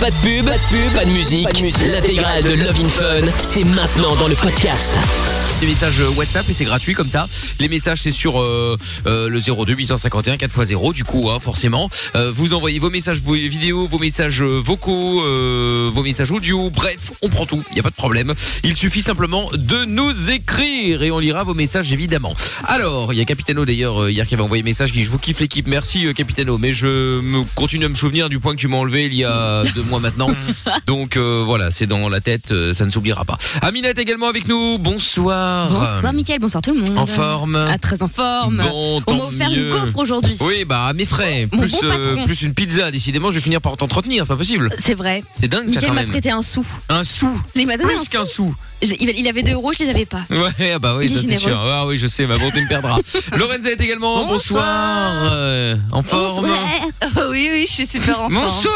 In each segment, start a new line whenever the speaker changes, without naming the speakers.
Pas de pub, pas de pub, pas de musique. L'intégrale de Love in Fun, c'est maintenant dans le podcast.
des messages euh, WhatsApp et c'est gratuit comme ça. Les messages c'est sur euh, euh, le 02 851 4x0 du coup hein, forcément. Euh, vous envoyez vos messages vos vidéos, vos messages euh, vocaux, euh, vos messages audio, bref, on prend tout, il n'y a pas de problème. Il suffit simplement de nous écrire et on lira vos messages évidemment. Alors, il y a Capitano d'ailleurs euh, hier qui avait envoyé un message qui dit, je vous kiffe l'équipe, merci euh, Capitano, mais je me continue à me souvenir du point que tu m'as enlevé il y a deux mois maintenant. Donc euh, voilà, c'est dans la tête, euh, ça ne s'oubliera pas. Aminette également avec nous, bonsoir. euh,
Bonsoir Mickaël, bonsoir tout le monde.
En forme.
Ah, très en forme.
Bon,
On
tant
m'a offert
mieux.
une coffre aujourd'hui.
Oui, bah à mes frais.
Mon
plus, euh,
bon patron.
plus une pizza, décidément, je vais finir par t'entretenir, c'est pas possible.
C'est vrai.
C'est dingue ça
Mickaël
quand
m'a
même.
prêté un sou.
Un sou
Il m'a donné un
Plus qu'un
sou.
sou
J'ai- Il il avait 2 euros, je les avais pas.
Ouais, ah bah oui,
Il est
ça, c'est
généreux.
sûr. Ah oui, je sais, ma bonté me perdra. Lorenza est également, bonsoir. euh, en forme
Ah oui, oui, je suis super en forme.
Bonsoir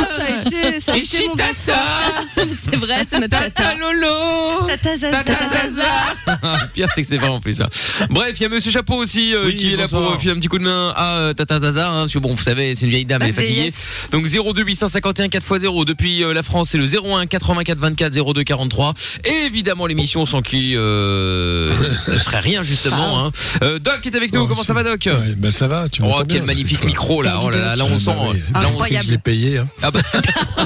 Oh, ça a été, ça a
Et
été
si
mon
t'as
bonsoir.
ça
C'est vrai, c'est notre
Tata Lolo
Tata Zaza.
Pire, c'est que c'est vrai en plus. hein. Bref, il y a Monsieur Chapeau aussi euh,
Oui,
qui est là
bonsoir.
pour euh, filer un petit coup de main à euh, Tata Zaza. Hein, parce que bon, vous savez, c'est une vieille dame, elle est
Ah, c'est
fatiguée.
yes.
Donc 02 851 4x0 depuis euh, la France, c'est le 01 84 24 02 43. Et évidemment l'émission sans qui euh, ne serait rien justement. Hein. Euh, Doc est avec nous.
Ouais,
Comment ça va, Doc
Ah. Ouais, ben ça va, tu
Oh
m'entends
quel
bien,
magnifique
cette fois.
micro là. Oh là là, là on
Ah,
sent.
bah oui.
là, on sait
Je l'ai payé. hein.
ah bah,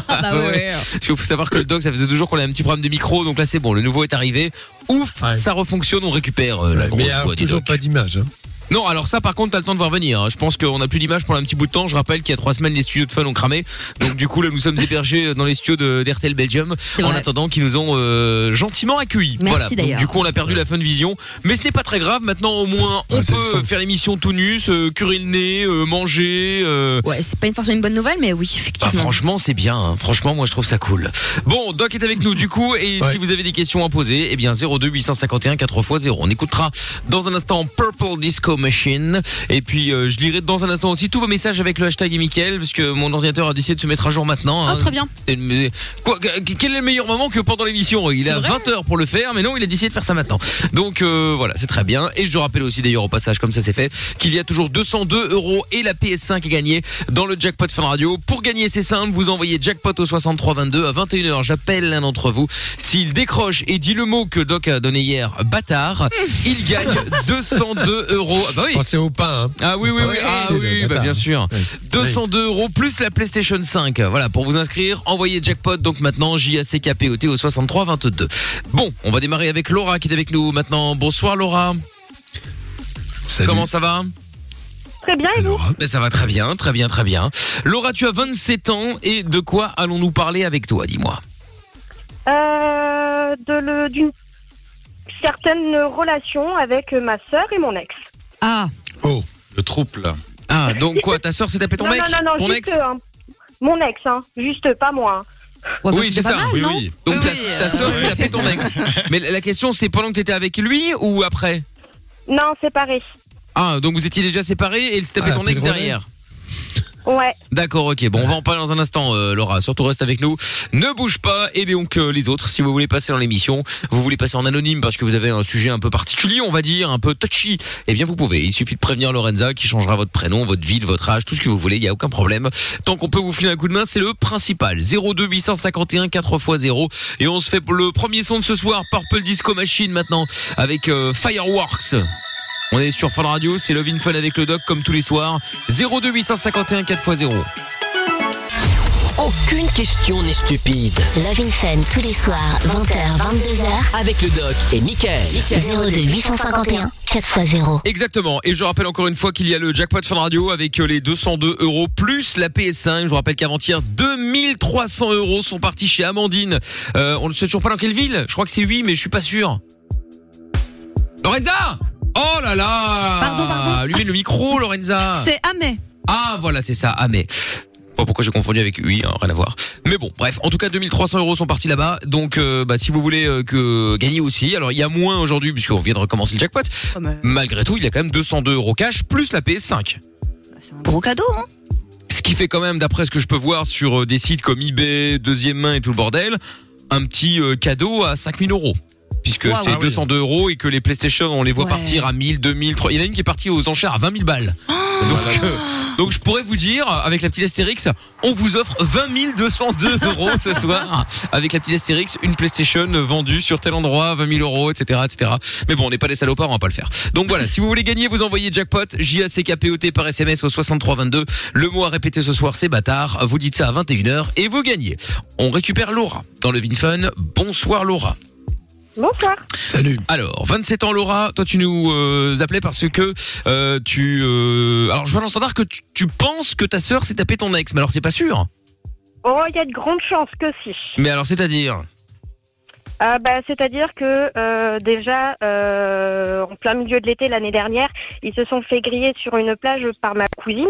Ah bah ouais,
ouais.
ouais.
parce qu'il faut savoir que le doc, ça faisait deux jours qu'on a un petit problème de micro, donc là c'est bon, le nouveau est arrivé. Ouf,
Ouais.
ça refonctionne, on récupère euh, la
Ouais,
grosse
mais alors,
voix du
toujours
doc.
pas d'image. hein.
Non, alors ça par contre, t'as le temps de voir venir. hein. Je pense qu'on a plus d'image pendant un petit bout de temps. Je rappelle qu'il y a trois semaines, les studios de fun ont cramé. Donc du coup, là, nous sommes hébergés dans les studios de- d'RTL Belgium, en
vrai.
attendant qu'ils nous ont euh, gentiment accueillis.
Merci
voilà. Donc,
d'ailleurs.
du coup, on a perdu la fun vision, mais ce n'est pas très grave. Maintenant, au moins, on
Ouais, c'est le
peut
son.
faire l'émission tout nu, se curer le nez, euh, manger. euh,
Ouais, c'est pas une forcément une bonne nouvelle, mais oui,
bah,
effectivement.
franchement, c'est bien. hein. Franchement, moi, je trouve ça cool. Bon, Doc est avec nous du coup, et
Ouais.
si vous avez des questions à poser, eh bien 02 851 4x0. On écoutera dans un instant Purple Disco Machine, et puis euh, je lirai dans un instant aussi tous vos messages avec le hashtag et Mickaël, parce que mon ordinateur a décidé de se mettre à jour maintenant.
Ah,
hein.
très bien.
Et- mais- quoi, que- quel est le meilleur moment que pendant l'émission Il a 20 heures pour le faire, mais non, il a décidé de faire ça maintenant. Donc euh, voilà, c'est très bien. Et je rappelle aussi d'ailleurs au passage, comme ça c'est fait, qu'il y a toujours 202 euros et la PS5 est gagnée dans le jackpot Fun Radio. Pour gagner, c'est simple, vous envoyez jackpot au 6322 à 21h. J'appelle l'un d'entre vous. S'il décroche et dit le mot que Doc a donné hier, bâtard, il gagne 202 euros. Ah Bah oui.
Pensez au pain. hein.
Ah oui, oui, oui,
Ouais,
ah
c'est le
oui, bah
bâtard.
bien sûr.
Ouais.
202 euros plus la PlayStation 5. Voilà, pour vous inscrire, envoyez jackpot donc maintenant JACKPOT au 63 22. Bon, on va démarrer avec Laura qui est avec nous maintenant. Bonsoir Laura.
Salut.
Comment ça va
Très bien, et vous
Laura.
Ben, Ça va très bien, très bien, très bien. Laura, tu as 27 ans et de quoi allons-nous parler avec toi, dis-moi
euh, de le- D'une certaine relation avec ma sœur et mon ex.
Ah,
Oh,
Le trouble.
Ah, donc quoi, ta soeur s'est tapée ton
non,
mec
non, non, non,
Ton
juste,
ex
euh, un- mon ex, hein, juste pas moi. hein.
ouais, bah,
Oui, c'est
pas
ça.
mal,
Oui,
non
oui.
Donc
Oui,
ta, ta
euh,
soeur s'est tapée ton ex. Mais la la question c'est pendant que t'étais avec lui ou après
Non, c'est pareil.
Ah, donc vous étiez déjà séparés et il s'est tapé
Ah,
ton
t'es
ex
le relais.
derrière
Ouais.
D'accord, ok. Bon, on va en parler dans un instant, euh, Laura. Surtout, reste avec nous. Ne bouge pas. Et donc euh, les autres, si vous voulez passer dans l'émission, vous voulez passer en anonyme parce que vous avez un sujet un peu particulier, on va dire, un peu touchy. Eh bien, vous pouvez. Il suffit de prévenir Lorenza qui changera votre prénom, votre ville, votre âge, tout ce que vous voulez. Il y a aucun problème. Tant qu'on peut vous filer un coup de main, c'est le principal. 02 851 4 x 0. Et on se fait le premier son de ce soir, Purple Disco Machine maintenant avec euh, Fireworks. On est sur Fun Radio, c'est Love in Fun avec le doc comme tous les soirs. 02 851 4x0.
Aucune question n'est stupide.
Love in Fun tous les soirs, 20h,
Avec le doc et Michael.
22h, 02 851 4x0.
Exactement. Et je rappelle encore une fois qu'il y a le jackpot Fun Radio avec euh, les 202 euros plus la PS5. Je vous rappelle qu'avant-hier, 2300 euros sont partis chez Amandine. Euh, on ne sait toujours pas dans quelle ville. Je crois que c'est 8, mais je suis pas sûr. Lorenza Oh là là
Pardon, pardon.
Allumez le micro, Lorenza
C'est Amé.
Ah voilà, c'est ça, ah mais... Pas pourquoi j'ai confondu avec oui, hein, rien à voir. Mais bon, bref, en tout cas 2300 euros sont partis là-bas. Donc euh, bah, si vous voulez euh, que gagner aussi, alors il y a moins aujourd'hui puisqu'on vient de recommencer le jackpot.
Comme, euh,
Malgré tout, il y a quand même 202 euros cash plus la PS5.
C'est un gros cadeau, hein.
Ce qui fait quand même, d'après ce que je peux voir sur euh, des sites comme eBay, deuxième main et tout le bordel, un petit euh, cadeau à 5000 euros. puisque
Waouh.
c'est
Ah oui.
202 euros et que les PlayStation, on les voit
Ouais.
partir à 1000, 2000, 3000. Il y en a une qui est partie aux enchères à 20 000 balles.
Ah.
donc, euh, donc je pourrais vous dire, avec la petite Astérix, on vous offre 20 202 euros ce soir. Avec la petite Astérix, une PlayStation vendue sur tel endroit, 20 000 euros, etc., etc. Mais bon, on n'est pas des salopards, on va pas le faire. Donc voilà, si vous voulez gagner, vous envoyez jackpot, J-A-C-K-P-O-T par SMS au 6322. Le mot à répéter ce soir, c'est bâtard. Vous dites ça à 21h et vous gagnez. On récupère Laura dans le VinFun. Bonsoir Laura.
Bonsoir.
Salut.
Alors, 27 ans Laura, toi tu nous euh, appelais parce que euh, tu... euh, alors je vois dans le standard que tu, tu penses que ta sœur s'est tapé ton ex, mais alors c'est pas sûr.
Oh, il y a de grandes chances que si.
Mais alors c'est-à-dire
Ah bah, C'est-à-dire que euh, déjà, euh, en plein milieu de l'été l'année dernière, ils se sont fait griller sur une plage par ma cousine,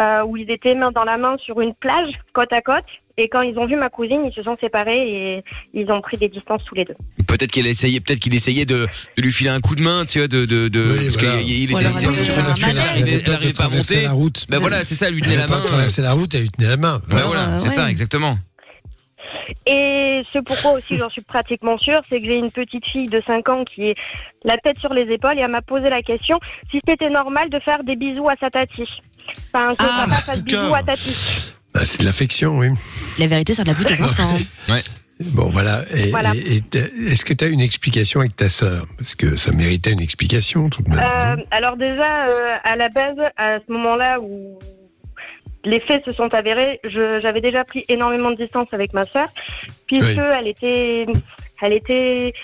euh, où ils étaient main dans la main sur une plage, côte à côte. Et quand ils ont vu ma cousine, ils se sont séparés et ils ont pris des distances tous les deux.
Peut-être qu'elle essayait, peut-être qu'il essayait de, de lui filer un coup de main, tu vois, de... de, de
Oui,
parce
voilà.
qu'il il était...
Voilà,
il était
voilà,
sur
voilà.
une- elle arrivait- elle arrivait pas à
traverser
monter.
la route.
Ben voilà, c'est ça, lui
Elle
tenait
avait
la
pas
main.
traversé la route, elle lui tenait la main.
Ben voilà,
Ah,
c'est ça,
ouais.
exactement.
Et ce pourquoi aussi j'en suis pratiquement sûre, c'est que j'ai une petite fille de 5 ans qui est la tête sur les épaules et elle m'a posé la question si c'était normal de faire des bisous à sa tati. Enfin, que
Ah,
papa fasse
putain.
bisous à tati.
Ah, c'est de l'affection, oui.
La vérité sur la bouche des enfants.
Bon, voilà. Et,
Voilà.
et- et, euh, est-ce que tu as une explication avec ta sœur Parce que ça méritait une explication, tout de même.
Euh, alors déjà, euh, à la base, à ce moment-là où les faits se sont avérés, je- j'avais déjà pris énormément de distance avec ma sœur, puisque
Oui.
elle était, elle était,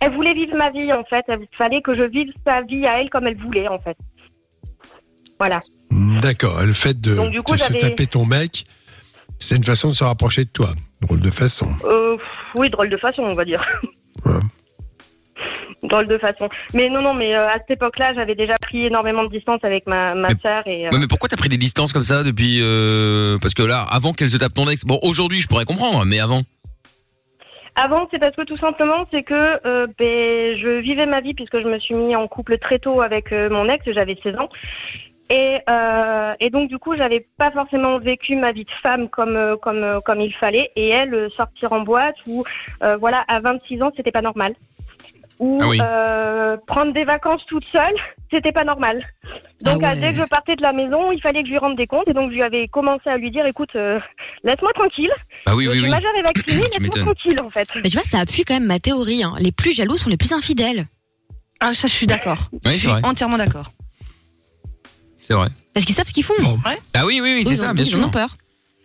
elle voulait vivre ma vie en fait. Il fallait que je vive sa vie à elle comme elle voulait en fait. Voilà.
D'accord. Le fait de,
Euh. Donc, du coup,
de se
j'avais-
taper ton mec, c'est une façon de se rapprocher de toi. Drôle de façon.
Euh, pff, oui, drôle de façon, on va dire.
Ouais.
Drôle de façon. Mais non, non, mais euh, à cette époque-là, j'avais déjà pris énormément de distance avec ma, ma
Mais-
sœur et. euh,
Ouais, mais pourquoi t'as pris des distances comme ça depuis... euh, parce que là, avant qu'elle se tape ton ex... Bon, aujourd'hui, je pourrais comprendre, mais avant...
Avant, c'est parce que tout simplement, c'est que euh, ben, je vivais ma vie puisque je me suis mis en couple très tôt avec euh, mon ex, j'avais 16 ans. Et, euh, et donc du coup, j'avais pas forcément vécu ma vie de femme comme euh, comme euh, comme il fallait. Et elle euh, sortir en boîte ou euh, voilà à 26 ans, c'était pas normal. Ou
Ah oui.
euh, prendre des vacances toute seule, c'était pas normal. Donc
Ah
euh, dès
ouais.
que je partais de la maison, il fallait que je lui rende des comptes. Et donc je lui avais commencé à lui dire, écoute, euh, laisse-moi tranquille.
Bah oui,
je
oui,
suis
oui.
majeure et vaccinée, laisse-moi
m'étonnes.
tranquille en fait.
Mais tu vois, ça appuie quand même ma théorie. hein. Les plus jaloux sont les plus infidèles.
Ah, ça, je suis d'accord.
Oui,
je
c'est
suis
vrai.
entièrement d'accord.
C'est vrai.
Parce qu'ils savent ce qu'ils font.
Bon.
Ah oui, oui, oui, c'est
Ils
ça,
ont-
bien
ils en ont
sûr.
peur.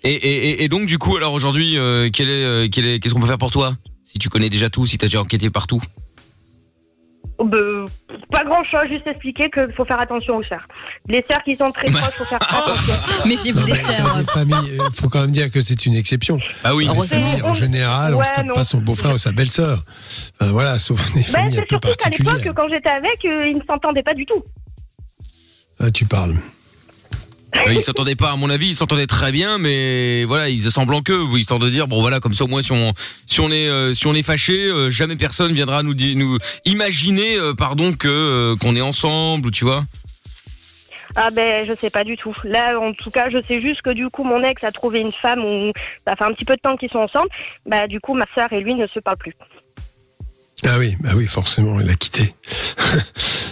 Et, et, et- et donc, du coup, alors aujourd'hui, euh, quel est, euh, quel est, qu'est-ce qu'on peut faire pour toi Si tu connais déjà tout, si t'as déjà enquêté partout.
Ben, pas grand chose, juste expliquer qu'il faut faire attention aux sœurs. Les sœurs qui sont
Bah.
très proches, faut faire
Ah.
attention.
Méfiez-vous
Non,
des
mais dans
sœurs.
les familles, euh, faut quand même dire que c'est une exception.
Ah oui.
Dans les familles, en général, on
Ouais,
se tape
non.
pas son beau-frère ou sa belle-sœur. Enfin, voilà, sauf des familles
Ben,
un peu
c'est surtout qu'à l'époque,
particulières.
quand j'étais avec, euh, ils ne s'entendaient pas du tout.
Ah, tu parles.
Euh, Ils s'entendaient pas, à mon avis, ils s'entendaient très bien, mais voilà, ils faisaient semblant que, oui, histoire de dire, bon voilà, comme ça au moins si on, si on est, euh, si on est fâché, euh, jamais personne viendra nous, di- nous imaginer, euh, pardon, que euh, qu'on est ensemble, ou tu vois.
Ah ben, je sais pas du tout. Là, en tout cas, je sais juste que du coup, mon ex a trouvé une femme où ça fait un petit peu de temps qu'ils sont ensemble. Bah, du coup, ma sœur et lui ne se parlent plus.
Ah oui, bah oui, forcément, il a quitté.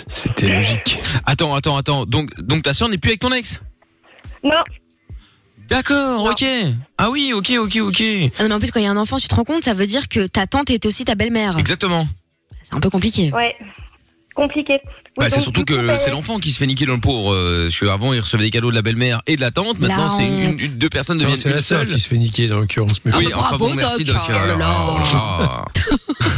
C'était logique.
Attends, attends, attends. Donc, donc ta sœur n'est plus avec ton ex.
Non,
D'accord,
Non.
ok. Ah oui, ok, ok, ok.
Ah non, mais en plus, quand il y a un enfant, tu te rends compte, ça veut dire que ta tante était aussi ta belle-mère.
Exactement.
C'est un peu compliqué.
ouais. Compliqué. Oui,
Bah, c'est
donc,
surtout
du coup,
que
ben,
c'est l'enfant qui se fait niquer dans le pauvre. euh, parce que avant, il recevait des cadeaux de la belle-mère et de la tante. Maintenant,
La
c'est une,
honte.
une- deux personnes
Non,
deviennent
C'est la
une
seule
seule.
qui se fait niquer dans l'occurrence. Mais
Oui,
bon,
enfin bon,
bravo,
merci
Doc.
Doc.
Oh là là.
Oh là là.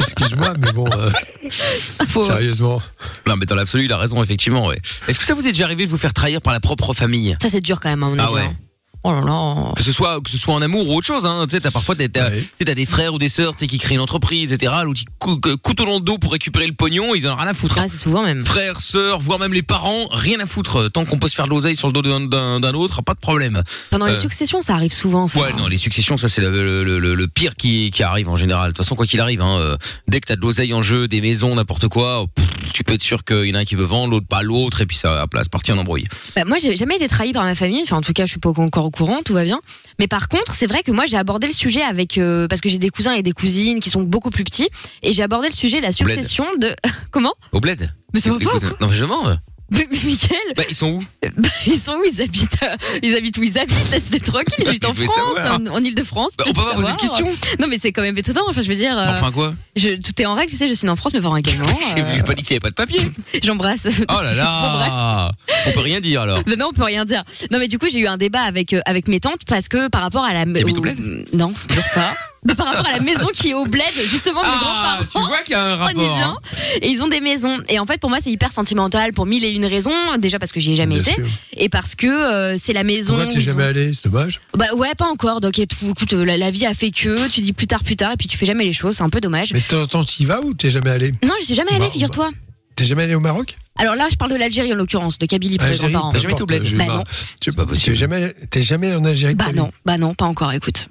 excuse-moi, mais bon, euh,
Ah, Faut-
sérieusement.
Non, mais dans l'absolu, il a raison, effectivement. ouais. Est-ce que ça vous est déjà arrivé de vous faire trahir par la propre famille
Ça, c'est dur quand même, à mon
Ah
avis,
ouais.
hein. Oh là là.
que ce soit que ce soit en amour ou autre chose hein tu sais t'as parfois t'as t'as-
Ouais.
tu sais, t'as des frères ou des sœurs tu sais, qui créent une entreprise etc ou qui cou- que- couteau dans le dos pour récupérer le pognon ils en ont rien à foutre hein.
Ah, c'est souvent même.
frères, sœurs, voire même les parents, rien à foutre. Tant qu'on peut se faire de l'oseille sur le dos d'un- d'un d'un autre, pas de problème.
Pendant les
Euh,
successions, ça arrive souvent. Ça.
Ouais, non, les successions, ça c'est le, le, le- le pire qui, qui arrive en général. De toute façon, quoi qu'il arrive, hein, euh, dès que t'as de l'oseille en jeu, des maisons, n'importe quoi, oh, pff, tu peux être sûr qu'il y en a un qui veut vendre, l'autre pas l'autre, et puis ça, à place, parti en embrouille.
Bah, moi, j'ai jamais été trahie par ma famille. Enfin, en tout cas, je suis pas encore au au courant, tout va bien. Mais par contre, c'est vrai que moi j'ai abordé le sujet avec euh, parce que j'ai des cousins et des cousines qui sont beaucoup plus petits et j'ai abordé le sujet la
Bled.
succession de comment
Au bled
Mais c'est pas
Les
faux,
cousins- Non, mais je mens.
Mais Mickaël,
Bah, ils sont où
bah, ils sont où Ils habitent euh, ils habitent où ils habitent Laisse-les tranquilles, ils
Bah,
habitent en
je voulais
France,
savoir.
en, en Île-de-France.
Bah, on peut pas poser de questions. Bah,
Non mais c'est quand même étonnant, enfin je veux dire euh,
Enfin quoi
je- tout est en règle, tu sais, je suis née en France mais pas également. euh,
J'ai j'ai pas dit qu'il n'y avait pas de papier.
J'embrasse.
Oh là là On peut rien dire alors.
Non, non, on peut rien dire. Non, mais du coup, j'ai eu un débat avec euh, avec mes tantes parce que par rapport à la
T'as mis
au-
ton bled
non, toujours pas. Mais par rapport à la maison qui est au bled justement de mes
Ah,
grands-parents.
tu vois qu'il y a un
On y
rapport.
vient
hein.
et ils ont des maisons et en fait pour moi c'est hyper sentimental pour mille et une raisons déjà parce que j'y ai jamais
Bien
été
sûr.
et parce que euh, c'est la maison
Pourquoi
où
t'es
ils
jamais
ont-
allé C'est dommage.
bah ouais pas encore donc et tout écoute euh, la, la vie a fait que tu dis plus tard plus tard et puis tu fais jamais les choses c'est un peu dommage
Mais t'entends, t'y vas ou t'es jamais allé
non je suis jamais allée
Bah, bah.
figure-toi
T'es jamais allé au Maroc
alors là je parle de l'Algérie en l'occurrence de Kabylie pour les
Algérie
grands-parents
Peu
Jamais été au
importe,
bled.
je-
Bah non.
tu-
C'est pas possible.
T'es jamais, allé- t'es jamais en Algérie de
bah
ta vie.
non bah non pas encore écoute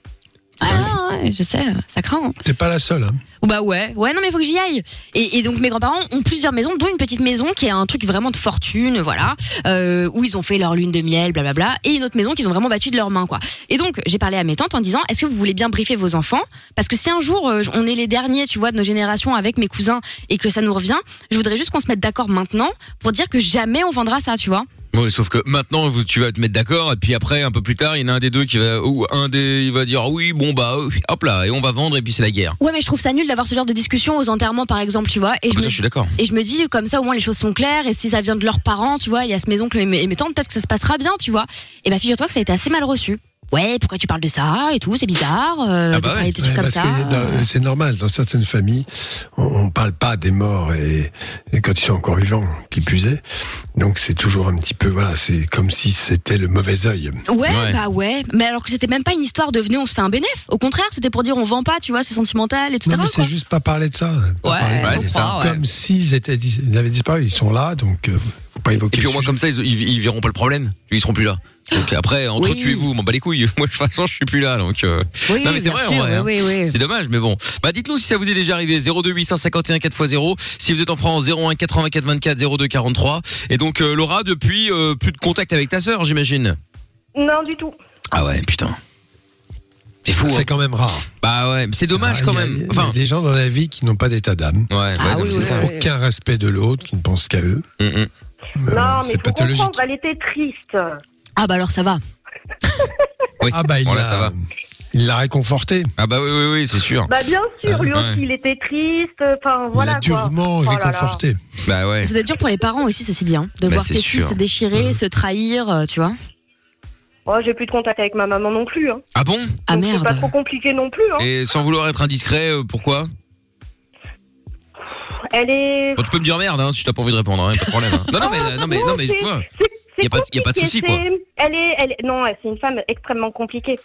ah ouais, je sais ça craint hein.
T'es pas la seule. hein.
Ou Bah ouais, ouais, non mais faut que j'y aille. Et, et donc mes grands-parents ont plusieurs maisons, dont une petite maison qui est un truc vraiment de fortune, voilà, euh, où ils ont fait leur lune de miel, blablabla, et une autre maison qu'ils ont vraiment battue de leurs mains, quoi. Et donc j'ai parlé à mes tantes en disant, est-ce que vous voulez bien briefer vos enfants Parce que si un jour euh, on est les derniers, tu vois, de nos générations avec mes cousins et que ça nous revient, je voudrais juste qu'on se mette d'accord maintenant pour dire que jamais on vendra ça, tu vois.
Ouais, sauf que maintenant vous- tu vas te mettre d'accord et puis après un peu plus tard il y en a un des deux qui va ou un des il va dire Ah oui bon bah oui, hop là et on va vendre et puis c'est la guerre.
Ouais, mais je trouve ça nul d'avoir ce genre de discussion aux enterrements, par exemple, tu vois.
Ah,
Et je
bah,
me
ça je suis d'accord.
Et je me dis, comme ça, au moins, les choses sont claires. Et si ça vient de leurs parents, tu vois, il y a ce maison que mes, mes tantes, peut-être que ça se passera bien, tu vois. Et bah, figure-toi que ça a été assez mal reçu. Ouais, pourquoi tu parles de ça et tout, c'est bizarre,
Ah
euh,
bah
de parler
ouais,
des trucs
Ouais,
comme
parce
ça.
que dans- euh, c'est normal, dans certaines familles, on ne parle pas des morts et, et quand ils sont encore vivants, qui puisaient. Donc c'est toujours un petit peu, voilà, c'est comme si c'était le mauvais œil.
Ouais,
Ouais.
bah ouais. Mais alors que c'était même pas une histoire de venez, on se fait un bénéf. Au contraire, c'était pour dire on vend pas, tu vois, c'est sentimental, etc.
Non, mais
quoi.
c'est juste pas parler de ça. Pas
Ouais,
parler de
ouais,
ça.
c'est
ça, ouais.
Comme s'ils étaient, dis- ils avaient disparu, ils sont là, donc euh, faut pas évoquer.
Et puis au
le
moins
sujet.
comme ça ils, ils, ils verront pas le problème. Ils seront plus là. Donc après entre
Oui.
tu et vous m'en bas les couilles. Moi de toute façon je suis plus là donc. euh,
Oui,
Non, mais c'est
bien
vrai, en
sûr,
vrai, hein.
Oui, oui, oui.
C'est dommage, mais bon. Bah, dites-nous si ça vous est déjà arrivé. 02851 4x0. Si vous êtes en France, 01 84 24 02 43. Et donc, euh, Laura, depuis, euh, plus de contact avec ta sœur, j'imagine.
Non, du tout.
Ah ouais, putain. C'est fou, hein.
C'est quand même rare.
Bah ouais, mais c'est dommage
Alors, il
quand
y a-
même.
Il y a
Enfin.
des gens dans la vie qui n'ont pas d'état d'âme.
Ouais, ouais,
Ah
non,
oui,
c'est
oui,
ça.
oui.
Aucun respect de l'autre, qui ne pense qu'à eux.
Mm, mm.
Euh,
non, mais
c'est
faut
pathologique.
comprendre, elle était triste.
Ah bah alors ça va.
Oui.
Ah bah il
Bon, là,
l'a-
ça va.
il l'a réconforté.
Ah bah oui, oui, oui, c'est sûr.
Bah bien sûr, lui
Ah, Ouais.
aussi, il était triste. Enfin voilà
il l'a
quoi.
durement
Oh là là.
réconforté.
Bah ouais.
Ça doit être dur pour les parents aussi, ceci dit, hein, de
Bah,
voir
c'est
tes fils
sûr. Mhm.
se déchirer, se trahir, euh, tu vois.
Oh, j'ai plus de contact avec ma maman non plus. Hein.
Ah bon
Ah
Donc,
merde.
C'est pas trop compliqué non plus. Hein.
Et sans vouloir être indiscret, euh, pourquoi
Elle est.
Bon, Tu peux me dire merde hein, si t'as pas envie de répondre, hein, pas de problème. hein. Non, non, mais, euh, non, mais, non, mais,
Ah, c'est-
tu vois.
c'est- c'est
Y a pas- y a pas de
compliqué,
souci, quoi.
c'est- Elle est, elle est- non, elle- c'est une femme extrêmement compliquée.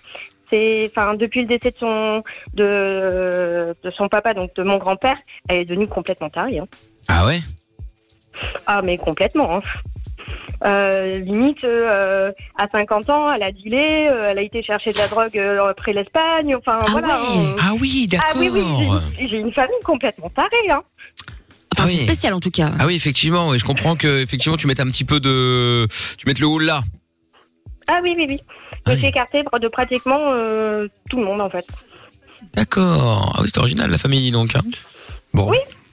C'est, enfin, depuis le décès de son, de, de son papa, donc de mon grand-père, elle est devenue complètement tarée. hein.
Ah ouais
Ah, mais complètement. hein. Euh, limite, euh, à 50 ans, elle a dealé, euh, elle a été chercher de la drogue euh, après l'Espagne. Enfin,
Ah
voilà.
ouais.
hein.
Ah oui,
Ah oui, oui, j'ai- j'ai une famille complètement tarée. Hein.
Enfin,
Ah
c'est
oui.
spécial en tout cas.
Ah oui, effectivement, et je comprends que effectivement tu mettes un petit peu de tu mettes le haut là.
Ah oui, oui, oui.
Ah
Elle
oui.
s'est écartée de pratiquement euh, tout le monde, en fait.
D'accord. Ah oui, c'est original la famille donc hein.
Bon,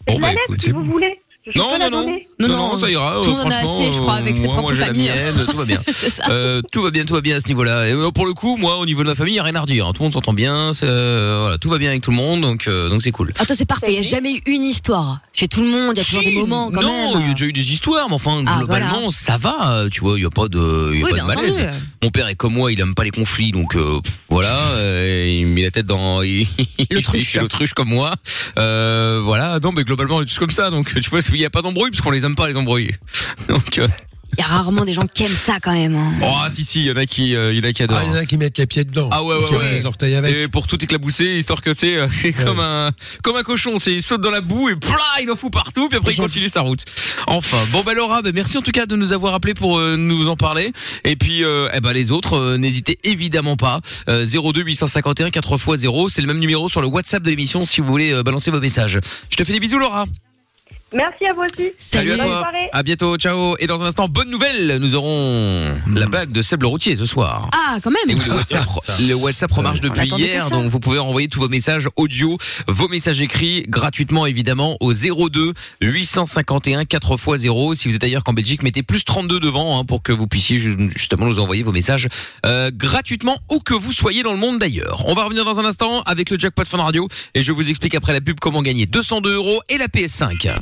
Bon,
Je
bah,
la laisse,
écoutez.
si vous voulez. Je
Non,
peux la
non, non.
donner.
Non,
non,
non,
ça ira.
tout
euh,
le monde en a
franchement,
assez, je crois,
euh,
avec ses
moi,
propres
moi, j'ai la
familles.
mienne, tout va bien.
c'est ça.
Euh, tout va bien, tout va bien à ce niveau-là. Et euh, pour le coup, moi, au niveau de ma famille, y a rien à redire. hein. Tout le monde s'entend bien, c'est, euh, voilà, tout va bien avec tout le monde, donc euh, donc c'est cool.
Ah, toi, c'est parfait. Il n'y a
Oui.
jamais eu une histoire. Chez tout le monde, il y a toujours
Si,
des moments quand
non, il y a
même. hein.
déjà eu des histoires, mais enfin
Ah,
globalement
voilà.
ça va. euh, Tu vois, il y a pas de, y a
Oui,
pas de
bien entendu.
malaise. Mon père est comme moi, il aime pas les conflits, donc euh, pff, voilà, euh, il met la tête dans il,
L'autruche.
il fait l'autruche comme moi, Euh, voilà. Non, mais globalement, on est tous comme ça, donc tu vois, il y a pas d'embrouille parce qu'on les aime pas les embrouilles. Donc, euh,
Il y a rarement des gens qui aiment ça quand même. hein.
oh si si, il y en a qui, euh, il y en a qui adorent.
Ah, il y en a qui mettent les pieds dedans.
Ah ouais,
et qui
ouais,
ont
ouais.
les orteils avec.
Et pour tout éclabousser, histoire que tu sais, euh, c'est comme un comme un cochon, c'est il saute dans la boue et plah, il en fout partout, puis après il
J'avoue.
continue sa route. Enfin, bon bah Laura, bah, merci en tout cas de nous avoir appelé pour euh, nous en parler. Et puis euh, eh ben les autres, euh, n'hésitez évidemment pas. Euh, 02 851 4 x 0, c'est le même numéro sur le WhatsApp de l'émission si vous voulez euh, balancer vos messages. Je te fais des bisous Laura.
Merci à vous aussi.
Salut à
Bonne
toi.
soirée.
À bientôt, ciao. Et dans un instant, bonne nouvelle, nous aurons
Hmm.
la bague de Seb le routier ce soir.
Ah, quand
Et
même.
oui, le WhatsApp, le WhatsApp remarche depuis
Euh, attendait que
hier,
ça.
donc vous pouvez envoyer tous vos messages audio, vos messages écrits gratuitement évidemment au 02 851 4 x 0. Si vous êtes ailleurs qu'en Belgique, mettez plus 32 devant hein, pour que vous puissiez ju- justement nous envoyer vos messages euh, gratuitement où que vous soyez dans le monde d'ailleurs. On va revenir dans un instant avec le jackpot Fun Radio et je vous explique après la pub comment gagner 202 euros et la PS5.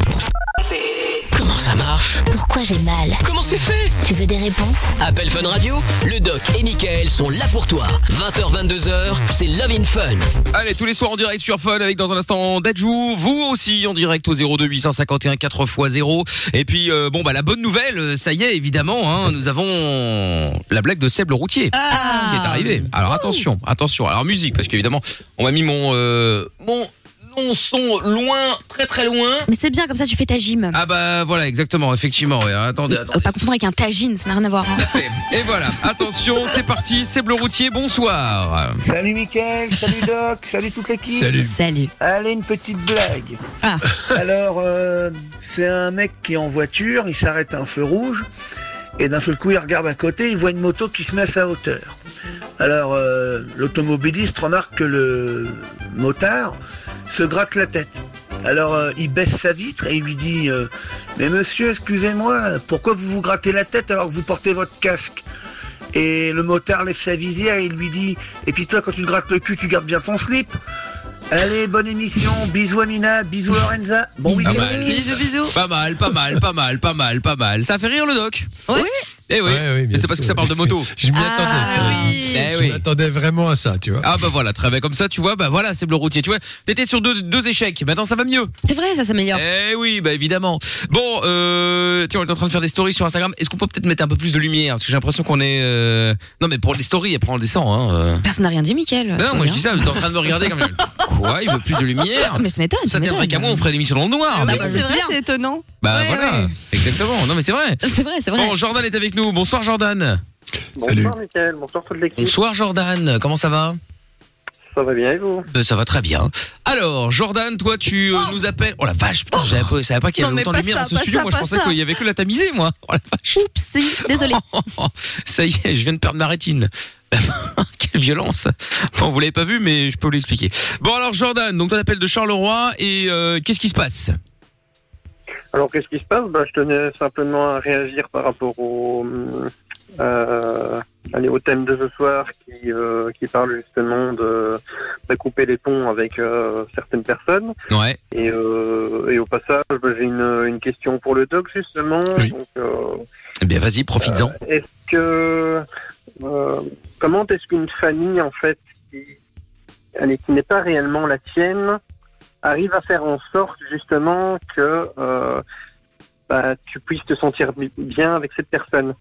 Comment ça marche
Pourquoi j'ai mal
Comment c'est fait
Tu veux des réponses
Appel Fun Radio, le doc et Michael sont là pour toi. 20h, 22h, c'est Love in Fun.
Allez, tous les soirs en direct sur Fun avec dans un instant Dajou, vous aussi en direct au 02 851 4 x 0. Et puis euh, bon bah la bonne nouvelle, euh, ça y est évidemment, hein, nous avons la blague de Seb le routier qui est arrivée. Alors attention, attention. Alors musique parce qu'évidemment, on m'a mis mon euh, mon non son loin, très très loin.
Mais c'est bien, comme ça tu fais ta gym.
Ah bah voilà, exactement, effectivement. ouais. hein, attendez,
Euh,
attendez.
Pas confondre avec un tagine, ça n'a rien à voir. hein.
Et voilà, attention, c'est parti, Seb le routier, bonsoir.
Salut Mickaël, salut Doc, salut toute l'équipe.
Salut.
Salut.
Allez, une petite blague.
Ah.
Alors, euh, c'est un mec qui est en voiture, il s'arrête à un feu rouge, et d'un seul coup, il regarde à côté, il voit une moto qui se met à sa hauteur. Alors, euh, l'automobiliste remarque que le motard se gratte la tête. Alors, euh, il baisse sa vitre et il lui dit euh, Mais monsieur, excusez-moi, pourquoi vous vous grattez la tête alors que vous portez votre casque Et le motard lève sa visière et il lui dit Et puis toi, quand tu te grattes le cul, tu gardes bien ton slip Allez, bonne émission. Bisous Amina, bisous Lorenza. Bon
Pas
week-end.
Ah,
mal. Pas mal, pas mal, pas mal, pas mal, pas mal. Ça fait rire le doc
Oui.
Eh oui.
Ouais, oui,
Mais
bien
c'est parce
sûr.
que ça parle de moto.
Je m'y
Ah,
attendais.
oui. Eh
Je
oui.
m'attendais vraiment à ça, tu vois.
Ah bah voilà, très bien. Comme ça, tu vois, bah voilà, c'est bleu routier. Tu vois, t'étais sur deux, deux échecs. Maintenant, ça va mieux.
C'est vrai, ça s'améliore.
Eh oui, bah évidemment. Bon, euh, tiens, on est en train de faire des stories sur Instagram. Est-ce qu'on peut peut-être mettre un peu plus de lumière Parce que j'ai l'impression qu'on est. euh, Non, mais pour les stories, après on descend. Hein, euh.
Personne n'a rien dit, Michael.
Non, moi je dis ça. T'es en train de me regarder comme. Quoi Il veut plus de lumière
Mais ça m'étonne.
Ça tiendrait
m'étonne.
qu'à moi, on ferait l'émission dans le noir.
bah,
Mais-
bah,
C'est vrai,
bien.
c'est étonnant.
Bah
ouais,
voilà,
ouais.
exactement. Non, mais c'est vrai.
C'est vrai, c'est vrai.
Bon, Jordan est avec nous. Bonsoir, Jordan.
Salut.
Bonsoir Mickaël, bonsoir toute l'équipe.
Bonsoir, Jordan. Comment ça va
Ça va bien et vous
Euh, Ça va très bien. Alors, Jordan, toi, tu euh, nous appelles. Oh la vache, putain, j'avais pas- je savais pas qu'il y
Non,
avait
mais
autant de
pas
lumière
ça,
dans ce
pas
studio.
ça,
moi, je
pas
pensais
ça.
qu'il y avait que la tamisée, moi. Oh la vache.
Oupsie, désolé.
Oh, ça y est, je viens de perdre ma rétine. Quelle violence. Bon, vous l'avez pas vu, mais je peux vous l'expliquer. Bon, alors, Jordan, donc toi, t'appelles de Charleroi et euh, qu'est-ce qui se passe
Alors qu'est-ce qui se passe Bah, Je tenais simplement à réagir par rapport au, euh, allez, au thème de ce soir qui, euh, qui parle justement de, de couper les ponts avec euh, certaines personnes.
Ouais.
Et, euh, et au passage, bah, j'ai une, une question pour le doc justement.
Oui.
Donc, euh,
Eh bien, vas-y, profites-en.
Est-ce que euh, comment est-ce qu'une famille en fait qui, allez, qui n'est pas réellement la tienne arrive à faire en sorte justement que euh, bah, tu puisses te sentir bi- bien avec cette personne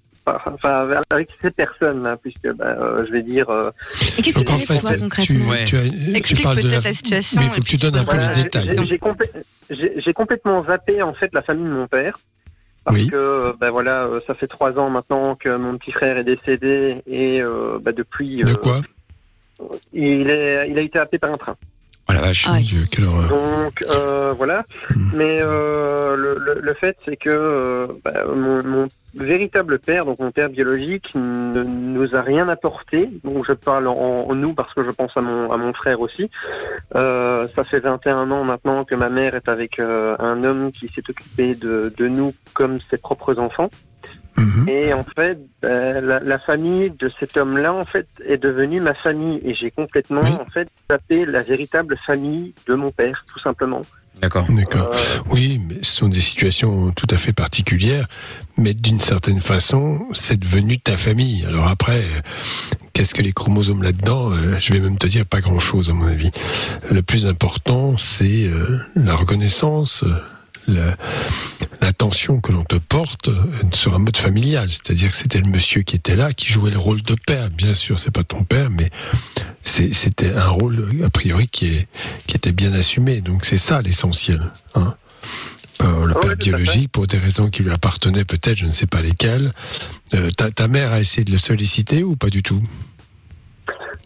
Enfin, avec ces personnes, là, puisque bah, euh, je vais dire, euh,
Et qu'est-ce que
Donc en
t'avais
fait,
pour toi
tu,
concrètement
Ouais.
tu as- euh, tu
Explique
parles de la,
peut-être la situation
mais il
et
faut que
puis
tu donnes
tu
un peu
poses
les
la-
détails. hein.
j'ai- j'ai complé- j'ai- j'ai complètement zappé en fait la famille de mon père. Parce
Oui.
que euh, bah, voilà, euh, ça fait trois ans maintenant que mon petit frère est décédé et euh, bah, depuis,
De
euh,
quoi
il, est, il a été happé par un train.
Oh la vache.
Ah,
Dieu, euh, quelle horreur. Hmm.
Donc euh, voilà. Mais euh, le, le, le fait, c'est que euh, bah, mon, mon véritable père, donc mon père biologique, ne nous a rien apporté. Donc je parle en, en nous parce que je pense à mon, à mon frère aussi. Euh, ça fait 21 ans maintenant que ma mère est avec euh, un homme qui s'est occupé de, de nous comme ses propres enfants.
Mhm.
Et en fait, euh, la, la famille de cet homme-là, en fait, est devenue ma famille. Et j'ai complètement,
Oui.
en fait, tapé la véritable famille de mon père, tout simplement.
D'accord.
D'accord.
Euh,
Oui, mais ce sont des situations tout à fait particulières, mais d'une certaine façon, c'est devenu ta famille. Alors après, euh, qu'est-ce que les chromosomes là-dedans Euh, Je vais même te dire pas grand-chose à mon avis. Le plus important, c'est euh, la reconnaissance. euh, la- L'attention que l'on te porte euh, sur un mode familial, c'est-à-dire que c'était le monsieur qui était là, qui jouait le rôle de père. Bien sûr, c'est pas ton père, mais c'est- c'était un rôle a priori qui, est, qui était bien assumé. Donc c'est ça l'essentiel. hein. Euh, le
Ah oui,
père
tout à
biologique, pour des raisons qui lui appartenaient peut-être, je ne sais pas lesquelles. Euh, ta, ta mère a essayé de le solliciter ou pas du tout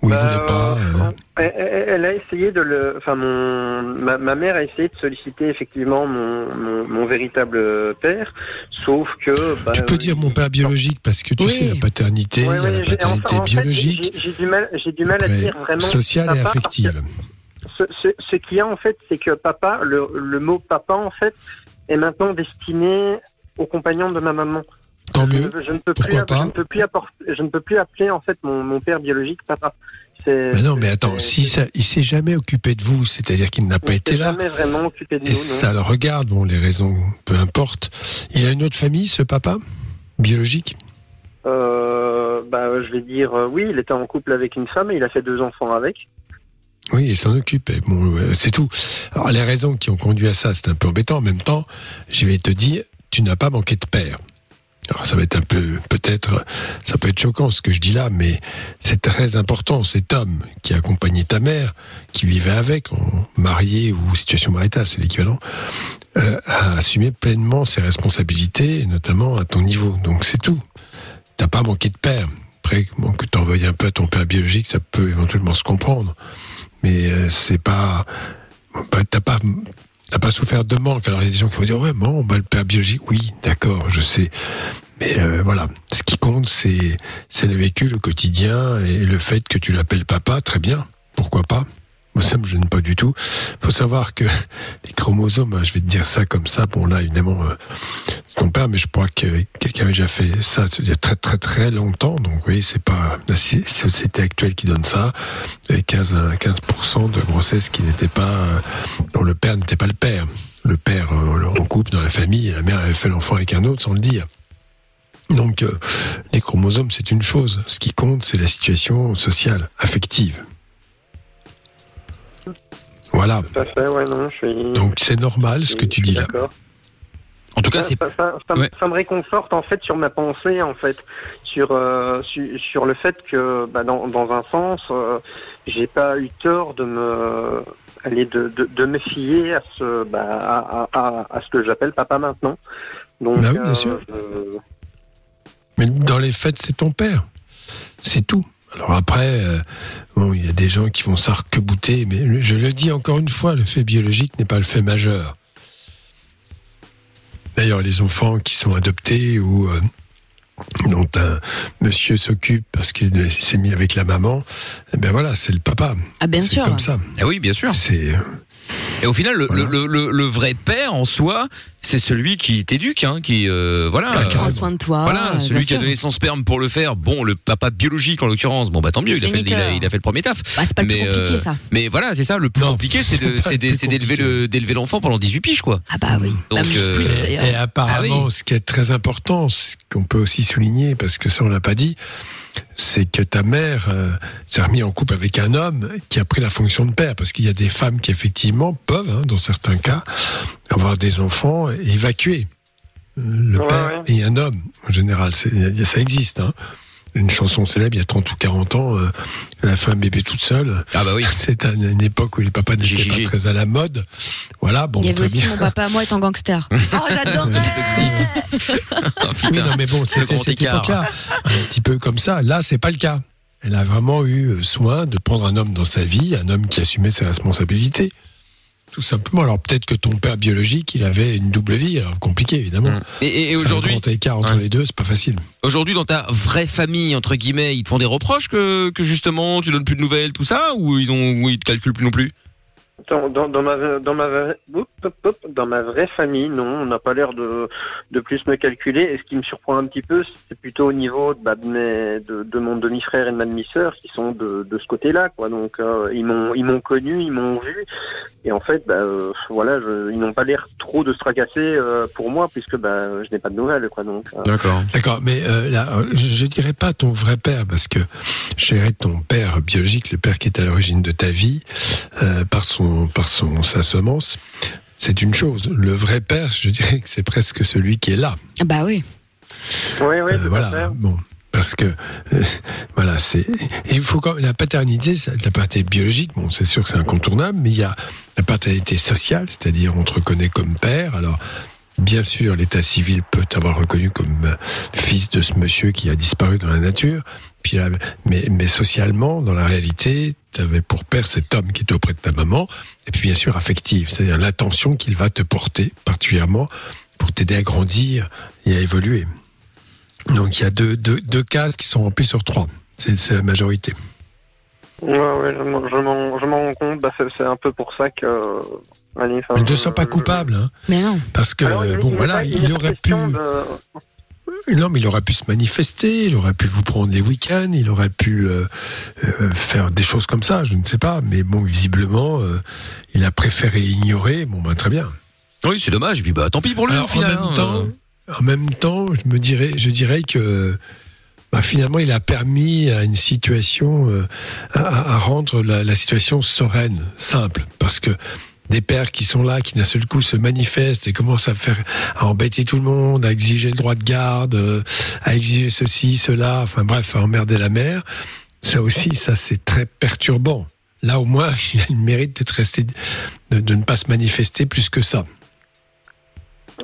Ou il
Bah,
voulait pas euh,
Elle, elle- elle a essayé de le. Enfin, mon, ma, ma mère a essayé de solliciter effectivement mon, mon, mon véritable père, sauf que. bah,
Tu peux dire mon père biologique parce que tu
Oui.
sais, la paternité, il
Ouais,
y a
ouais,
la
j'ai-
paternité
enfin, en fait,
biologique,
j'ai- J'ai du mal, j'ai du mal à
après,
dire vraiment.
sociale et
papa, parce que
affective.
Ce, ce, ce qu'il y a en fait, c'est que papa, le, le mot papa en fait, est maintenant destiné aux compagnons de ma maman.
Tant
Je,
mieux.
je ne peux plus,
Pourquoi pas
je ne peux plus apporter, je ne peux plus appeler en fait mon, mon père biologique papa. C'est.
Mais non, mais attends,
c'est-
si ça, il s'est jamais occupé de vous, c'est-à-dire qu'il n'a pas
il
été
s'est
là,
Jamais vraiment occupé de nous.
et
non.
ça le regarde, bon, les raisons, peu importe. Il a une autre famille, ce papa Biologique
Euh, bah, je vais dire euh, oui, il était en couple avec une femme et il a fait deux enfants avec.
Oui, il s'en occupe. et Bon, ouais, c'est tout. Alors, les raisons qui ont conduit à ça, c'est un peu embêtant. En même temps, je vais te dire, tu n'as pas manqué de père. Alors, ça va être un peu, peut-être, ça peut être choquant ce que je dis là, mais c'est très important. Cet homme qui a accompagné ta mère, qui vivait avec, en marié ou situation maritale, c'est l'équivalent, euh, a assumé pleinement ses responsabilités, et notamment à ton niveau. Donc, c'est tout. T'as pas manqué de père. Après, bon, que t'en veuilles un peu à ton père biologique, ça peut éventuellement se comprendre mais euh, c'est pas bah, t'as pas t'as pas souffert de manque alors il y a des gens qui vont dire ouais bon bah, le père biologique oui d'accord je sais mais euh, voilà ce qui compte c'est c'est le vécu le quotidien et le fait que tu l'appelles papa très bien pourquoi pas moi ça me gêne pas du tout faut savoir que les chromosomes hein, je vais te dire ça comme ça bon là évidemment euh, c'est ton père mais je crois que quelqu'un avait déjà fait ça il y a très très très longtemps donc vous voyez c'est pas la si- société actuelle qui donne ça et 15, à 15% de grossesse qui n'était pas, euh, dont le père n'était pas le père. Le père, euh, en couple, dans la famille, et la mère avait fait l'enfant avec un autre sans le dire. Donc, euh, les chromosomes, c'est une chose. Ce qui compte, c'est la situation sociale, affective. Voilà.
Tout à fait, ouais, non, je suis.
Donc, c'est normal ce que tu dis là.
En tout cas,
Ça,
c'est
ça, ça- ça me-
Ouais.
ça me réconforte en fait sur ma pensée en fait sur euh, su- sur le fait que bah, dans, dans un sens euh, j'ai pas eu tort de me aller de, de, de me fier à ce bah, à, à- à- à ce que j'appelle papa maintenant donc
Bah oui, bien sûr.
euh,
Mais dans les faits, c'est ton père. C'est tout. Alors après, euh, bon, il y a des gens qui vont s'arc-bouter, mais le- je le dis encore une fois, le fait biologique n'est pas le fait majeur. D'ailleurs, les enfants qui sont adoptés ou euh, dont un monsieur s'occupe parce qu'il s'est mis avec la maman, eh ben voilà, c'est le papa.
Ah, bien
c'est
sûr.
comme ça.
Eh oui, bien sûr.
C'est euh,
Et au final, le,
Voilà.
le, le, le vrai père en soi, c'est celui qui t'éduque, hein, qui euh, voilà.
Ah,
Prends
carrément.
soin de toi.
Voilà,
euh, bien
celui qui a
sûr.
donné son sperme pour le faire. Bon, le papa biologique en l'occurrence. Bon, bah tant mieux, il a, fait, il, a, il a fait le premier taf.
Bah, c'est pas le plus
Mais,
compliqué,
euh,
ça.
Mais voilà, c'est ça. Le plus
Non,
compliqué, c'est de-
c'est pas
c'est
le
de-
plus
c'est d'élever
compliqué.
le- d'élever l'enfant pendant 18 piges, quoi.
Ah, bah oui.
Donc,
Bah, plus,
euh,
plus,
Et,
d'ailleurs.
et apparemment,
Ah oui.
ce qui est très important, ce qu'on peut aussi souligner, parce que ça on l'a pas dit, c'est que ta mère euh, s'est remise en couple avec un homme qui a pris la fonction de père, parce qu'il y a des femmes qui effectivement peuvent, hein, dans certains cas, avoir des enfants et évacuer euh, le
Ouais,
père et un homme en général. C'est- Ça existe. hein. Une chanson célèbre, il y a 30 ou 40 ans, euh, elle a fait un bébé toute seule.
Ah bah oui.
C'est un- une époque où les papas n'étaient
Gigi.
pas très à la mode. Voilà, bon, bah,
Il y avait
très
aussi
bien.
mon papa, moi, étant gangster.
Oh, j'adorais.
Toxique. Ah,
Oui,
putain.
non, mais bon, c'était
grand
cette
écart.
époque-là. Un petit peu comme ça. Là, c'est pas le cas. Elle a vraiment eu euh, soin de prendre un homme dans sa vie, un homme qui assumait ses responsabilités. Tout simplement. Alors, peut-être que ton père biologique, il avait une double vie. Alors, compliqué, évidemment.
Et, et- et aujourd'hui,
Un grand écart entre
Ouais.
les deux, c'est pas facile.
aujourd'hui, dans ta vraie famille entre guillemets, ils te font des reproches que, que justement tu donnes plus de nouvelles, tout ça, ou ils ont, ou ils te calculent plus non plus.
Dans, dans, dans ma, dans, ma, vraie- oup, oup, oup, dans ma vraie famille, non, on n'a pas l'air de, de plus me calculer. Et ce qui me surprend un petit peu, c'est plutôt au niveau bah, de, mes, de, de mon demi-frère et de ma demi-sœur qui sont de, de ce côté-là. quoi. Donc euh, ils m'ont ils m'ont connu, ils m'ont vu. Et en fait, bah, euh, voilà, je- ils n'ont pas l'air trop de se tracasser euh, pour moi puisque bah, je n'ai pas de nouvelles. Quoi, donc, euh,
D'accord.
D'accord, mais euh, là, euh, je, je dirais pas ton vrai père parce que j'irais ton père biologique, le père qui est à l'origine de ta vie, euh, par son par son sa semence. C'est une chose. Le vrai père, je dirais que c'est presque celui qui est là.
Ah, Bah oui.
ouais, ouais,
Euh,
tout à fait.
voilà, bon. Parce que, euh, voilà, c'est. et Il faut quand la paternité, ça- la paternité biologique, bon, c'est sûr que c'est incontournable, mais il y a la paternité sociale, c'est-à-dire on te reconnaît comme père. Alors, bien sûr, l'état civil peut t'avoir reconnu comme euh, fils de ce monsieur qui a disparu dans la nature, Puis, euh, mais, mais socialement, dans la réalité, tu avais pour père cet homme qui était auprès de ta maman, et puis bien sûr affective, c'est-à-dire l'attention qu'il va te porter particulièrement pour t'aider à grandir et à évoluer. Donc il y a deux, deux, deux cases qui sont remplies sur trois. C'est c'est la majorité.
Ouais, ouais, je m'en- je m'en je m'en rends compte. Bah, c'est- c'est un peu pour ça que. euh, allez, enfin,
Mais ne te sens pas coupable, hein,
Mais non.
parce que
Alors, il-
bon
il est
voilà,
pas- il est
il
pas
aurait pu.
question de-
Non, mais il aurait pu se manifester, il aurait pu vous prendre les week-ends, il aurait pu euh, euh, faire des choses comme ça, je ne sais pas. Mais bon, visiblement, euh, il a préféré ignorer. Bon, ben, très bien.
Oui, c'est dommage. Et puis, bah, tant pis pour lui,
Alors,
au final.
En même,
hein,
temps, en même temps, je me dirais, je dirais que bah, finalement, il a permis à une situation euh, à, à rendre la, la situation sereine, simple, parce que des pères qui sont là, qui d'un seul coup se manifestent et commencent à faire, à embêter tout le monde, à exiger le droit de garde, euh, à exiger ceci, cela, enfin bref, à emmerder la mère. Ça aussi, ça c'est très perturbant. Là au moins, il a le mérite d'être resté, de- de ne pas se manifester plus que ça.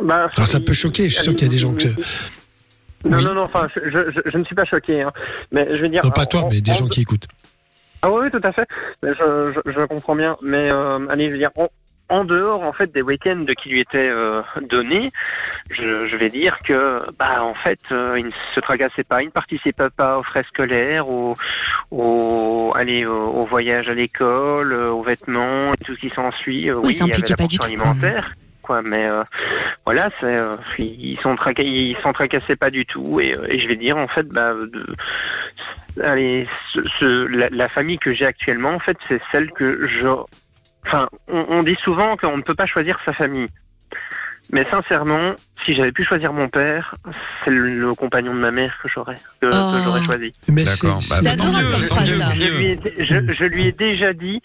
Bah,
Alors, ça
il-
peut choquer, je suis sûr qu'il y a des gens que-
Non,
Oui.
non, non, enfin, je, je- je ne suis pas choqué. hein. Mais je veux dire.
Non, pas toi,
en-
mais des
en-
gens qui écoutent.
Ah oui, oui, tout à fait. Mais je, je, je comprends bien. Mais euh, allez, je veux dire, en, en dehors en fait des week-ends qui lui étaient euh, donnés, je, je vais dire que bah en fait, euh, il ne se tracassait pas, il ne participait pas aux frais scolaires, aux, aux allez, aux, aux voyages à l'école, euh, aux vêtements et tout ce qui s'ensuit. Euh,
Oui, il
il y avait
s'impliquait
la
pas du
portion
tout, quoi.
alimentaire. Quoi, mais euh, voilà, c'est, euh, ils s'en traca- ils s'en tracassaient pas du tout. Et, euh, et je vais dire, en fait, bah, de- allez, ce- ce- la, la famille que j'ai actuellement, en fait, c'est celle que je. Enfin, on, on dit souvent qu'on ne peut pas choisir sa famille. Mais sincèrement, si j'avais pu choisir mon père, c'est le, le compagnon de ma mère que j'aurais, que, que
Oh.
j'aurais choisi.
Mais
D'accord,
c'est-
bah,
c'est-
bah,
C'est adorable
tant
comme
mieux,
phrase,
tant mieux,
ça.
tant
Je lui,
mieux.
ai, dé- je, je lui ai déjà dit,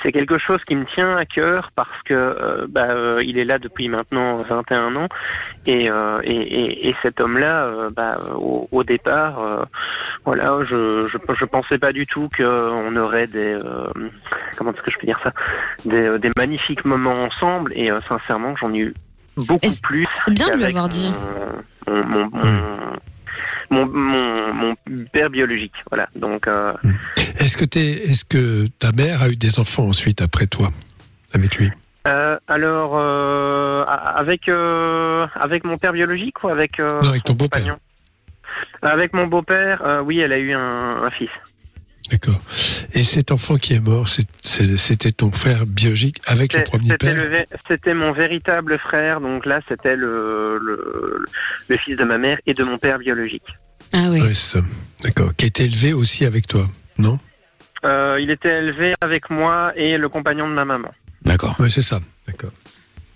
c'est quelque chose qui me tient à cœur parce que euh, bah, euh, il est là depuis maintenant 21 ans et, euh, et, et, et cet homme-là, euh, bah, euh, au, au départ, euh, voilà, je, je je pensais pas du tout qu'on aurait des euh, comment est-ce que je peux dire ça, des, euh, des magnifiques moments ensemble et euh, sincèrement j'en ai eu beaucoup
Mais c'est-
plus.
c'est bien de lui
qu'avec
avoir dit.
Mon, mon, mon,
Oui.
mon, mon- mon père biologique, voilà. Donc euh,
Est-ce que, t'es- est-ce que ta mère a eu des enfants ensuite après toi, avec lui
Euh, alors, euh, a- avec euh, avec mon père biologique ou avec euh,
Non, avec ton
son
beau-père.
compagnon Avec mon beau-père, euh, oui, elle a eu un, un fils.
D'accord. Et cet enfant qui est mort, c'est- c'est- c'était ton frère biologique avec le
C'est-
premier
C'était
père
le vé- c'était mon véritable frère, donc là, c'était le, le le fils de ma mère et de mon père biologique.
Ah oui.
Ouais, c'est ça. D'accord. Qui a été élevé aussi avec toi, non
Euh, il était élevé avec moi et le compagnon de ma maman.
D'accord.
Oui, c'est ça. D'accord.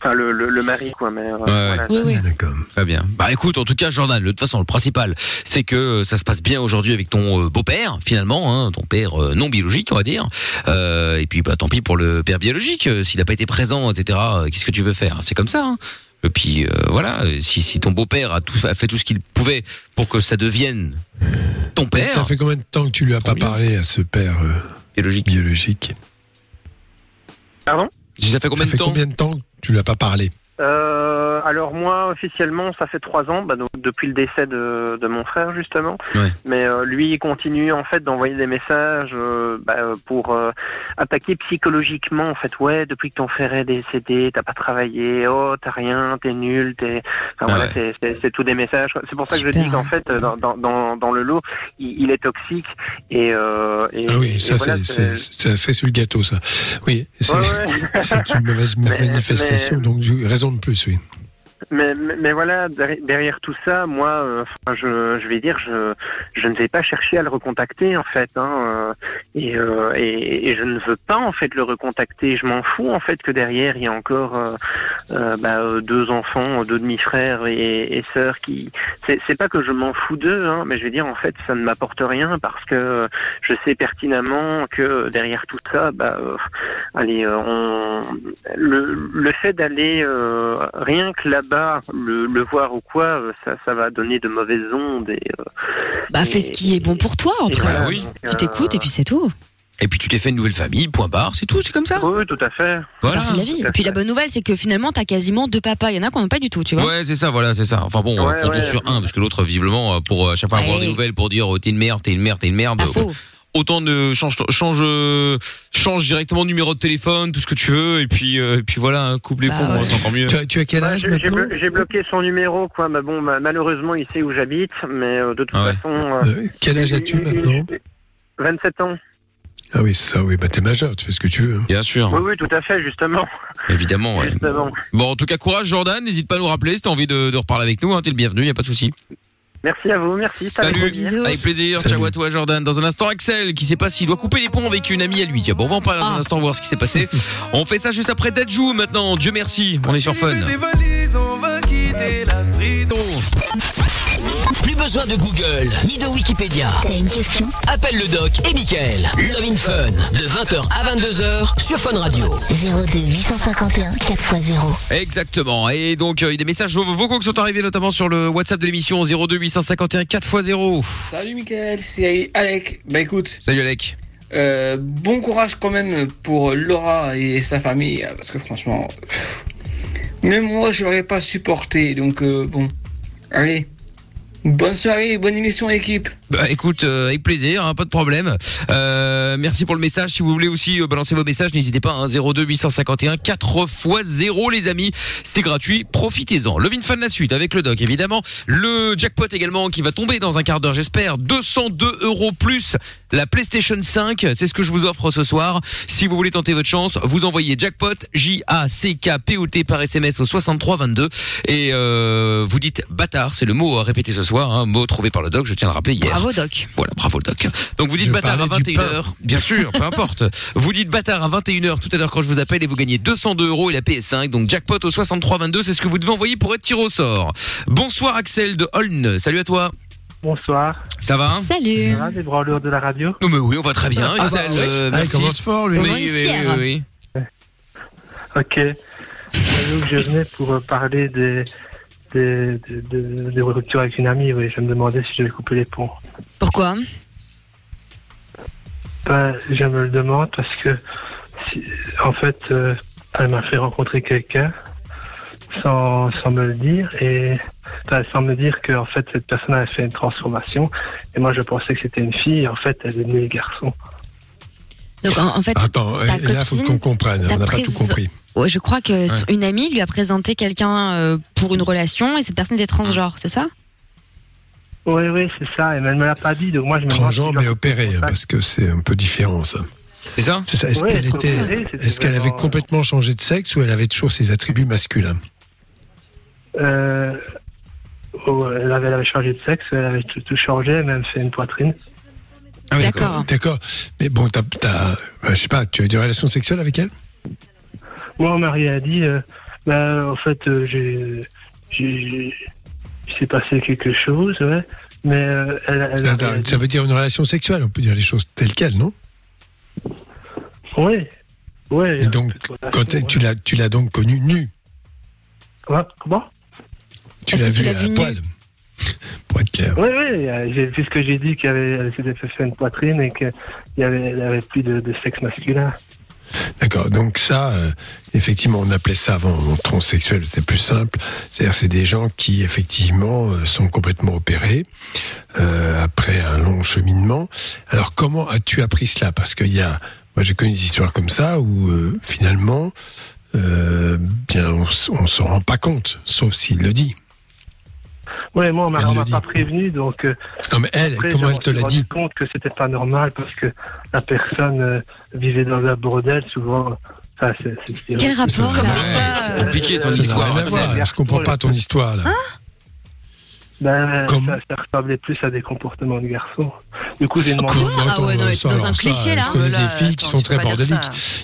Enfin, le, le, le mari, quoi, mais euh,
ouais.
voilà.
Oui, oui.
D'accord.
Très bien. Bah écoute, en tout cas, Jordan, le- de toute façon, le principal, c'est que euh, ça se passe bien aujourd'hui avec ton euh, beau-père, finalement, hein, ton père euh, non biologique, on va dire. Euh, et puis, bah tant pis pour le père biologique, euh, s'il n'a pas été présent, etc. euh, Qu'est-ce que tu veux faire C'est comme ça. Hein. Et puis euh, voilà, euh, si, si ton beau-père a, tout, a fait tout ce qu'il pouvait pour que ça devienne ton
Ça
père
fait combien de temps que tu lui as pas
Combien
parlé à ce père euh,
biologique,
biologique
Pardon
ça fait combien
Ça fait
de temps
combien de temps que tu lui as pas parlé
Euh, alors moi officiellement ça fait trois ans bah, donc, depuis le décès de, de mon frère justement
Ouais.
mais euh, lui il continue en fait d'envoyer des messages euh, bah, euh, pour euh, attaquer psychologiquement en fait ouais depuis que ton frère est décédé t'as pas travaillé oh t'as rien t'es nul t'es enfin,
Ah
voilà
ouais.
c'est- c'est c'est tous des messages quoi. c'est pour ça que
Super.
je dis qu'en fait euh, dans, dans, dans, dans le lot il, il est toxique et, euh, et
Ah oui,
et
ça,
voilà,
c'est- c'est c'est la cerise sur le gâteau, ça. Oui, c'est
Ouais, ouais.
c'est une mauvaise
Mais-
manifestation,
mais-
donc du- raison de plus, oui.
Mais, mais, mais voilà, derri- derrière tout ça, moi, euh, enfin, je, je vais dire, je, je ne vais pas chercher à le recontacter en fait, hein, euh, et, euh, et, et je ne veux pas en fait le recontacter. Je m'en fous en fait que derrière il y a encore euh, euh, bah, euh, deux enfants, euh, deux demi-frères et, et sœurs qui. C'est c'est pas que je m'en fous d'eux, hein, mais je vais dire en fait ça ne m'apporte rien parce que euh, je sais pertinemment que derrière tout ça, bah, euh, allez, euh, on, le, le fait d'aller euh, rien que là-bas, le, le voir ou quoi, euh, ça, ça va donner de mauvaises ondes. Et, euh,
Bah fais ce qui est bon pour toi
et
après.
voilà,
oui.
donc,
Tu t'écoutes
euh,
et puis c'est tout.
Et puis tu t'es fait une nouvelle famille, point barre, c'est tout, c'est comme ça
Oui, tout à fait.
Voilà.
partie de la vie. Et puis la bonne nouvelle, c'est que finalement, t'as quasiment deux papas. Il y en a qui n'en ont pas du tout, tu vois.
Ouais, c'est ça, voilà, c'est ça. Enfin bon, on compte sur un, parce que l'autre, visiblement, euh, pour euh, à chaque fois avoir
Ah
Ouais.
des nouvelles pour dire oh, t'es une merde, t'es une merde, t'es une merde.
Pas faux.
Autant de change, change, euh, change directement de numéro de téléphone, tout ce que tu veux, et puis, euh, et puis voilà, hein, coupe les
Bah
ponts, hein, c'est encore mieux.
as quel âge
euh, J'ai blo- j'ai bloqué son numéro, quoi. Mais bon, ma- malheureusement, il sait où j'habite, mais euh, de toute façon. euh,
Ah Quel âge as-tu maintenant
27 ans.
Ah oui, c'est ça, oui, bah t'es majeur, tu fais ce que tu veux. hein.
Bien sûr.
Oui, oui, tout à fait, justement.
Évidemment, ouais.
Justement.
Bon, en tout cas, courage, Jordan. N'hésite pas à nous rappeler si t'as envie de, de reparler avec nous. Hein, t'es le bienvenu, y a pas de souci.
Merci à vous, merci. ça fait
Salut.
plaisir.
Avec plaisir. Ciao à toi, Jordan. Dans un instant, Axel, qui sait pas s'il doit couper les ponts avec une amie à lui. Tiens, Bon, on va en parler
Ah.
dans un instant, voir ce qui s'est passé. On fait ça juste après Dajou maintenant. Dieu merci. On est sur Fun.
on va quitter la street.
Plus besoin de Google ni de Wikipédia.
T'as une question
Appelle le doc et Michael. Love in Fun de 20h à 22h sur Fun Radio.
02 851 4x0.
Exactement. Et donc, euh, il y a des messages vocaux qui sont arrivés, notamment sur le WhatsApp de l'émission 02 851 4x0.
Salut Mickaël, c'est Alec. Bah écoute.
Salut Alec.
Euh, bon courage quand même pour Laura et sa famille, euh, parce que franchement, même moi je l'aurais pas supporté. Donc euh, bon, allez, bonne soirée et bonne émission équipe.
Bah écoute, euh, avec plaisir, hein, pas de problème. Euh, merci pour le message. Si vous voulez aussi euh, balancer vos messages, n'hésitez pas. Hein, 02 851 4 x 0 les amis. C'est gratuit, profitez-en. Levin Fan la suite avec le doc évidemment. Le jackpot également qui va tomber dans un quart d'heure j'espère. 202 euros plus la PlayStation 5. C'est ce que je vous offre ce soir. Si vous voulez tenter votre chance, vous envoyez jackpot J A C K P O T par SMS au 63 22 et euh, vous dites bâtard. C'est le mot à répéter ce soir. Un mot trouvé par le doc. Je tiens à le rappeler hier.
Bravo, Doc.
Voilà, bravo le doc. Donc vous dites bâtard à 21h, bien sûr, peu importe. Vous dites bâtard à 21h tout à l'heure quand je vous appelle et vous gagnez 202 euros et la PS5. Donc jackpot au 6322, c'est ce que vous devez envoyer pour être tiré au sort. Bonsoir Axel de Holn, salut à toi.
Bonsoir.
Ça va hein
Salut.
Ça va, les branleurs de la radio
Oh, mais oui, on va très bien,
Ah, bah,
Axel.
oui.
euh,
Ah, il
merci.
commence fort, lui.
Oui,
Comment
oui,
il est
oui,
fier.
oui, oui.
Ok. Donc, je venais pour euh, parler des, des, des, des- des ruptures avec une amie. Oui. Je me demandais si je vais couper les ponts.
Pourquoi
Ben, je me le demande parce que, si- en fait, euh, elle m'a fait rencontrer quelqu'un sans, sans me le dire et enfin, sans me dire que en fait cette personne a fait une transformation et moi je pensais que c'était une fille et en fait elle est devenue garçon.
Donc en, en fait,
Attends,
ta
et là, faut
copine,
qu'on comprenne,
t'a
on n'a pas
prés-
tout compris.
Ouais, je crois que
Ouais.
une amie lui a présenté quelqu'un euh, pour une relation et cette personne était transgenre, c'est ça
Oui oui c'est ça et elle me l'a pas dit donc moi je me demande
Transgenre mais opéré, hein, parce que c'est un peu différent ça.
C'est ça
C'est ça. Est-ce
Ouais,
qu'elle
être
était,
opérée, c'était
est-ce qu'elle avait
vraiment, euh,
complètement changé de sexe ou elle avait toujours ses attributs masculins
Euh, oh, elle, avait, elle avait changé de sexe, elle avait tout, tout changé, elle a même fait une poitrine.
Ah
D'accord. D'accord. Mais bon, t'as, t'as- euh, je sais pas, tu as eu des relations sexuelles avec elle
Moi, Marie a dit, euh, bah, en fait, euh, j'ai, j'ai, j'ai- il s'est passé quelque chose, ouais, mais euh, elle, elle
Attends,
avait
Ça veut dire une relation sexuelle, on peut dire les choses telles quelles, non
Oui. Ouais.
Et donc, quand t'es- tu l'as, tu l'as donc connue nue.
Quoi Comment
Tu l'as vue à poil.
Oui, oui, euh, j'ai- puisque j'ai dit qu'elle avait- elle s'était fait faire une poitrine et qu'elle avait, elle avait plus de, de sexe masculin.
D'accord. Donc ça, euh, effectivement, on appelait ça avant en transsexuel, c'était plus simple. C'est-à-dire, c'est des gens qui effectivement euh, sont complètement opérés euh, après un long cheminement. Alors, comment as-tu appris cela Parce qu'il y a, moi, j'ai connu des histoires comme ça où euh, finalement, euh, bien, on, s- on s'en rend pas compte, sauf s'il le dit.
Oui, moi, on m'a
Elle
on
le
m'a
dit.
pas prévenu, donc. euh,
Non, mais elle,
après,
comment
je
elle
me
te
suis
l'a
rendu
dit
compte que c'était pas normal parce que la personne euh, vivait dans un bordel, souvent. Enfin, c'est- c'est- c'est-
Quel rapport là
Euh,
C'est compliqué ton
Ça n'a
histoire.
rien à voir,
Axel.
Je comprends pas ton histoire là.
Ben, ça, ça ressemblait plus à des comportements de garçons. Du coup, j'ai demandé.
Attends,
Ah
euh, ça, alors, ça, Je connais des filles qui sont très bordéliques.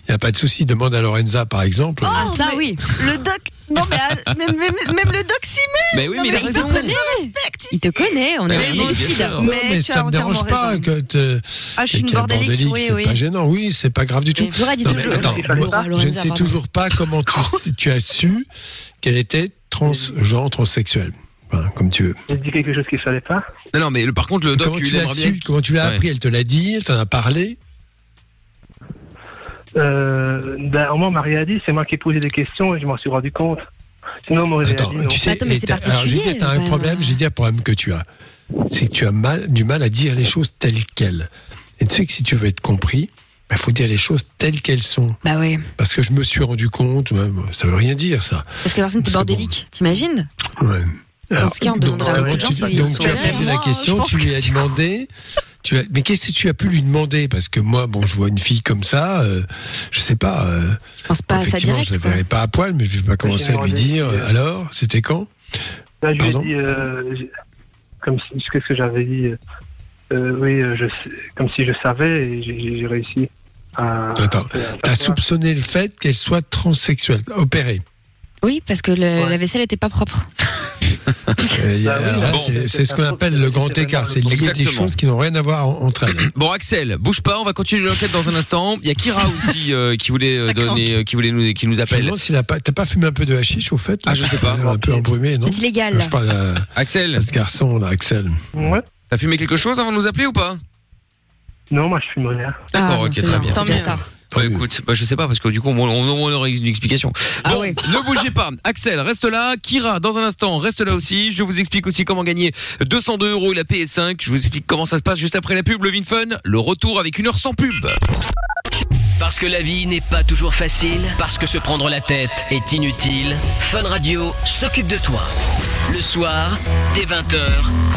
Il n'y a pas de souci. Demande à Lorenza, par exemple.
Ah,
Oh, mais Le doc. Non, mais ah, même, même, même le doc s'y met.
oui,
Non,
mais il a
il te
raison.
connaît.
Il te connaît, on
Mais
a
Ben oui,
parlé du
bien
sida.
sûr.
Non,
Mais tu
mais
as
ça ne me dérange
entièrement
pas
raison.
que te-
Ah, je suis une
qu'elle est
bordélique, oui,
c'est
oui.
pas gênant. Oui, c'est pas grave du tout.
Laura dit
Non, mais
toujours-
attends,
Laura,
moi,
Laura,
je ne sais
pardon.
toujours pas comment tu, si tu as su qu'elle était transgenre, transsexuelle. Enfin, comme tu veux.
J'ai dit quelque chose qu'il fallait pas.
Non, non, mais le- par contre, le doc,
comment
il
tu l'as
aimerait bien.
su Comment tu l'as
Ouais.
appris Elle te l'a dit Elle t'en a parlé
euh, ben, on m'a marié à 10, c'est moi qui ai posé des questions et je m'en suis rendu compte. Sinon, on m'aurait
Attends,
dit non.
tu sais, et t'as- alors j'ai dit,
ben
t'as un problème, j'ai dit un problème que tu as. C'est que tu as mal, du mal à dire les choses telles quelles. Et tu sais que si tu veux être compris, il faut dire les choses telles qu'elles sont.
Bah oui.
Parce que je me suis rendu compte, ouais, bah, ça veut rien dire ça.
Parce que la personne était bordélique, t'imagines
Ouais.
Dans ce cas, on
donc,
demanderait
comment
aux gens
tu,
s'ils
donc,
sont
tu as
derrière.
posé la
Moi,
question,
je pense
tu lui as demandé. Tu as, mais qu'est-ce que tu as pu lui demander Parce que moi, bon, je vois une fille comme ça, euh, je sais pas. euh,
Je pense pas à ça
effectivement,
direct,
Je la verrai pas à poil, mais je vais pas commencer à lui
demandé,
dire. euh, alors, c'était quand
Là, je lui ai
Pardon
dit, euh, j'ai- comme si, qu'est-ce que j'avais dit euh, euh, Oui, euh, je sais- comme si je savais et j'ai- j'ai j'ai réussi à.
Attends, t'as soupçonné le fait qu'elle soit transsexuelle, opérée.
Oui, parce que le- la vaisselle était pas propre.
Euh, il y a-
Bah oui,
alors là,
bon.
c'est- c'est ce qu'on appelle le grand écart. C'est lier des
Exactement.
choses qui n'ont rien à voir en- entre elles.
Bon Axel, bouge pas, on va continuer l'enquête dans un instant. Il y a Kira aussi euh, qui voulait euh, donner, euh, qui voulait nous, qui nous
Je me
appelle.
demande s'il a pas, t'as pas fumé un peu de hashish au fait
Ah, je sais pas.
T'as l'air Un peu embrumé, non
C'est illégal.
Je parle à,
Axel.
à ce garçon là, Axel.
T'as fumé quelque chose avant de nous appeler ou pas
Non, moi, je suis rien.
Ah,
D'accord, Oh, ok, très Ah, bien.
ça.
Bah écoute, bah, je sais pas parce que du coup on, on, on aurait une explication. Bon, ne bougez pas. Axel, reste là. Kira, dans un instant, reste là aussi. Je vous explique aussi comment gagner 202 euros et la PS5. Je vous explique comment ça se passe juste après la pub. Le Fun, le retour avec une heure sans pub.
Parce que la vie n'est pas toujours facile, parce que se prendre la tête est inutile, Fun Radio s'occupe de toi. Le soir, dès 20h,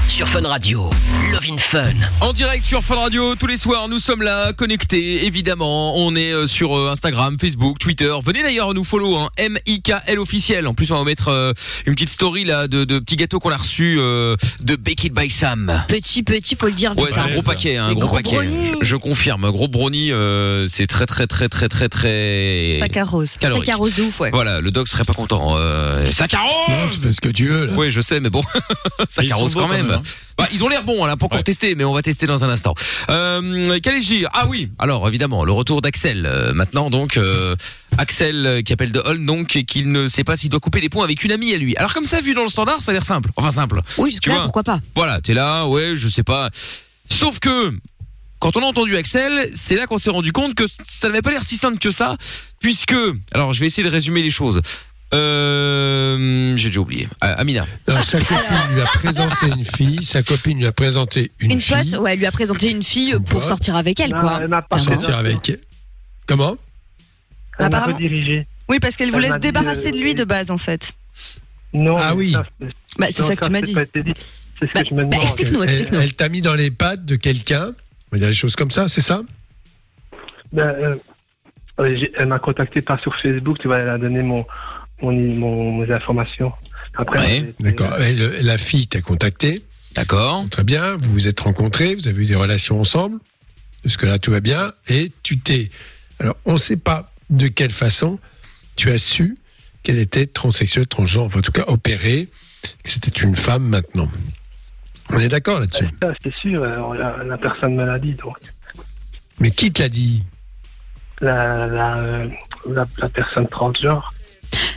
sur Fun Radio. Love in Fun.
En direct sur Fun Radio, tous les soirs, nous sommes là, connectés, évidemment. On est euh, sur euh, Instagram, Facebook, Twitter. Venez d'ailleurs nous follow, hein, M-I-K-L officiel. En plus, on va vous mettre euh, une petite story là de, de petits gâteaux qu'on a reçus euh, de Becky by Sam.
Petit, petit, faut le dire vite.
Ouais, c'est un
hein.
gros paquet, hein, un
Des
gros
gros
paquet.
brownies.
Je confirme, un gros brownie, euh, c'est très très très très très très.
Saccharose.
Calorique.
Saccharose de ouf, ouais.
Voilà, le doc serait pas content. Euh, Saccharose
Non, tu fais ce que tu veux là.
Oui, je sais, mais bon, Saccharose
sont beaux
quand
quand
même.
même, hein.
Bah, ils ont l'air bons, on l'a pas encore testé, mais on va tester dans un instant. Euh, Kaléji, ah oui, alors évidemment, le retour d'Axel. euh, maintenant, donc, euh, Axel euh, qui appelle de Holm, donc, et qu'il ne sait pas s'il doit couper les ponts avec une amie à lui. Alors comme ça, vu dans le standard, ça a l'air simple. Enfin simple.
Oui, jusque-là,
vois
pourquoi pas
voilà, t'es là, ouais, je sais pas. Sauf que, quand on a entendu Axel, c'est là qu'on s'est rendu compte que ça n'avait pas l'air si simple que ça, puisque, alors je vais essayer de résumer les choses. Euh, j'ai déjà oublié. Euh, Amina.
Non, sa copine lui a présenté une fille, sa copine lui a présenté une,
Une,
fille.
pote, ouais, elle lui a présenté une fille pour
pote.
sortir avec elle, quoi.
Pour sortir avec. Comment
Apparemment.
Dirigé.
Oui, parce qu'elle
Elle
voulait
m'a
se
dit,
débarrasser
euh,
de lui de base, en fait.
Non.
Ah
mais
oui.
ça, c'est-
Bah, c'est
non,
ça que tu m'as
c'est
dit. Bah,
pas été C'est ce que je me demande.
Elle- Elle, t'a mis dans les pattes de quelqu'un. Il y a des choses comme ça, c'est ça
Ben, euh, euh, j'ai- elle m'a contacté par sur Facebook, tu vois, elle a donné mon, mon, mon- mes informations. Après,
D'accord. Et le- La fille t'a contacté.
D'accord.
Très bien. Vous vous êtes rencontrés, vous avez eu des relations ensemble. Jusque-là, tout va bien. Et tu t'es. Alors, on ne sait pas de quelle façon tu as su qu'elle était transsexuelle, transgenre, enfin, en tout cas opérée, que c'était une femme maintenant. On est d'accord là-dessus.
ça, c'est sûr, euh, la, la personne me l'a dit, donc.
Mais qui te l'a dit
La, la, euh, la, la personne transgenre.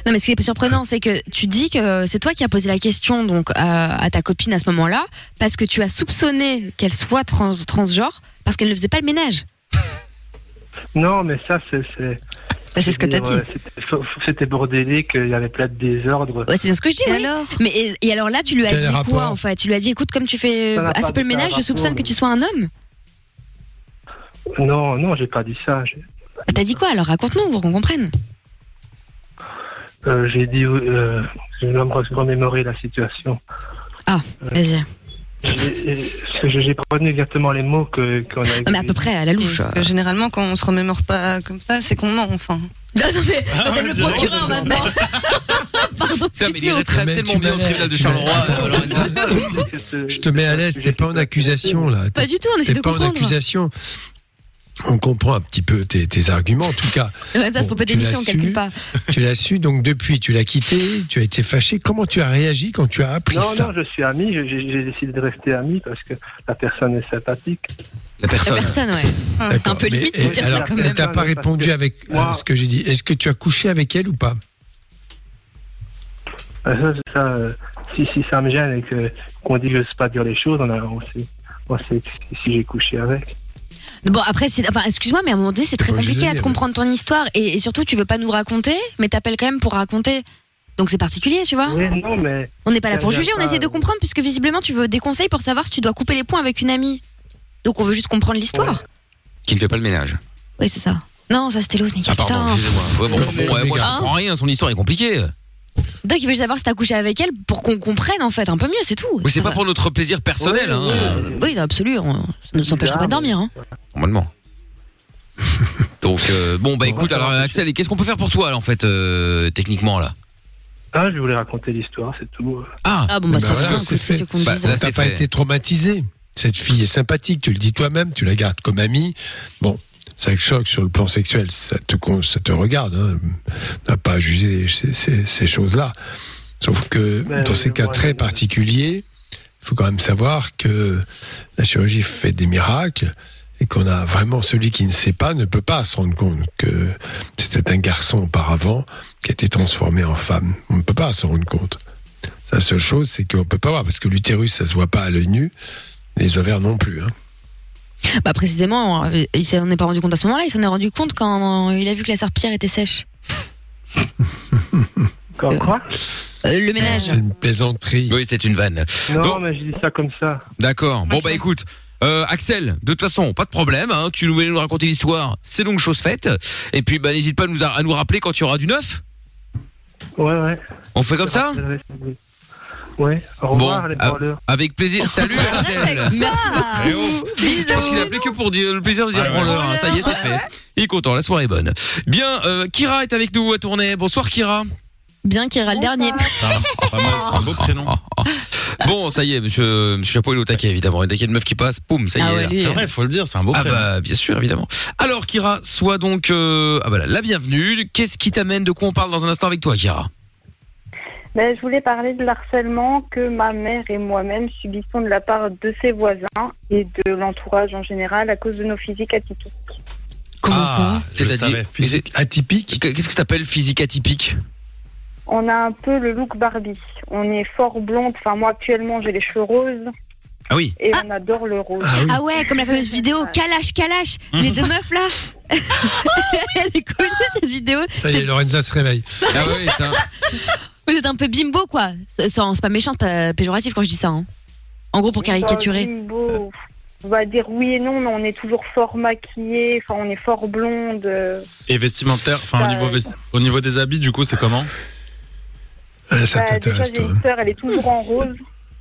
Non, mais ce qui est surprenant, c'est que tu dis que c'est toi qui as posé la question donc euh, à, à ta copine à ce moment-là, parce que tu as soupçonné qu'elle soit trans, transgenre, parce qu'elle ne faisait pas le ménage.
Non, mais ça, c'est. C'est
c'est ce que
je veux
t'as
dire,
dit.
euh, c'était- faut- faut- C'était bordélique, il y avait plein de désordres.
Ouais, c'est bien ce que je dis. oui. Mais et, et alors là, tu lui as
Quel
dit quoi
rapport
en fait Tu lui as dit, écoute, comme tu fais
Ça n'a
assez
pas-
peu le
ça n'a
ménage, je
pas
soupçonne
rapport,
que tu sois un homme.
Non, non, j'ai pas dit ça. J'ai-
Bah, T'as dit quoi Alors raconte-nous pour qu'on comprenne.
euh, J'ai dit. euh, je dois me remémorer la situation.
Ah, vas-y.
J'ai- j'ai- J'ai pas retenu exactement les mots que- qu'on a
mais à peu
près, à la louche.
Parce que généralement, quand on se remémore pas comme ça, c'est qu'on ment, enfin.
Non, non, mais
Ah,
peut-être le procureur maintenant. Pardon,
Putain, mais il irait très-
Mais
tellement
tu
bien au
m'as l'air-
tribunal de
tu m'as
Charleroi. euh, Laurent.
Je te mets à l'aise, t'es pas en accusation là.
Pas du tout, on essaie
T'es
de
pas en
comprendre.
accusation. On comprend un petit peu tes, tes arguments, en tout cas.
Lorenza se
Bon,
trompait
tu
d'émission,
l'as
on
su,
calcule pas.
Tu l'as su, donc depuis, tu l'as quitté, tu as été fâché. Comment tu as réagi quand tu as appris
Non,
ça
non, je suis ami, je- j'ai j'ai décidé de rester ami parce que la personne est sympathique.
La
La personne, ouais. C'est un peu limite de dire ça quand même.
Elle t'a pas répondu avec euh,
Waouh.
ce que j'ai dit. Est-ce que tu as couché avec elle ou pas
Ah, Ça, ça, euh, si, si ça me gêne et que- qu'on dit que je ne sais pas dire les choses, on, a- on sait, on sait si, si j'ai couché avec.
Bon, après, c'est, enfin, excuse-moi, mais à un moment donné, c'est très
Moi, je
compliqué
l'ai,
à te
ouais.
comprendre ton histoire et, et surtout, tu veux pas nous raconter, mais t'appelles quand même pour raconter. Donc c'est particulier, tu vois.
Oui, non, mais.
On n'est pas là pour
Ça vient
juger, on
pas,
essaie de
euh,
comprendre puisque visiblement, tu veux des conseils pour savoir si tu dois couper les points avec une amie. Donc on veut juste comprendre l'histoire.
Qui ne fait pas le ménage.
Oui, c'est ça. Non, ça c'était l'autre, Mickey.
Ah, pardon,
Ah, putain.
excusez-moi. Ouais, bon, enfin, bon, ouais, moi, je
Hein
comprends rien, son histoire est compliquée.
Doc, il veut juste savoir si t'as couché avec elle pour qu'on comprenne en fait un peu mieux, c'est tout.
Oui, c'est pas pour notre plaisir personnel, hein.
Ah. Oui, absolument. Ça ne nous empêchera pas de dormir. Hein.
Normalement. Donc, euh, bon, bah écoute, alors Axel, et qu'est-ce qu'on peut faire pour toi, là, en fait, euh, techniquement, là
Ah, je voulais raconter l'histoire, c'est tout.
Ah,
bon,
bah, c'est bien, c'est fait.
qu'on dise.
Bah,
Là,
T'as
c'est
pas
fait.
été traumatisé. Cette fille est sympathique, tu le dis toi-même, tu la gardes comme amie. Bon, ça te choque sur le plan sexuel, ça te, con- ça te regarde. Hein. T'as pas à juger ces, ces- ces choses-là. Sauf que
Ben,
dans ces cas
moi,
très particuliers, il faut quand même savoir que la chirurgie fait des miracles et qu'on a vraiment celui qui ne sait pas ne peut pas se rendre compte que c'était un garçon auparavant qui a été transformé en femme. On ne peut pas s'en rendre compte. La seule chose, c'est qu'on ne peut pas voir, parce que l'utérus, ça ne se voit pas à l'œil nu, les ovaires non plus. hein.
Bah précisément, euh, il s'en est pas rendu compte à ce moment-là, il s'en est rendu compte quand il a vu que la serpillière était sèche.
Quand quoi
Euh, le ménage.
une plaisanterie.
Oui, c'était une vanne.
Non,
Donc-
mais je dis ça comme ça.
D'accord. Bon, bah écoute. euh, Axel, de toute façon, pas de problème. Hein, tu nous voulais nous raconter l'histoire, c'est donc chose faite. Et puis, bah, n'hésite pas à nous, à nous rappeler quand tu auras du neuf.
Ouais, ouais.
On fait comme ça ah,
Ouais, au revoir, les
a-
branleurs.
avec plaisir. Salut Axel.
Merci
Eh oh, Je pense qu'il a appelé que pour dire- le plaisir de
Ah,
dire branleur. hein. Ça y est, c'est fait. Il est content. La soirée est bonne. Bien, euh, Kira est avec nous à tourner. Bonsoir Kira.
Bien qu'il ira le dernier.
Ah,
un beau prénom. Bon, ça y est, monsieur, monsieur Chapeau, il est au taquet, évidemment. Et dès qu'il y a une meuf qui passe, boum, ça y
Ah
est.
ouais,
là.
lui, C'est vrai, euh. faut le dire, c'est un beau
Ah
prénom.
bah, bien sûr, évidemment. Alors, Kira, sois donc euh, ah bah là, la bienvenue. Qu'est-ce qui t'amène De quoi on parle dans un instant avec toi, Kira
Ben, je voulais parler de l'harcèlement que ma mère et moi-même subissons de la part de ses voisins et de l'entourage en général à cause de nos physiques atypiques.
Ah,
Comment
ça C'est-à-dire physique
atypique
Qu'est-ce que t'appelles physique atypique
On a un peu le look Barbie. On est fort blonde. Enfin, moi, actuellement, j'ai les cheveux roses.
Ah oui.
Et on adore le rose.
Ah ouais, comme la fameuse vidéo Kalash Kalash,
Mhm.
les deux meufs là.
Oh,
Elle est connue cette vidéo.
Ça y est, Lorenza se réveille.
Ah oui, ça.
Vous êtes un peu bimbo quoi. C'est c'est pas méchant, c'est pas péjoratif quand je dis ça. hein. En gros,
bah,
pour caricaturer.
Enfin, bimbo, On va dire oui et non, mais on est toujours fort maquillée. Enfin, on est fort blonde. euh.
Et vestimentaire,
Bah,
enfin, au niveau, vesti- au niveau des habits, du coup, c'est comment
Bah, déjà, j'ai une sœur, elle est toujours en rose.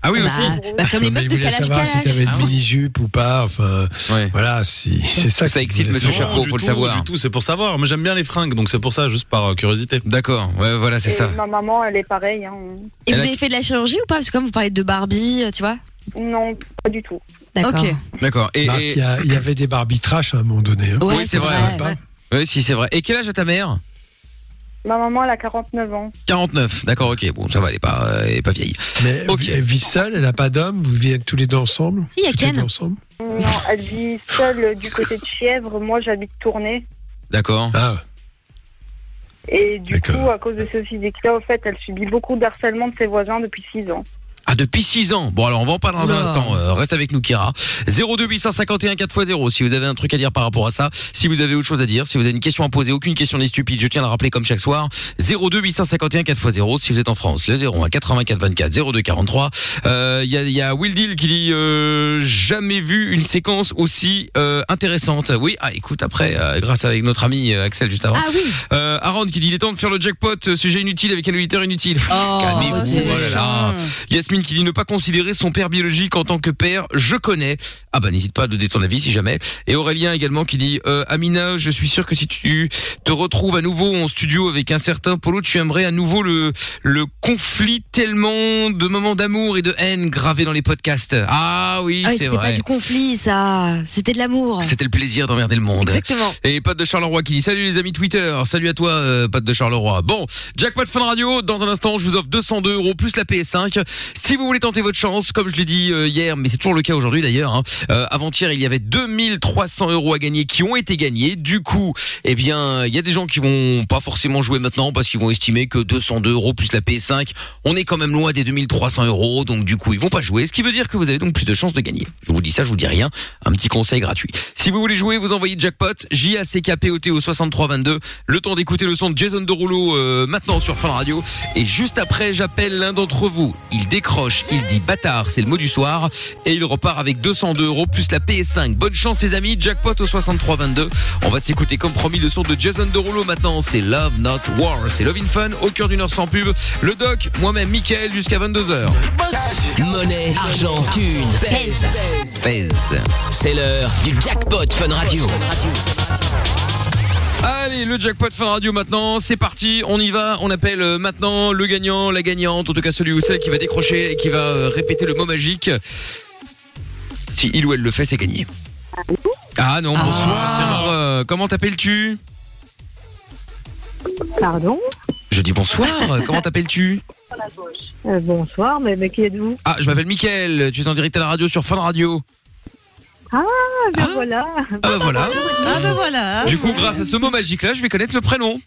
Ah
oui, aussi.
bah, comme les
Mais
meufs
il
de
voulait
Kalash
savoir si
Kalash.
t'avais une mini-jupe ou pas. Enfin, voilà, si, c'est ça.
Ça
qu'il
excite
voulait
Monsieur
savoir.
Chapeau, faut le
tout,
savoir.
Du tout, c'est pour savoir. Moi, j'aime bien les fringues, donc c'est pour ça, juste par euh, curiosité.
D'accord, ouais, voilà,
Et Ma maman, elle est pareille. hein.
Et vous avez fait de la chirurgie ou pas Parce que comme vous parlez de Barbie, euh, tu vois
Non, pas du tout.
D'accord. Ah
D'accord. Et,
Marc,
et-
il y a- il y, avait des Barbie trash à un moment donné. hein.
oui, c'est vrai. Oui, si, c'est vrai. Et quel âge a ta mère
Ma maman, elle a 49 ans.
49. D'accord, ok. Bon, ça va, elle est pas, euh, elle est pas vieille.
Mais elle vit seule, elle n'a pas d'homme, vous vivez tous les deux ensemble
Si, il y a
Toutes les
Ken.
deux ensemble
Non, elle vit seule euh, du côté de Chièvre. Moi, j'habite Tournai.
D'accord.
Et du
D'accord.
coup, à cause de ce physique-là, au fait, elle subit beaucoup de harcèlement de ses voisins depuis 6 ans.
Ah, depuis 6 ans. Bon, alors on va en parler dans un instant. Euh, reste avec nous, Kira. 02851 4x0. Si vous avez un truc à dire par rapport à ça, si vous avez autre chose à dire, si vous avez une question à poser, aucune question n'est stupide. Je tiens à le rappeler comme chaque soir. 02851 4x0. Si vous êtes en France, le 01 84 24 02 43. Euh, Il y, a, il y a Will Deal qui dit euh, jamais vu une séquence aussi euh, intéressante. Oui, ah, écoute après, euh, grâce avec notre ami euh, Axel juste avant.
Ah oui.
Euh, Aaron qui dit il est temps de faire le jackpot. euh, Sujet inutile avec un auditeur inutile.
Oh,
Calmez-vous, oh
c'est
là là. Hmm. Yasmine qui dit ne pas considérer son père biologique en tant que père, je connais. Ah bah n'hésite pas à donner ton avis si jamais. Et Aurélien également qui dit euh, Amina, je suis sûr que si tu te retrouves à nouveau en studio avec un certain Polo, tu aimerais à nouveau le le conflit tellement de moments d'amour et de haine gravés dans les podcasts. Ah oui,
Ah oui,
c'est
c'était pas
vrai.
du conflit, ça. C'était de l'amour.
C'était le plaisir d'emmerder le monde.
Exactement.
Et Pat de Charleroi qui dit salut les amis Twitter, salut à toi euh, Pat de Charleroi. Bon, jackpot Fun Radio, dans un instant je vous offre 202 euros plus la PS5. Si Si vous voulez tenter votre chance, comme je l'ai dit euh, hier, mais c'est toujours le cas aujourd'hui d'ailleurs, hein, euh, avant-hier il y avait 2300 euros à gagner qui ont été gagnés. Du coup, eh bien, il y a des gens qui vont pas forcément jouer maintenant parce qu'ils vont estimer que 202 euros plus la PS5, on est quand même loin des 2300 euros, donc du coup ils vont pas jouer. Ce qui veut dire que vous avez donc plus de chances de gagner. Je vous dis ça, je vous dis rien. Un petit conseil gratuit. Si vous voulez jouer, vous envoyez jackpot J A C K P O T O 6322. Le temps d'écouter le son de Jason Derulo euh, maintenant sur Fun Radio et juste après j'appelle l'un d'entre vous. Il décroche, il dit bâtard, c'est le mot du soir et il repart avec 202 euros plus la PS5. Bonne chance les amis, jackpot au 6322. On va s'écouter comme promis le son de Jason Derulo maintenant. C'est Love Not War, c'est Love in Fun au cœur d'une heure sans pub. Le doc, moi-même Michael jusqu'à 22h.
Monnaie, argent, thune, pèse. C'est l'heure du jackpot Fun Radio.
Allez, le jackpot fin radio maintenant, c'est parti, on y va, on appelle euh, maintenant le gagnant, la gagnante, en tout cas celui ou celle qui va décrocher et qui va euh, répéter le mot magique. Si il ou elle le fait, c'est gagné. Ah non, bonsoir, euh, comment t'appelles-tu
Pardon
Je dis bonsoir, comment t'appelles-tu
Euh, Bonsoir, mais, mais qui êtes-vous
Ah, je m'appelle Mickaël, tu es en direct à la radio sur Fun Radio.
Ah,
Hein
ben voilà
Ah bah voilà.
Ah ben voilà.
Du coup, grâce à ce mot magique là, je vais connaître le prénom.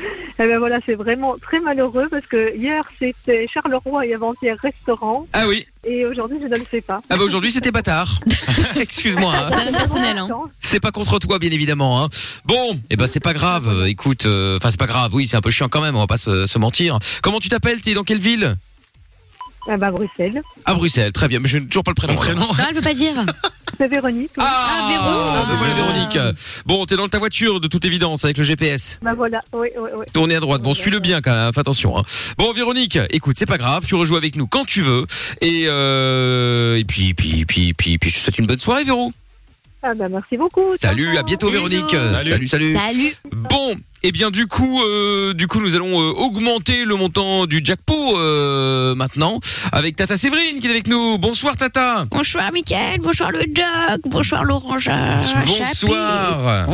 Eh ben voilà, c'est vraiment très malheureux parce que hier c'était Charleroi et avant-hier restaurant.
Ah oui.
Et aujourd'hui je ne le sais pas.
Ah bah aujourd'hui c'était bâtard. Excuse-moi.
Ah,
hein.
C'est personnel. Hein.
C'est pas contre toi, bien évidemment. Hein. Bon, eh ben c'est pas grave. euh, Écoute, euh, enfin c'est pas grave. Oui, c'est un peu chiant quand même. On va pas se, se mentir. Comment tu t'appelles T'es dans quelle ville
Ah bah Bruxelles.
À Bruxelles. Très bien. Mais je n'ai toujours pas le prénom. prénom.
Non, elle veut pas dire.
C'est Véronique.
Ah, Ah, voilà, Véronique. Bon, t'es dans ta voiture de toute évidence avec le GPS.
Ben
Bah voilà, oui, oui, oui.
Tournez à droite. Bon, suis-le bien quand même. Fais attention. hein. Bon, Véronique, écoute, c'est pas grave. Tu rejoues avec nous quand tu veux. Et euh, et puis puis puis puis puis je te souhaite une bonne soirée, Véro.
Ah
ben
bah merci beaucoup.
Salut, à bientôt Véronique. Salut, salut. Bon, et bien du coup, euh, du coup, nous allons euh, augmenter le montant du jackpot euh, maintenant avec Tata Séverine qui est avec nous. Bonsoir Tata.
Bonsoir Mickaël, bonsoir le Doc, bonsoir l'Orange. euh,
Bonsoir.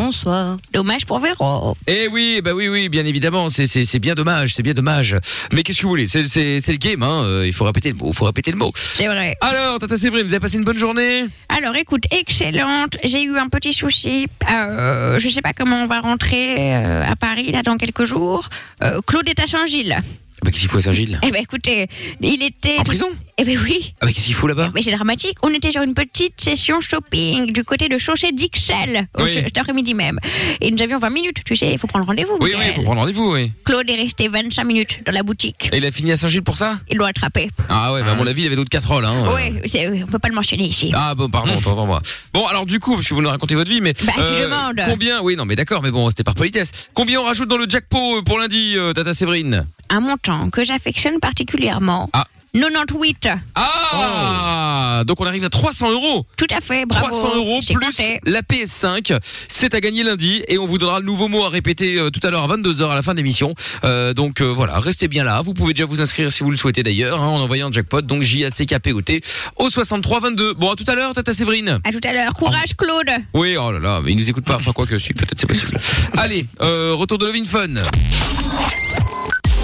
Chappé. Dommage pour Véro.
Eh oui, bah oui, oui, bien évidemment, c'est c'est c'est bien dommage, c'est bien dommage. Mais qu'est-ce que vous voulez, c'est c'est c'est le game, hein. euh, Il faut répéter le mot, il faut répéter le mot.
C'est vrai.
Alors, Tata Séverine, vous avez passé une bonne journée
Alors écoute, excellente. J'ai eu un petit souci. Euh, je sais pas comment on va rentrer euh, à Paris là dans quelques jours. Euh, Claude est à Saint-Gilles.
Bah qu'est-ce qu'il faut à Saint-Gilles
Eh ben écoutez, il était. En
prison
Eh ben oui.
Ah bah qu'est-ce qu'il faut là-bas
Mais c'est dramatique. On était sur une petite session shopping du côté de Chauchet d'Ixelles au-
Oui.
cet après-midi même. Et nous avions 20 minutes, tu sais, il faut prendre rendez-vous.
Oui, oui,
Mickaël.
faut prendre rendez-vous, oui.
Claude est resté 25 minutes dans la boutique.
Et il a fini à Saint-Gilles pour ça
Ils l'ont attrapé.
Ah ouais, bah à mon avis, il avait d'autres casseroles, hein. euh.
Oui, c'est- on peut pas le mentionner ici.
Ah bon, pardon, entends moi. Bon, alors du coup, parce que vous nous racontez votre vie, mais euh,
Bah, tu demandes.
combien Oui, non, mais d'accord, mais bon, c'était par politesse. Combien on rajoute dans le jackpot euh, pour lundi, euh, Tata Séverine
Un montant que j'affectionne particulièrement.
Ah.
98. Oh.
Ah Donc on arrive à 300 euros.
Tout à fait, bravo.
300 euros
J'ai
plus
compté.
la PS5, c'est à gagner lundi et on vous donnera le nouveau mot à répéter euh, tout à l'heure à 22h à la fin de l'émission. Euh, donc euh, voilà, restez bien là. Vous pouvez déjà vous inscrire si vous le souhaitez d'ailleurs hein, en envoyant jackpot donc J A C K P O T au 63 22. Bon à tout à l'heure, Tata Séverine.
À tout à l'heure.
Ah.
Courage, Claude.
Oui, oh là là, mais il nous écoute pas. Enfin, quoi que, si, peut-être c'est possible. Allez, euh, retour de Lovin Fun.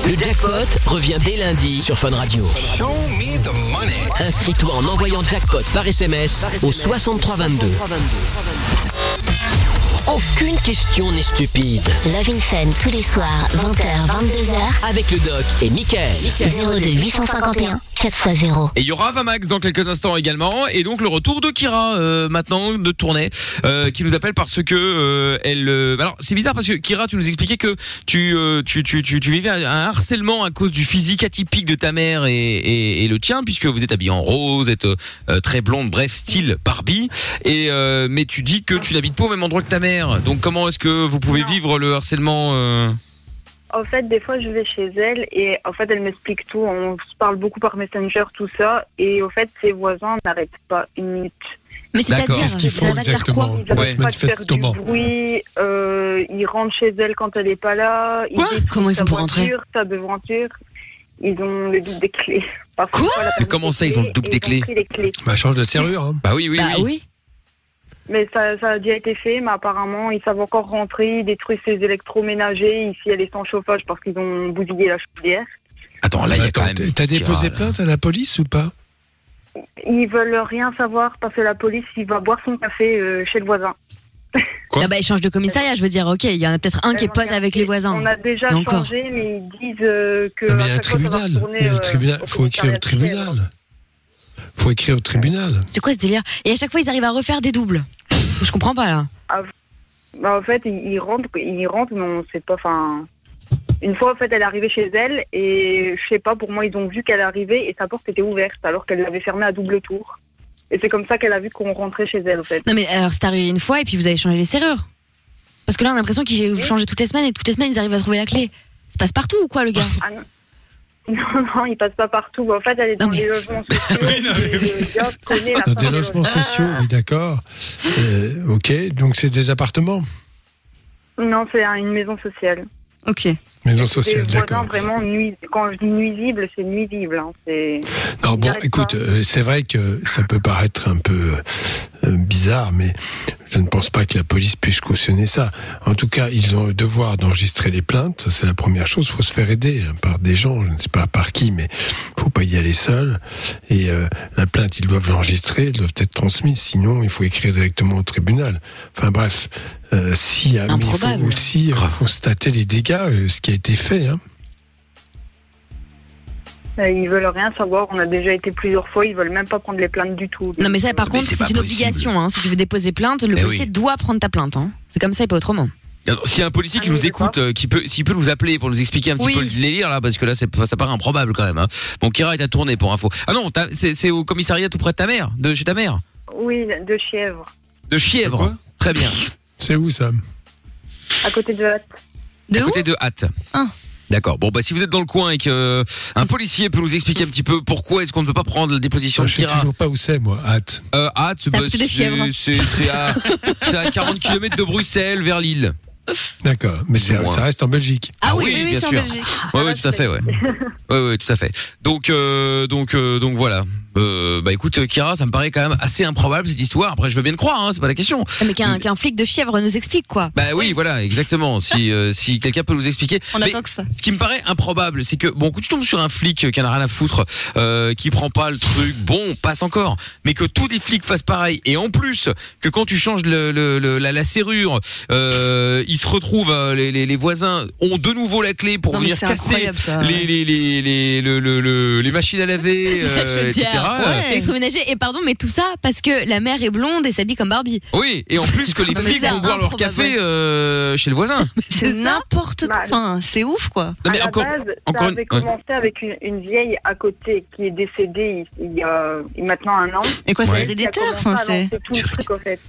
Le jackpot revient dès lundi sur Fun Radio. Inscris-toi en envoyant jackpot par SMS au 6322. Aucune question n'est stupide.
Love in Fun tous les soirs, 20h, 22h.
Avec le doc et Michael.
02 851 4x0.
Et il y aura Vamax dans quelques instants également. Et donc le retour de Kira euh, maintenant de tournée euh, qui nous appelle parce que euh, elle. euh, alors c'est bizarre parce que Kira, tu nous expliquais que tu euh, tu, tu, tu, tu vivais un un harcèlement à cause du physique atypique de ta mère et, et, et le tien puisque vous êtes habillé en rose, êtes euh, euh, très blonde, bref style Barbie. Et euh, mais tu dis que tu n'habites pas au même endroit que ta mère. Donc comment est-ce que vous pouvez vivre le harcèlement euh,
En fait, des fois, je vais chez elle et en fait, elle m'explique tout. On se parle beaucoup par Messenger, tout ça. Et au fait, ses voisins n'arrêtent pas une minute.
Mais
D'accord.
euh,
c'est-à-dire,
Qu'est-ce qu'il faut
ça va te faire quoi
exactement
Ils n'arrêtent
Ouais.
pas de faire
Manifeste
du
comment
bruit. euh, ils rentrent chez elle quand elle n'est pas là. Ils détruisent
Comment ils font
sa
pour rentrer
voiture, Sa devanture. Ils ont le double des clés. Quoi
Mais comment ça, ils ont le double des clés
les clés.
Bah, change de serrure, hein.
Bah oui, oui, oui.
Mais ça, ça a déjà été fait, mais apparemment, ils savent encore rentrer, ils détruisent ses électroménagers. Ici, elle est sans chauffage parce qu'ils ont bousillé la chaudière.
Attends, là, il y a quand même.
T'as
qui
déposé
râle.
plainte à la police ou pas
Ils veulent rien savoir parce que la police, il va boire son café euh, chez le voisin.
Ah bah, échange de commissariat, je veux dire, ok, il y en a peut-être un qui est pote avec les voisins.
On a déjà
Mais
changé,
encore.
mais ils disent euh, que.
Non, mais il y a
à
un
chaque fois, ça va
tribunal.
retourner,
Il y a le
euh,
tribunal. faut écrire au tribunal. faut écrire au tribunal.
C'est quoi ce délire Et à chaque fois, ils arrivent à refaire des doubles. Je comprends pas là.
à- bah, en fait, ils ils rentrent, ils rentrent, mais on sait pas. Enfin, une fois, en fait, elle est arrivée chez elle et je sais pas. Pour moi, ils ont vu qu'elle arrivait et sa porte était ouverte alors qu'elle l'avait fermée à double tour. Et c'est comme ça qu'elle a vu qu'on rentrait chez elle, en fait.
Non mais alors c'est arrivé une fois et puis vous avez changé les serrures. Parce que là on a l'impression qu'ils changent toutes les semaines et toutes les semaines ils arrivent à trouver la clé. Ça passe partout ou quoi le gars
Ah Non, non, il passe pas partout. En fait, elle est dans les logements sociaux. et le gars connaît la
Dans Euh, des
part de
logements
l'autre.
sociaux, oui, d'accord. Euh, ok, donc c'est des appartements,
Non, c'est un- une maison sociale.
Ok. maison sociale,
Les voisins,
d'accord.
vraiment, nuis- quand je dis nuisible, c'est nuisible. hein, c'est-
Non, bon, écoute, euh, c'est vrai que ça peut paraître un peu euh, bizarre, mais je ne pense pas que la police puisse cautionner ça. En tout cas, ils ont le devoir d'enregistrer les plaintes, ça, c'est la première chose. Il faut se faire aider hein, par des gens, je ne sais pas par qui, mais faut pas y aller seul. Et euh, la plainte, ils doivent l'enregistrer, elle doit être transmise, sinon il faut écrire directement au tribunal. Enfin bref, euh, si, ah, mais il faut
Improbable.
aussi euh, constater les dégâts, euh, ce qui a été fait. hein.
Euh, Ils veulent rien savoir. On a déjà été plusieurs fois. Ils veulent même pas prendre les plaintes du tout.
Non mais ça par contre c'est une obligation. hein. Si tu veux déposer plainte, le
Eh
policier
oui.
doit prendre ta plainte. hein. C'est comme ça et pas autrement.
Alors, S'il y a un policier qui nous écoute, euh, qui peut, s'il peut nous appeler pour nous expliquer un petit
Oui.
peu le délire là, parce que là, c'est- ça paraît improbable quand même. Hein. Bon, Kira est à tourner pour info. Ah non, t'as- c'est c'est au commissariat tout près de ta mère, de chez ta mère,
Oui, de Chièvre,
de Chièvre. Très bien.
C'est où ça
à côté de la
De Ah. à côté de Hâte. D'accord. Bon, bah si vous êtes dans le coin et que euh, un policier peut nous expliquer un petit peu pourquoi est-ce qu'on ne peut pas prendre la déposition
Moi,
de
je sais
Kira.
toujours pas où c'est, moi, hâte.
Euh, Hâte,
C'est à
bah,
côté des
c'est
Chièvres.
c'est- c'est à, c'est à 40 km de Bruxelles, vers Lille.
D'accord, mais c'est-
Loin.
ça reste en Belgique.
Ah oui, oui, oui, bien c'est en sûr. Belgique. Ah, Ouais, ouais, tout à fait, ouais. Ouais, ouais, tout à fait. Donc, euh, donc, euh, donc voilà. Euh, bah écoute, euh, Kira, ça me paraît quand même assez improbable cette histoire. Après, je veux bien te croire, hein, c'est pas la question.
Ah, Mais qu'un qu'un flic de fièvre nous explique quoi.
Bah oui, voilà, exactement. Si euh, si quelqu'un peut nous expliquer.
On
Mais
attend que ça.
Ce qui me paraît improbable, c'est que bon, quand tu tombes sur un flic qui en a rien à foutre, euh, qui prend pas le truc, bon, on passe encore. Mais que tous les flics fassent pareil, et en plus que quand tu changes le, le- le- la, la serrure, euh, ils se retrouvent euh, les, les, les voisins ont de nouveau la clé pour
Non, mais
venir
c'est
casser
incroyable, ça.
les les les les le- le- le- les machines à laver, euh,
Je veux
etc.
dire, électroménager. Et pardon, mais tout ça parce que la mère est blonde et s'habille comme Barbie.
Oui, et en plus que les
Non, mais
flics
c'est
vont boire leur
improbable,
café euh, chez le voisin.
C'est n'importe quoi. Enfin, hein, c'est ouf, quoi.
Non, mais
à
encore-
la base,
encore
ça
une-
avait
ouais.
commencé avec une, une vieille à côté qui est décédée il, il y a il y a maintenant un an.
Et quoi,
c'est Ouais.
héréditaire,
Qui a
enfin,
commencé à
c'est-
lancer tout le truc, en fait.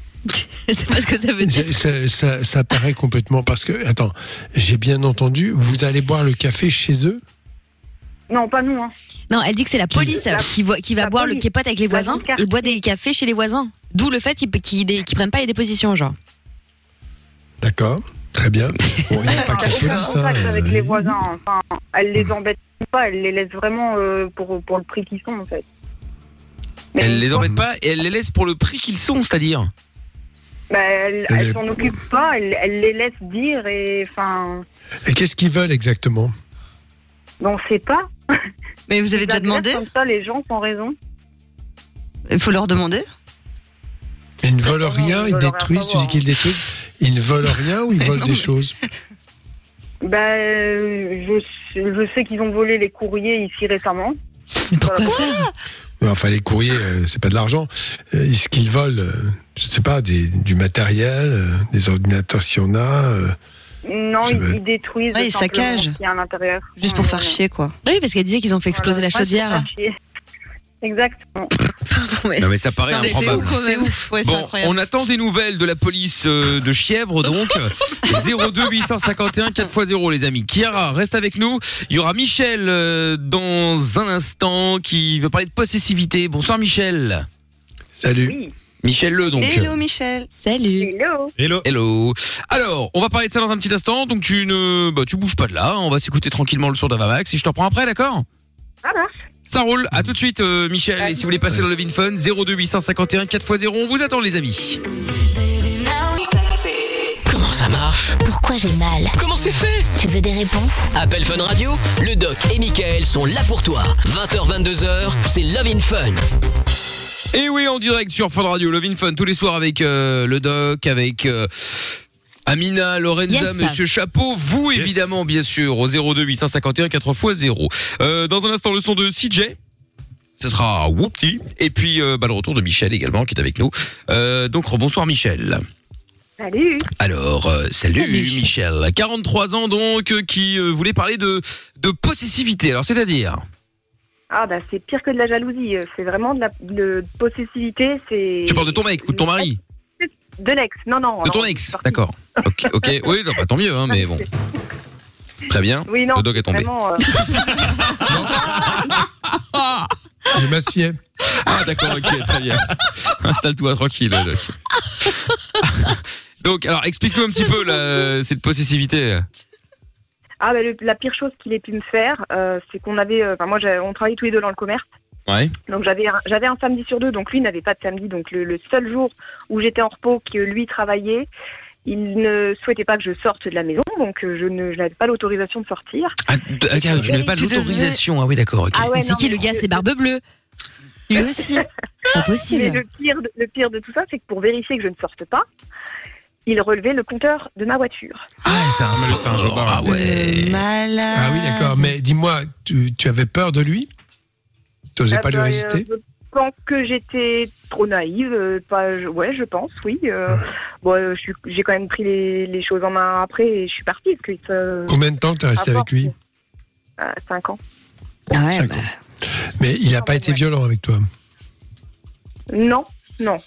C'est pas ce que ça veut dire.
Ça, ça- ça paraît complètement. Parce que, attends, j'ai bien entendu, vous allez boire le café chez eux
Non, pas nous. Hein.
Non, elle dit que c'est la police euh, qui, voit- qui va boire le
police.
képote avec les
La
voisins
police quartier.
et boit des cafés chez les voisins. D'où le fait qu'ils qu'ils dé- qu'ils prennent pas les dépositions, genre.
D'accord, très bien. Bon, il n'y a pas que la
Aucun
police, hein,
contact avec
euh,
les voisins. Enfin, elle les embête pas, elle les laisse vraiment euh, pour, pour le prix qu'ils sont, en fait.
Elle les embête pas et elle les laisse pour le prix qu'ils sont, c'est-à-dire.
Bah, elle
Elle
elle
est-
s'en occupe pas, elle, elle les laisse dire et enfin,
Et qu'est-ce qu'ils veulent exactement
on sait pas.
Mais vous avez
Ils
déjà
agressent
demandé
Comme ça, les gens sans raison.
Il faut leur demander.
Ils ne volent rien, ils
veulent rien
détruisent, tu dis
savoir.
qu'ils détruisent. Ils ne volent rien ou ils volent des choses
Bah, euh, je, je sais qu'ils ont volé les courriers ici récemment. Euh, Voilà.
Ouais, Enfin, les courriers, euh, c'est pas de l'argent. Euh, ce qu'ils volent, euh, je sais pas, des- du matériel, euh, des ordinateurs s'il y en a. euh,
Non,
Je veux-
ils, ils détruisent.
Ouais, Ah, ils
simplement
saccagent.
ce qu'il y a à l'intérieur.
Juste pour faire chier, quoi.
Bah Oui, parce qu'elle disait qu'ils ont fait exploser la
Ouais, c'est
chaudière.
ça, chier. Exactement.
Non mais ça paraît
Non, mais c'est
improbable.
ouf, quand même. C'est ouf, ouais, c'est
bon,
incroyable.
on attend des nouvelles de la police euh, de Chièvre donc 02 851 4x0 les amis. Kiara, reste avec nous. Il y aura Michel euh, dans un instant qui veut parler de possessivité. Bonsoir Michel.
Salut.
Michel Le donc. euh,
Hello, Michel.
Salut.
Hello.
Hello. Hello. Alors, on va parler de ça dans un petit instant donc tu ne bah tu bouges pas de là, on va s'écouter tranquillement le son d'Avamax et je te reprends après, d'accord ça roule, à tout de suite euh, Michel, et si vous voulez passer dans le Vin Fun, 02 851 4x0, on vous attend les amis.
Comment ça
ça marche
Pourquoi j'ai mal
Comment c'est fait
Tu veux des réponses
Appel Fun Radio, le doc et Michael sont là pour toi. 20h-22h, c'est Love in Fun.
Et oui, en direct sur Fun Radio, Love in Fun, tous les soirs avec euh, le doc, avec euh, Amina, Lorenza,
Yes.
Monsieur Chapeau, vous évidemment, bien sûr, au 02 851 4x0. Euh, dans un instant, le son de CJ. Ce sera Whoopty. Et puis, euh, bah, le retour de Michel également, qui est avec nous. Euh, donc, bonsoir Michel.
Salut.
Alors, euh, salut, Michel. 43 ans donc, euh, qui euh, voulait parler de, de possessivité. Alors, c'est-à-dire
Ah bah c'est pire que de la jalousie, euh, c'est vraiment de la de possessivité, c'est...
Tu parles de ton mec ou de ton mari
De l'ex, non non.
De
Oh, non,
ton
c'est
ex
parti.
D'accord. Ok, ok. Oui, non, bah, tant mieux, hein, mais bon. Très bien.
Oui non,
hein Le dog est tombé.
vraiment, euh,
Je m'assieds. Ah, d'accord, ok, très bien. Installe-toi tranquille, Doc. Donc, alors, explique-nous un petit peu la- cette possessivité.
ah bah le- la pire chose qu'il ait pu me faire, euh, c'est qu'on avait... euh, Enfin moi j'ai- on travaillait tous les deux dans le commerce.
Ouais.
Donc j'avais un, j'avais un samedi sur deux, donc lui n'avait pas de samedi. Donc le, le seul jour où j'étais en repos, que lui travaillait, il ne souhaitait pas que je sorte de la maison, donc euh, je, ne, je n'avais pas l'autorisation de sortir.
Ah, d- ok, tu n'avais pas
Tu devais-
l'autorisation. Ah oui, d'accord, ok.
Ah ouais,
C'est
non,
qui
mais
le gars C'est Barbe Bleue. Lui aussi.
Mais
Impossible.
le pire, de, le pire de tout ça, c'est que pour vérifier que je ne sorte pas, il relevait le compteur de ma voiture.
Ah, c'est un,
c'est un jobard.
Ah ouais.
Ah oui, d'accord. Mais dis-moi, tu, tu avais peur de lui Tu n'osais
Ah
pas lui
bah, euh,
résister
Je pense que j'étais trop naïve. euh, Pas, je- ouais, je pense, oui. euh, bon, euh, je suis- j'ai quand même pris les, les choses en main après et je suis partie. Parce que, euh,
Combien de temps t'es resté
à
avec lui
force, euh, Cinq ans. Ah
Cinq
bah.
ans. Mais il n'a pas été violent avec toi.
Non, non.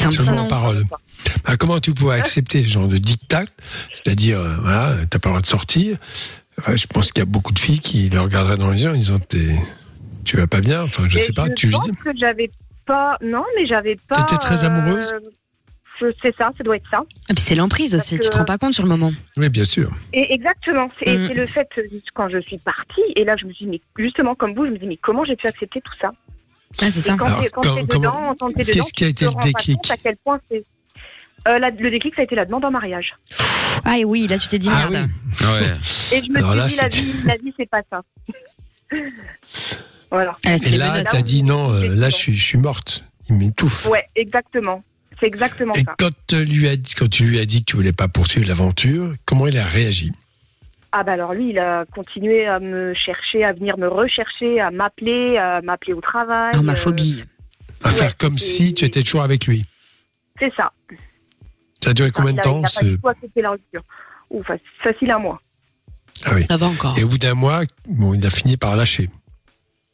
Seulement en parole. Ah, comment tu pouvais accepter ce genre de dictat C'est-à-dire, euh, voilà, t'as pas le droit de sortir. Euh, Je pense qu'il y a beaucoup de filles qui le regarderaient dans les yeux en disant T'es- Tu vas pas bien Enfin, je
Mais
sais pas, tu
je
vis.
pense que j'avais pas. Non, mais j'avais pas.
T'étais très amoureuse
euh, je- C'est ça, ça doit être ça.
Et puis c'est l'emprise aussi, tu te rends pas compte sur le moment.
Oui, bien sûr.
Et exactement. C'est
Mm.
c'est le fait, euh, quand je suis partie, et là, je me suis dit, mais justement, comme vous, je me dis, mais comment j'ai pu accepter tout ça
Ah, c'est
Et
ça.
Quand
Alors,
t'es- quand
quand-
t'es
comment-
dedans, quand t'es dedans,
qu'est-ce qui a
tu
été
te
le
rends pas
déclic
compte à quel point c'est. Euh, la- le déclic, ça a été la demande en mariage.
Ah et oui, là tu t'es dit merde.
Ouais.
Et je me
Alors
suis
là,
dit, la
c'était-
vie, la vie, c'est pas ça. voilà.
Et là, t'as dit Non, euh, là, je suis, je suis morte. Il m'étouffe.
Ouais, exactement. C'est exactement
Et
ça.
quand, tu lui as dit, quand tu lui as dit que tu voulais pas poursuivre l'aventure, comment il a réagi
Ah bah alors lui, il a continué à me chercher, à venir me rechercher, à m'appeler, à m'appeler au travail.
Ah, ma
euh,
phobie. À faire comme si tu étais toujours avec lui.
c'est ça.
Ça a duré combien de
Ah, Il a-
temps
Il a pas
ce-
du tout accepté la rupture. Ou fa- facile un mois.
Ah oui.
Ça va encore.
Et au bout d'un mois, bon, il a fini par lâcher.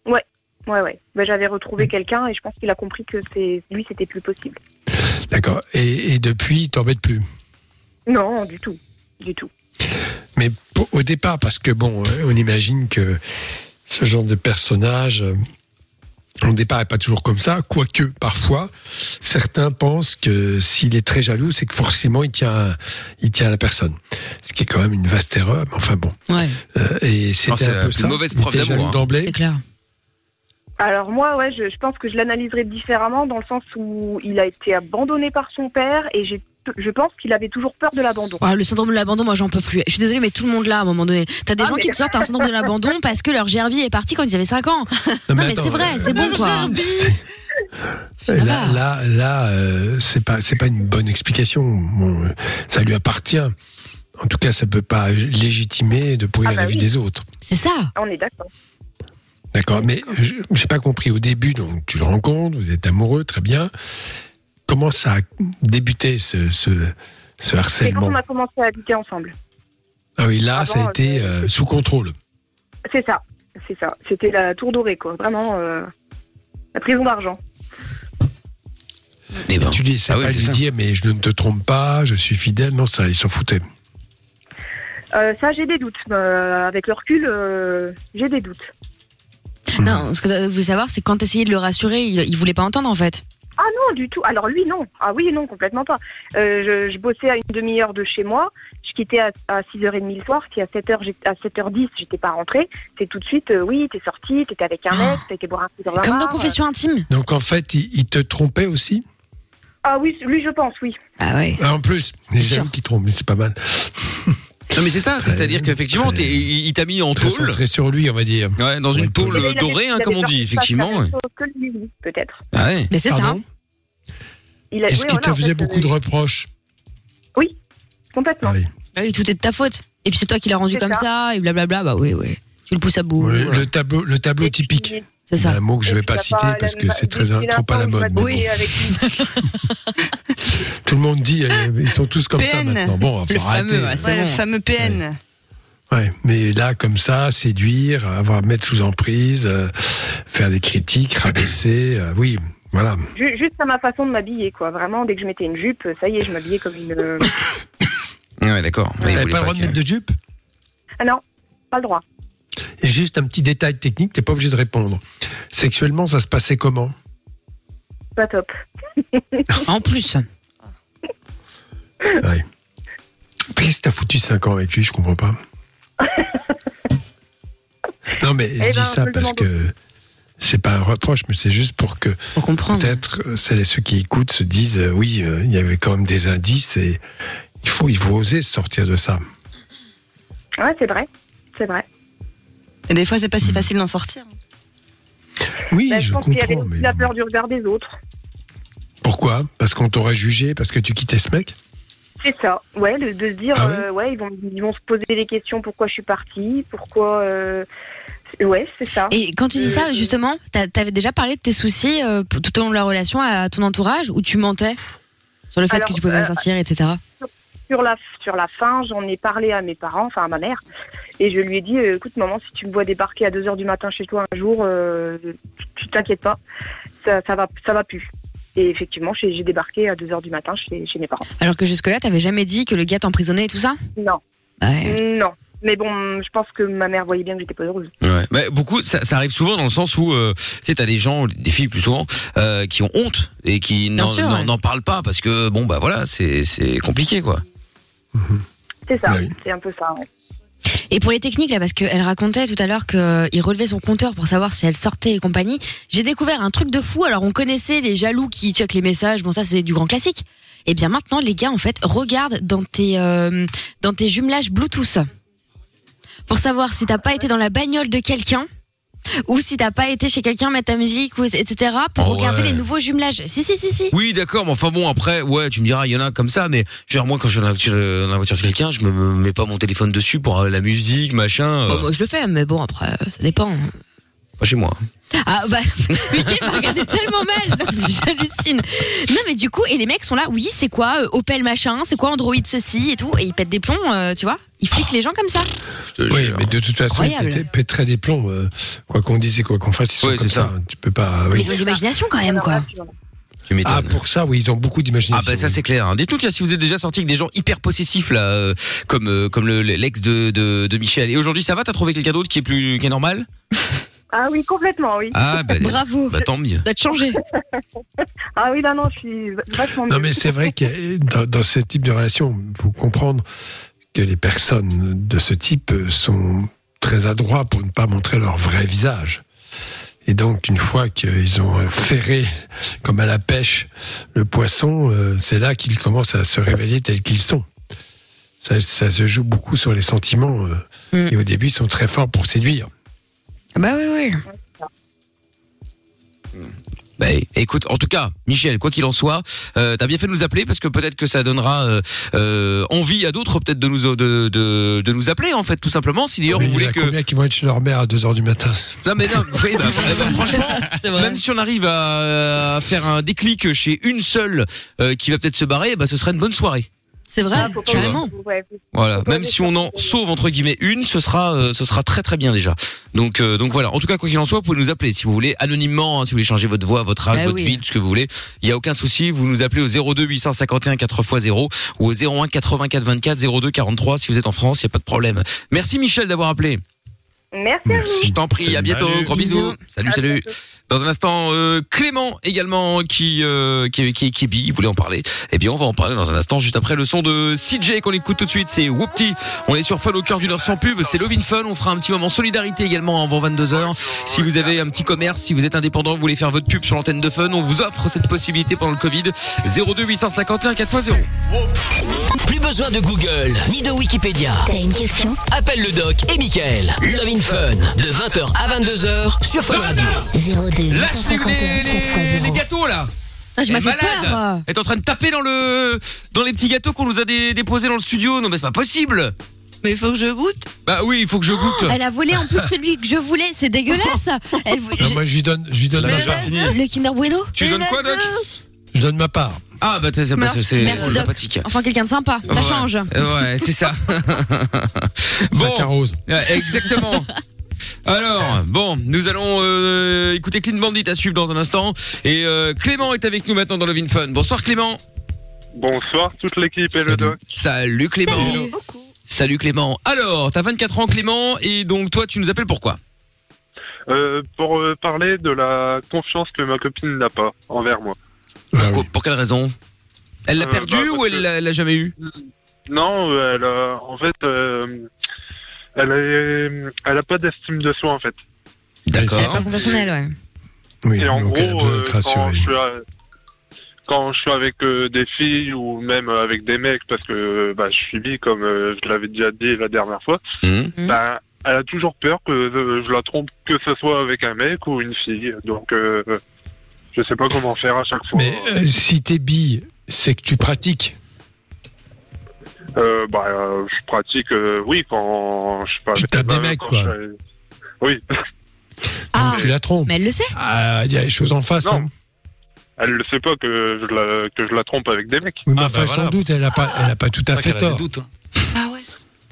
Ouais, ouais, ouais. Bah, j'avais
Mm.
retrouvé quelqu'un et je pense qu'il a compris que c'est lui, c'était plus possible.
D'accord. Et, et depuis, il t'embête plus.
Non, du tout, du tout.
Mais pour- au départ, parce que bon, euh, on imagine que ce genre de personnage, euh, au départ, n'est pas toujours comme ça. Quoique, parfois, certains pensent que s'il est très jaloux, c'est que forcément, il tient, à- il tient à la personne. Ce qui est quand même une vaste erreur. Mais enfin bon.
Ouais.
Euh, et c'était
Ah, c'est
un
la
peu
plus
ça.
mauvaise
Il
preuve
était
d'amour,
jaloux
hein.
d'emblée.
C'est clair.
Alors moi, ouais, je, je pense que je l'analyserais différemment dans le sens où il a été abandonné par son père et j'ai, je pense qu'il avait toujours peur de l'abandon.
Oh, le syndrome de l'abandon, moi j'en peux plus. Je suis désolée, mais tout le monde l'a à un moment donné. T'as des
Ah,
gens
mais-
qui te sortent un syndrome de l'abandon parce que leur gerbi est parti quand ils avaient 5 ans. Non, mais,
attends,
c'est
euh,
vrai, c'est bon quoi.
Là, là, là, euh, c'est pas, c'est pas une bonne explication. Bon, euh, ça lui appartient. En tout cas, ça peut pas légitimer de pourrir la vie des autres.
C'est ça.
Ah, On est d'accord.
D'accord. Mais je- j'ai pas compris au début. Donc, tu le rencontres, vous êtes amoureux, très bien. Comment ça a débuté ce, ce, ce
C'est quand
harcèlement
on a commencé à habiter ensemble.
Ah oui, là, ça a
Avant,
été euh, sous contrôle.
C'est ça, c'est ça. C'était la tour dorée, quoi. Vraiment, euh, la prison d'argent.
Mais
Tu dis, ça pas lui dire, mais je ne te trompe pas, je suis fidèle. Non, ça, il s'en foutait.
Euh, ça, j'ai des doutes. Euh, avec le recul, euh, j'ai des doutes.
Non, ce que vous voulez savoir, c'est que quand t'essayais de le rassurer, il, il voulait pas entendre en fait.
Ah non, du tout. Alors lui, non. Ah oui, non, complètement pas. Euh, je, je bossais à une demi-heure de chez moi. Je quittais à, à 6h30 le soir. Si à 7h, j'étais- à 7h10, j'étais pas rentrée, c'est tout de suite, euh, oui, t'es sorti, t'étais avec un mec, t'as été boire un coup dans la
Ah. Comme dans
mare.
Confession intime.
Donc, en fait, il, il te trompait aussi
Ah oui, lui, je pense, oui.
Ah ouais.
En plus, les jaloux qui trompent, mais c'est pas mal.
Non mais c'est ça, c'est-à-dire qu'effectivement, t'es- il il t'a mis en tôle.
Très sur lui, on va dire.
Ouais, dans une tôle
Il avait-
dorée, hein,
il
comme
avait
on dit,
peur qu'il fasse
effectivement.
la même
ouais.
chose euh, que lui, peut-être.
Ah ouais.
Mais c'est ça. hein.
Il a-
Eh, Est-ce
oui,
qu'il
voilà,
te
en
faisait
fait,
beaucoup de reproches
Complètement.
Bah oui, tout est de ta faute. Et puis c'est toi qui l'as rendu comme ça. et blablabla. Bah oui, oui. Tu le pousses à bout.
Oui, Le tableau, le tableau typique.
C'est ça.
Un mot que je vais pas citer
Ah,
parce que c'est très trop à la mode. mais
euh,
bon. Tout le monde dit, euh, ils sont tous comme ça maintenant. Bon, faut arrêter.
Ouais, le fameux PN.
Ouais, mais là, comme ça, séduire, avoir mettre sous emprise, euh, faire des critiques, rabaisser, euh, oui, voilà.
Ju- Juste à ma façon de m'habiller, quoi. Vraiment, dès que je mettais une jupe, ça y est, je m'habillais comme une. euh,
Ouais, d'accord.
Vous n'avez pas le droit de mettre de jupe
Ah non, pas le droit.
Et juste un petit détail technique, t'es pas obligé de répondre. Sexuellement, ça se passait comment
Pas top.
En plus.
Ouais. Qu'est-ce que t'as foutu 5 ans avec lui Je comprends pas. non, mais je
ben,
dis ça
je le
parce
demande.
que c'est pas un reproche, mais c'est juste pour que peut-être euh, celles et ceux qui écoutent se disent euh, oui, euh, il y avait quand même des indices et il faut, il faut oser sortir de ça.
Ouais, c'est vrai. C'est vrai.
Et des fois, c'est pas si facile d'en sortir.
Oui,
Bah, je, pense qu'il y avait aussi la peur du regard des autres.
Pourquoi Parce qu'on t'aurait jugé, parce que tu quittais ce mec
C'est ça. Ouais, de, de se dire,
Ah oui
euh, ouais, ils vont, ils vont se poser des questions pourquoi je suis partie, pourquoi. euh, Ouais, c'est ça.
Et quand tu dis ça,
Euh,
justement, t'as- t'avais déjà parlé de tes soucis euh, p- tout au long de la relation à ton entourage ou tu mentais sur le fait
Alors,
que tu pouvais pas
euh,
sortir, etc.
sur la, sur la fin, j'en ai parlé à mes parents, enfin à ma mère, et je lui ai dit euh, écoute, maman, si tu me vois débarquer à 2h du matin chez toi un jour, euh, tu- tu t'inquiètes pas, ça, ça, va, ça va plus. Et effectivement, j'ai j'ai débarqué à 2h du matin chez, chez mes parents.
Alors que jusque-là, t'avais jamais dit que le gars t'emprisonnait et tout ça
Non.
Ouais.
Non. Mais bon, je pense que ma mère voyait bien que j'étais pas heureuse.
Ouais. Mais beaucoup, ça, ça arrive souvent dans le sens où euh, tu sais, t'as des gens, des filles plus souvent, euh, qui ont honte et qui n'en
sûr,
n'en-
ouais.
n'en parlent pas parce que bon bah voilà, c'est c'est compliqué quoi.
C'est ça,
Oui.
c'est un peu ça. ouais.
Et pour les techniques, là, parce qu'elle racontait tout à l'heure qu'il relevait son compteur pour savoir si elle sortait et compagnie, j'ai découvert un truc de fou. Alors, on connaissait les jaloux qui checkent les messages, bon, ça, c'est du grand classique. Et bien maintenant, les gars, en fait, regardent dans tes, euh, dans tes jumelages Bluetooth pour savoir si t'as pas été dans la bagnole de quelqu'un ou si t'as pas été chez quelqu'un mettre ta musique, ou, etc., pour
Oh
regarder
ouais.
les nouveaux jumelages. Si, si, si, si.
Oui, d'accord, mais enfin bon, après, ouais, tu me diras, il y en a comme ça, mais je veux dire, moi, quand je suis dans la voiture, dans la voiture de quelqu'un, je me, me mets pas mon téléphone dessus pour euh, la musique, machin. euh,
Oh,
Bon, moi, je le fais, mais bon, après, euh, ça dépend.
pas chez moi.
Ah bah, Mickey m'a regardé tellement mal, Non, mais j'hallucine. Non mais du coup, et les mecs sont là, oui, c'est quoi euh, Opel machin, c'est quoi Android ceci et tout, et ils pètent des plombs, euh, tu vois Ils fliquent les gens comme ça.
Ah
Oui, mais de toute façon,
Incroyable.
il pèterait des plombs. euh, quoi qu'on dise et quoi qu'on fasse, ils sont comme ça. hein, Tu peux pas. oui.
Ils ont de l'imagination quand même, quoi.
ah, pour ça, oui, ils ont beaucoup d'imagination.
Ah bah ça c'est clair. hein. Dites-nous tiens si vous êtes déjà sorti avec des gens hyper possessifs là, euh, comme euh, comme le- l'ex de, de de Michel. Et aujourd'hui ça va T'as trouvé quelqu'un d'autre qui est plus qui est normal
Ah oui, complètement, oui.
Ah bah, Bah tant mieux.
T'as changé.
ah oui, non, non, je suis vachement
Non,
mieux.
mais c'est vrai que dans, dans ce type de relation, faut comprendre que les personnes de ce type sont très adroits pour ne pas montrer leur vrai visage. Et donc, une fois qu'ils ont ferré, comme à la pêche, le poisson, euh, c'est là qu'ils commencent à se révéler tels qu'ils sont. Ça, ça se joue beaucoup sur les sentiments. euh, Et au début, ils sont très forts pour séduire.
Bah oui, oui.
Bah écoute, en tout cas, Michel, quoi qu'il en soit, euh, t'as bien fait de nous appeler parce que peut-être que ça donnera euh, euh, envie à d'autres peut-être de nous de, de de nous appeler en fait tout simplement. Si d'ailleurs
Mais
vous
il y
voulez
en a
que
combien qui vont être chez leur mère à 2h du matin
Non mais non, oui, bah, eh ben, franchement, même si on arrive à, à faire un déclic chez une seule euh, qui va peut-être se barrer, bah ce serait une bonne soirée.
C'est vrai,
Ah,
Tu vois.
carrément.
Ouais,
Voilà, même si on en sauve entre guillemets une, ce sera euh, ce sera très très bien déjà. Donc euh, donc voilà, en tout cas quoi qu'il en soit, vous pouvez nous appeler si vous voulez anonymement, hein, si vous voulez changer votre voix, votre âge,
Bah
votre
oui.
ville, ce que vous voulez, il y a aucun souci, vous nous appelez au 02 851 4x0 ou au 01 84 24 02 43 si vous êtes en France, il y a pas de problème. Merci Michel d'avoir appelé.
Merci. à vous.
Je t'en prie, à bientôt, gros bisous. Salut
À
salut.
bientôt.
Dans un instant, euh, Clément également qui, euh, qui qui qui est bi, il voulait en parler. Eh bien, on va en parler dans un instant, juste après le son de CJ qu'on écoute tout de suite. C'est Whoopty. On est sur Fun au cœur d'une heure sans pub. C'est Lovin Fun. On fera un petit moment solidarité également avant 22 h Si vous avez un petit commerce, si vous êtes indépendant, vous voulez faire votre pub sur l'antenne de Fun, on vous offre cette possibilité pendant le Covid. 02 851 4x0.
Plus besoin de Google ni de Wikipédia.
T'as une question
Appelle le doc et Michael. Love in Fun de 20h à 22h sur Fun Radio.
02
Lâchez
851
les, les,
4x0.
les gâteaux là
Ah,
Elle
je
est
m'avais
malade.
peur, moi.
Elle est en train de taper dans le dans les petits gâteaux qu'on nous a dé- déposés dans le studio. Non mais c'est pas possible.
Mais il faut que je goûte.
Bah oui, il faut que je goûte.
Oh, Elle a volé en plus celui que je voulais, c'est dégueulasse. Elle vou-
Ah, moi, je lui donne, je lui donne ma
Bah,
part.
Le Kinder Bueno.
Tu donnes quoi, Doc
Je donne ma part.
Ah bah t'as- c'est
Merci.
c'est-
Merci,
c'est
Doc.
sympathique.
Enfin, quelqu'un de sympa. Ça
Ouais.
change.
Euh, Ouais, c'est ça. bon, Ouais, exactement. Alors, bon, nous allons euh, écouter Clean Bandit à suivre dans un instant. Et euh, Clément est avec nous maintenant dans le Vin Fun. Bonsoir Clément.
Bonsoir toute l'équipe et le doc.
Salut Clément. Salut, Clément. Alors, t'as 24 ans Clément et donc toi tu nous appelles pourquoi
Euh, pour euh, parler de la confiance que ma copine n'a pas envers moi.
Pour- Pour quelle raison Elle l'a
Euh,
perdu
bah, parce
ou elle
que-
l'a- elle l'a jamais eu
Non, euh, elle a- en fait, euh, elle est- elle a pas d'estime de soi en fait.
C'est pas conventionnel, ouais.
et en gros, euh, quand,
rassurée.
je suis à- quand je suis avec euh, des filles ou même avec des mecs, parce que bah, je suis bi, comme euh, je l'avais déjà dit la dernière fois,
Mhm.
Mhm.
bah, elle a toujours peur que euh, je la trompe, que ce soit avec un mec ou une fille. Donc, euh, je sais pas comment faire à chaque fois.
Euh, si t'es bi, c'est que tu pratiques.
Euh, bah, euh, je pratique, euh, oui, quand je suis pas. Tu
tapes des mecs, quoi.
Oui.
Ah,
Donc, tu la trompes.
Mais elle le sait.
Ah, il y a les choses en face.
Non.
hein.
Elle ne sait pas que je, la, que je la trompe avec des mecs.
Ah,
Oui, mais
bah,
enfin, sans doute, elle n'a pas, elle a pas tout à
C'est vrai
fait
qu'elle a
tort.
des doutes,
Ah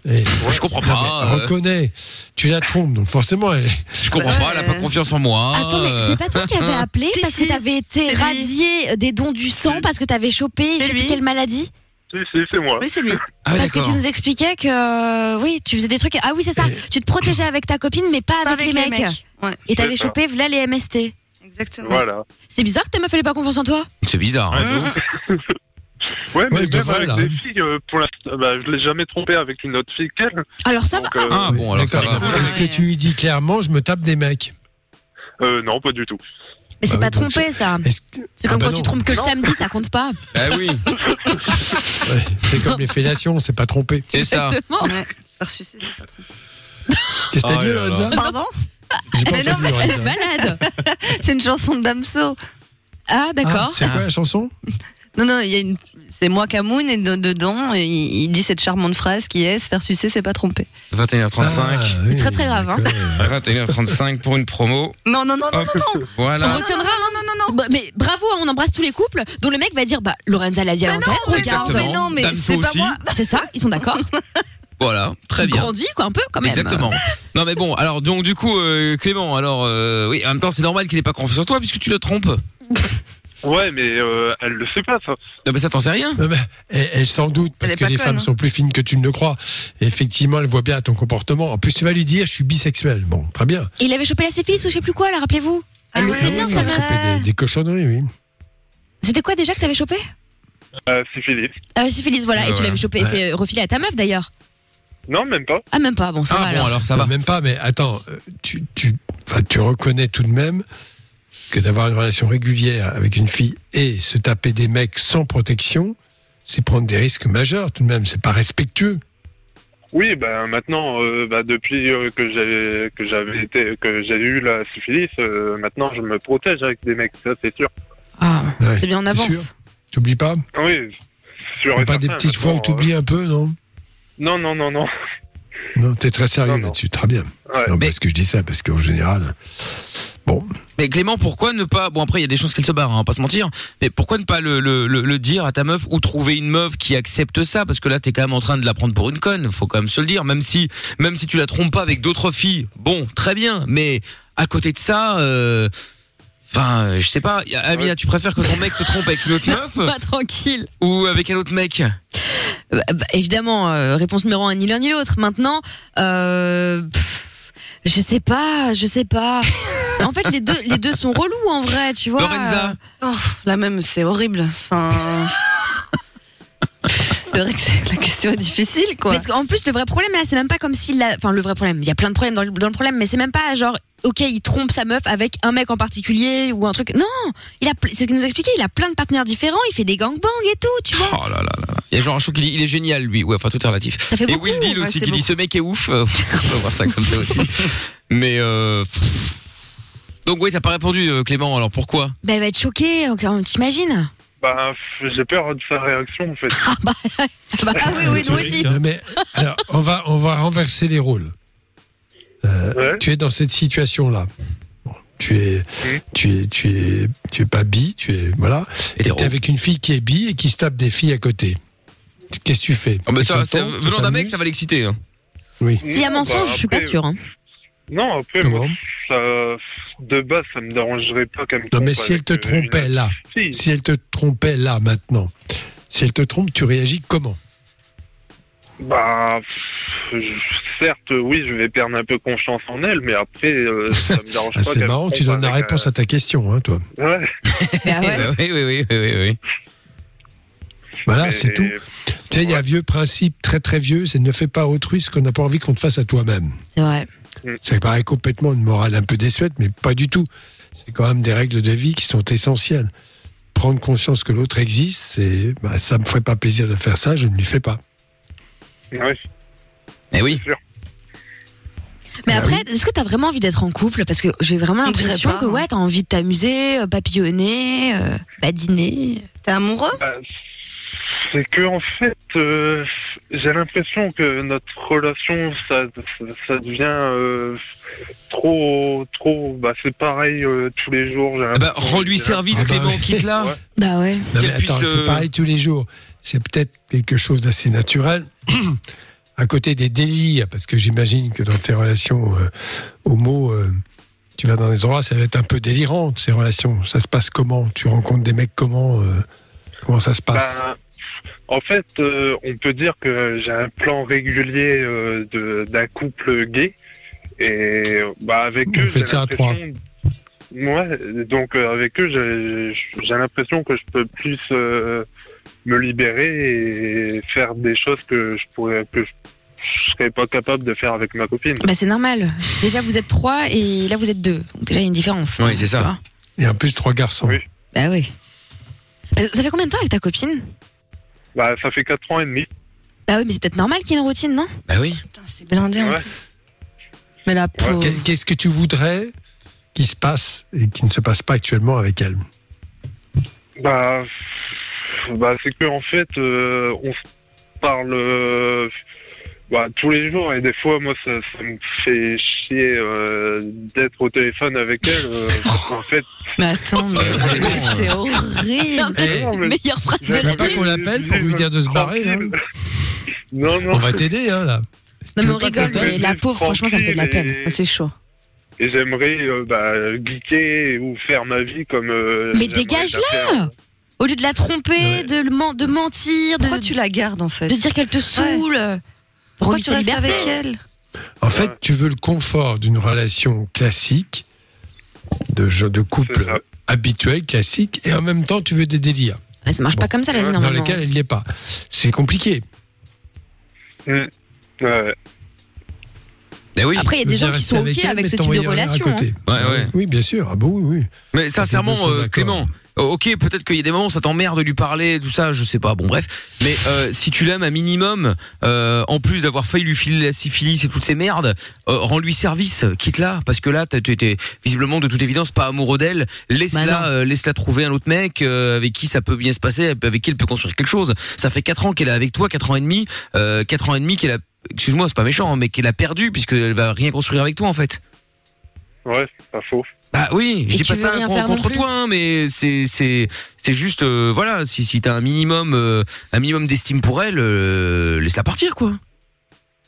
Je comprends
Non,
pas.
mais
hein. euh,
Reconnais, tu la trompes, donc forcément, elle.
Je comprends pas, elle a pas confiance en moi.
Euh.
Euh.
Attends, mais c'est pas toi qui
Ah.
avais appelé
Si,
parce que
si.
t'avais été
C'est lui.
radié des dons du sang parce que t'avais chopé, je sais plus quelle maladie.
Si, si, c'est moi.
Oui, c'est lui.
Ah,
Parce que tu nous expliquais que euh, oui, tu faisais des trucs. Ah oui, c'est ça. Tu te protégeais avec ta copine, mais pas avec, les, mecs. Et t'avais
C'est ça.
chopé voilà les MST.
Exactement.
Voilà.
C'est bizarre que ta meuf elle ait pas confiance en toi.
C'est bizarre. hein.
Ouais,
ben
mais même
devrais,
avec
là,
des
hein.
filles, euh, pour l'instant, bah, je l'ai jamais trompé avec une autre fille qu'elle. euh,
Alors ça
va.
Ah bon, alors ça
D'accord.
va.
Est-ce que tu lui dis clairement, je me tape des mecs
Euh, non, pas du tout.
Mais c'est
Bah
pas
oui, donc
trompé ça. C'est
Ah bah
comme quand
non.
tu trompes que le samedi, ça compte pas.
Ah oui.
Ouais, c'est comme les fellations, c'est Ah pas trompé.
C'est ça.
Exactement.
Ouais, se faire sucer, c'est pas trop.
Qu'est-ce que t'as
Oh
dit,
là là.
Lorenza
Pardon
J'ai pas
Mais non,
entendu,
mais elle
Lorenza.
est
malade.
C'est une chanson de Damso.
Ah,
Ah, c'est quoi la chanson
Non, non, il y a une. C'est moi Camoun et de- dedans, et il il dit cette charmante phrase qui est se faire sucer, c'est pas tromper.
21h35.
C'est très très grave. Hein.
21h35 pour une promo.
Non, non, non, non,
Hop.
non, non.
On
Voilà.
retiendra. Non, non, non, non. mais bravo, hein, on embrasse tous les couples dont le mec va dire bah Lorenza l'a dit à l'antenne. Regarde,
exactement.
mais non, mais
Damso
c'est pas
aussi.
moi.
c'est ça. Ils sont d'accord.
Voilà, très bien.
Grandit quoi un peu quand même.
Exactement. Non mais bon, alors donc du coup euh, Clément, alors euh, oui, en même temps c'est normal qu'il ait pas confiance en toi puisque tu le trompes.
Ouais, mais euh, elle le sait pas, ça.
Non mais ça t'en sait rien.
Non, mais elle, elle, sans doute, parce
Elle est
que
pas
les
conne,
femmes
hein.
sont plus fines que tu ne le crois. Et effectivement, elle voit bien ton comportement. En plus, tu vas lui dire, je suis bisexuel. Bon, très bien.
Et il avait chopé la syphilis ou je sais plus quoi là, rappelez-vous. Elle le sait bien ça.
Elle
va.
fait des, des cochonneries, oui.
C'était quoi déjà que t'avais chopé
Euh, c'est fini.
Ah, syphilis, voilà,
Ah,
et tu
voilà.
l'avais chopé,
Ouais.
fait refiler à ta meuf d'ailleurs.
Non, même pas.
Ah, même pas, bon, ça va alors.
ça va.
Même pas, mais attends, euh, tu, tu, enfin, tu reconnais tout de même que d'avoir une relation régulière avec une fille et se taper des mecs sans protection, c'est prendre des risques majeurs tout de même. C'est pas respectueux.
Oui, ben maintenant, euh, bah, depuis euh, que j'ai que j'avais été que j'ai eu la syphilis, euh, maintenant je me protège avec des mecs, ça c'est sûr.
Ah,
Ouais.
c'est bien en
T'es sûr
avance.
T'oublies pas
Oui. sûr et
Pas des
certain,
petites fois où
maintenant,
t'oublies un peu, non
euh, Non, non, non, non.
Non, t'es très sérieux là-dessus, très bien.
Ouais.
Non, parce que je dis ça, parce qu'en général,
Mais Clément, pourquoi ne pas Bon après il y a des choses qu'elle se barre, hein, on va pas se mentir. Mais pourquoi ne pas le, le, le, le dire à ta meuf ou trouver une meuf qui accepte ça Parce que là t'es quand même en train de la prendre pour une conne. Faut quand même se le dire. Même si même si tu la trompes pas avec d'autres filles, bon très bien. Mais à côté de ça. euh, Enfin, je sais pas, Amina, tu préfères que ton mec te trompe avec une autre meuf
Pas tranquille.
ou avec un autre mec
Bah, bah, évidemment, euh, réponse numéro un, ni l'un ni l'autre. Maintenant, euh, pff, Je sais pas, je sais pas. en fait, les deux, les deux sont relous en vrai, tu vois.
Lorenza. Oh, la même, c'est horrible. Enfin. c'est vrai que c'est- la question est difficile, quoi.
Parce qu'en plus, le vrai problème là, c'est même pas comme s'il l'a. Enfin, le vrai problème, il y a plein de problèmes dans le, dans le problème, mais c'est même pas genre, ok, il trompe sa meuf avec un mec en particulier ou un truc. Non il a, ple- C'est ce qu'il nous expliquait, il a plein de partenaires différents, il fait des gangbangs et tout, tu vois.
Oh là là là là. Il y a genre un chou qui dit, il est génial lui. Ouais, enfin tout est relatif.
Ça fait
Et
beaucoup.
Will Deal
Ouais,
aussi
c'est
qui dit
beaucoup.
ce mec est ouf. Euh, On va voir ça comme ça aussi. Mais euh... pff. donc ouais, t'as pas répondu euh, Clément. Alors pourquoi
Bah, il va être choqué, encore, t'imagines
Bah, pff, j'ai peur de sa réaction en fait.
Ah oui, oui, nous aussi.
hein.
Non, mais alors, on va, on va renverser les rôles. Euh, Tu es dans cette situation-là. Bon, Tu es, tu es, tu es, tu es pas bi, tu es voilà. Et t'es avec une fille qui est bi et qui se tape des filles à côté. Qu'est-ce que tu fais
Ah, mais
T'es
ça,
content
ça-
Tu
venant d'un mec, ça va l'exciter. hein.
Oui.
S'il y a
Non,
mensonge,
bah,
je suis pas
après,
sûre. hein.
Non, après, moi, ça- de base, ça me euh, dérangerait pas comme
Non, mais si elle te trompait là,
Si.
si elle te trompait là maintenant, si elle te trompe, tu réagis comment Ah,
Bah, pff, je- certes, oui, je vais perdre un peu confiance en elle, mais après, euh, ça me dérange
Ah,
pas.
C'est
qu'elle
marrant,
me
tu
trompe
donnes la
avec euh,
réponse à ta question, hein, toi.
un- Ouais.
Bah oui, oui, oui, oui, oui,
Voilà, c'est tout. Tu sais, il y a un vieux principe très très vieux, c'est ne fais pas à autrui ce qu'on n'a pas envie qu'on te fasse à toi-même.
C'est vrai.
Ça paraît complètement une morale un peu désuète, mais pas du tout. C'est quand même des règles de vie qui sont essentielles. Prendre conscience que l'autre existe, c'est bah, ça me ferait pas plaisir de faire ça, je ne lui fais pas.
Ouais.
Mais Eh oui.
Mais après, est-ce que t'as vraiment envie d'être en couple Parce que j'ai vraiment
dirait
l'impression
pas, hein.
que ouais, t'as envie de t'amuser, euh, papillonner, euh, badiner.
T'es amoureux
Bah, c'est que en fait, euh, j'ai l'impression que notre relation, ça, ça, ça devient euh, trop, trop. Bah, c'est pareil euh, tous les jours. j'ai
Bah,
l'impression-
rends-lui
Ah
service, Clément, quitte-la.
Bah ouais.
Non,
Qu'elle
mais attends,
puisse, euh,
c'est pareil tous les jours. C'est peut-être quelque chose d'assez naturel. à côté des délires, parce que j'imagine que dans tes relations euh, homo, euh, tu vas dans des endroits, ça va être un peu délirant, ces relations. Ça se passe comment Tu rencontres des mecs comment euh, Comment ça se passe
Bah, en fait, euh, on peut dire que j'ai un plan régulier euh, de- d'un couple gay. Et euh, bah, avec
On
eux,
fait
j'ai
ça à trois.
l'impression- Ouais, donc euh, avec eux, j'ai- j'ai l'impression que je peux plus euh, me libérer et faire des choses que je pourrais que je, je serais pas capable de faire avec ma copine.
Bah c'est normal. Déjà vous êtes trois et là vous êtes deux. Donc déjà il y a une différence.
Oui, c'est ça.
Et en plus, trois garçons.
Bah oui. Bah, ça fait combien de temps avec ta copine
Bah, ça fait 4 ans et demi.
Bah oui, mais c'est peut-être normal qu'il y ait une routine, non
Bah oui.
C'est blindé. hein. en
Ouais.
plus. Mais la peau.
Qu'est- Qu'est-ce que tu voudrais qui se passe et qui ne se passe pas actuellement avec elle
Bah, bah c'est que en fait, euh, on se parle euh, bah, tous les jours et des fois, moi, ça, ça me fait chier euh, d'être au téléphone avec elle. euh, parce qu'en fait,
Mais attends, mais c'est horrible.
Meilleure phrase
Tu veux pas qu'on l'appelle pour lui dire de se barrer là
Non, non.
On va t'aider, hein, là.
Non mais on rigole, mais la pauvre, franchement ça me fait de la peine.
tranquille et-
C'est chaud.
et j'aimerais euh, bah, geeker ou faire ma vie comme. euh, j'aimerais
Mais
la
dégage-la
faire.
Au lieu de la tromper, de, le men- de mentir, de,
Pourquoi tu la gardes en fait
de dire qu'elle te saoule.
Pourquoi
Rends-lui
tu
sa
restes
liberté.
avec elle
En fait, tu veux le confort d'une relation classique, de, jeu- de couple habituel, classique, et en même temps, tu veux des délires.
Ouais, ça marche pas comme ça, la vie,
Dans
normalement.
lesquels elle n'y est pas. C'est compliqué.
Mm. Ouais.
Après, il y a des gens qui sont OK avec, ce type de relation. hein.
Ouais, ouais.
Oui, bien sûr. Ah bon, oui, oui.
Mais
Ça, c'est
sincèrement,
deux choses
euh,
d'accord.
Clément, euh, ok, peut-être qu'il y a des moments où ça t'emmerde de lui parler, tout ça, je sais pas, bon bref. Mais euh, si tu l'aimes un minimum, euh, en plus d'avoir failli lui filer la syphilis et toutes ces merdes, euh, rends-lui service, quitte-la, parce que là, t'as- tu étais visiblement de toute évidence pas amoureux d'elle. Laisse-la,
Bah non.
euh, laisse-la trouver un autre mec euh, avec qui ça peut bien se passer, avec qui elle peut construire quelque chose. Ça fait quatre ans qu'elle est avec toi, quatre ans et demi, euh, quatre ans et demi qu'elle a, excuse-moi, c'est pas méchant, hein, mais qu'elle a perdu puisqu'elle va rien construire avec toi en fait.
Ouais, c'est pas faux.
Bah oui, je
Et tu
dis pas
veux
ça
rien
con-
faire non
contre
plus.
toi, hein, mais c'est c'est c'est juste euh, voilà, si si t'as un minimum euh, un minimum d'estime pour elle, euh, laisse-la partir quoi.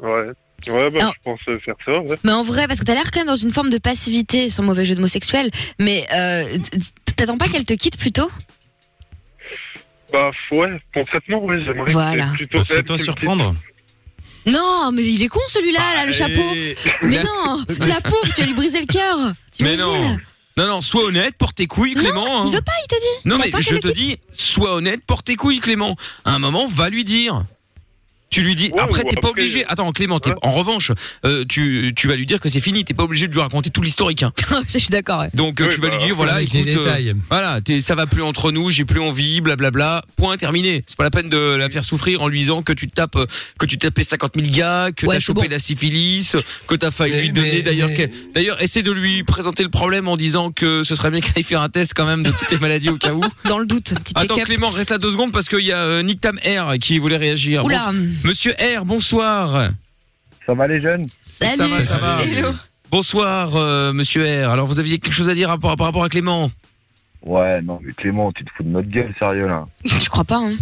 Ouais. Ouais, bah,
Alors-
je pense euh, faire ça, ouais.
Mais en vrai, parce que t'as l'air quand même dans une forme de passivité, sans mauvais jeu de mots sexuels, mais euh, t- t'attends pas qu'elle te quitte plutôt
Bah, ouais, concrètement, oui, j'aimerais.
Voilà.
que- plutôt
Bah, c'est
elle
toi
qui me
surprendre.
quitte.
Non, mais il est con celui-là,
Bah,
là, le chapeau.
eh.
Mais non, la pauvre, tu vas lui briser le cœur.
Mais non. Non, non, sois honnête, porte tes couilles, Clément.
Il
hein.
veut pas, il t'a dit.
Non,
Il
mais
attend
je
qu'elle le
te
quitte.
dis, sois honnête, porte tes couilles, Clément. À un moment, va lui dire. Tu lui dis. après, t'es pas
euh,
obligé. Attends, Clément, t'es- en revanche, euh, tu, tu vas lui dire que c'est fini. T'es pas obligé de lui raconter tout l'historique. hein.
Ça, je suis d'accord. ouais.
Donc euh,
Oui,
tu vas
bah,
lui dire voilà,
avec les
écoute, euh,
détails.
voilà, t'es- ça va plus entre nous, j'ai plus envie, blablabla. Point terminé. C'est pas la peine de la faire souffrir en lui disant que tu te tapes, euh, que tu tapais 50 000 gars, que
Ouais,
t'as
c'est
chopé
bon.
la syphilis, que t'as failli lui donner d'ailleurs. que- D'ailleurs, essaie de lui présenter le problème en disant que ce serait bien qu'il aille faire un test quand même de toutes les maladies au cas où.
Dans le doute. petit
Attends
check-up.
Clément, reste là deux secondes parce qu'il y a euh, Nick Tam R qui voulait réagir.
Oula.
Monsieur R, bonsoir.
Ça va les jeunes
Salut.
Ça va, ça va.
Hello.
Bonsoir, euh, monsieur R. Alors, vous aviez quelque chose à dire à- par, par rapport à Clément
Ouais, non, mais Clément, tu te fous de notre gueule, sérieux, là.
Je crois pas, hein.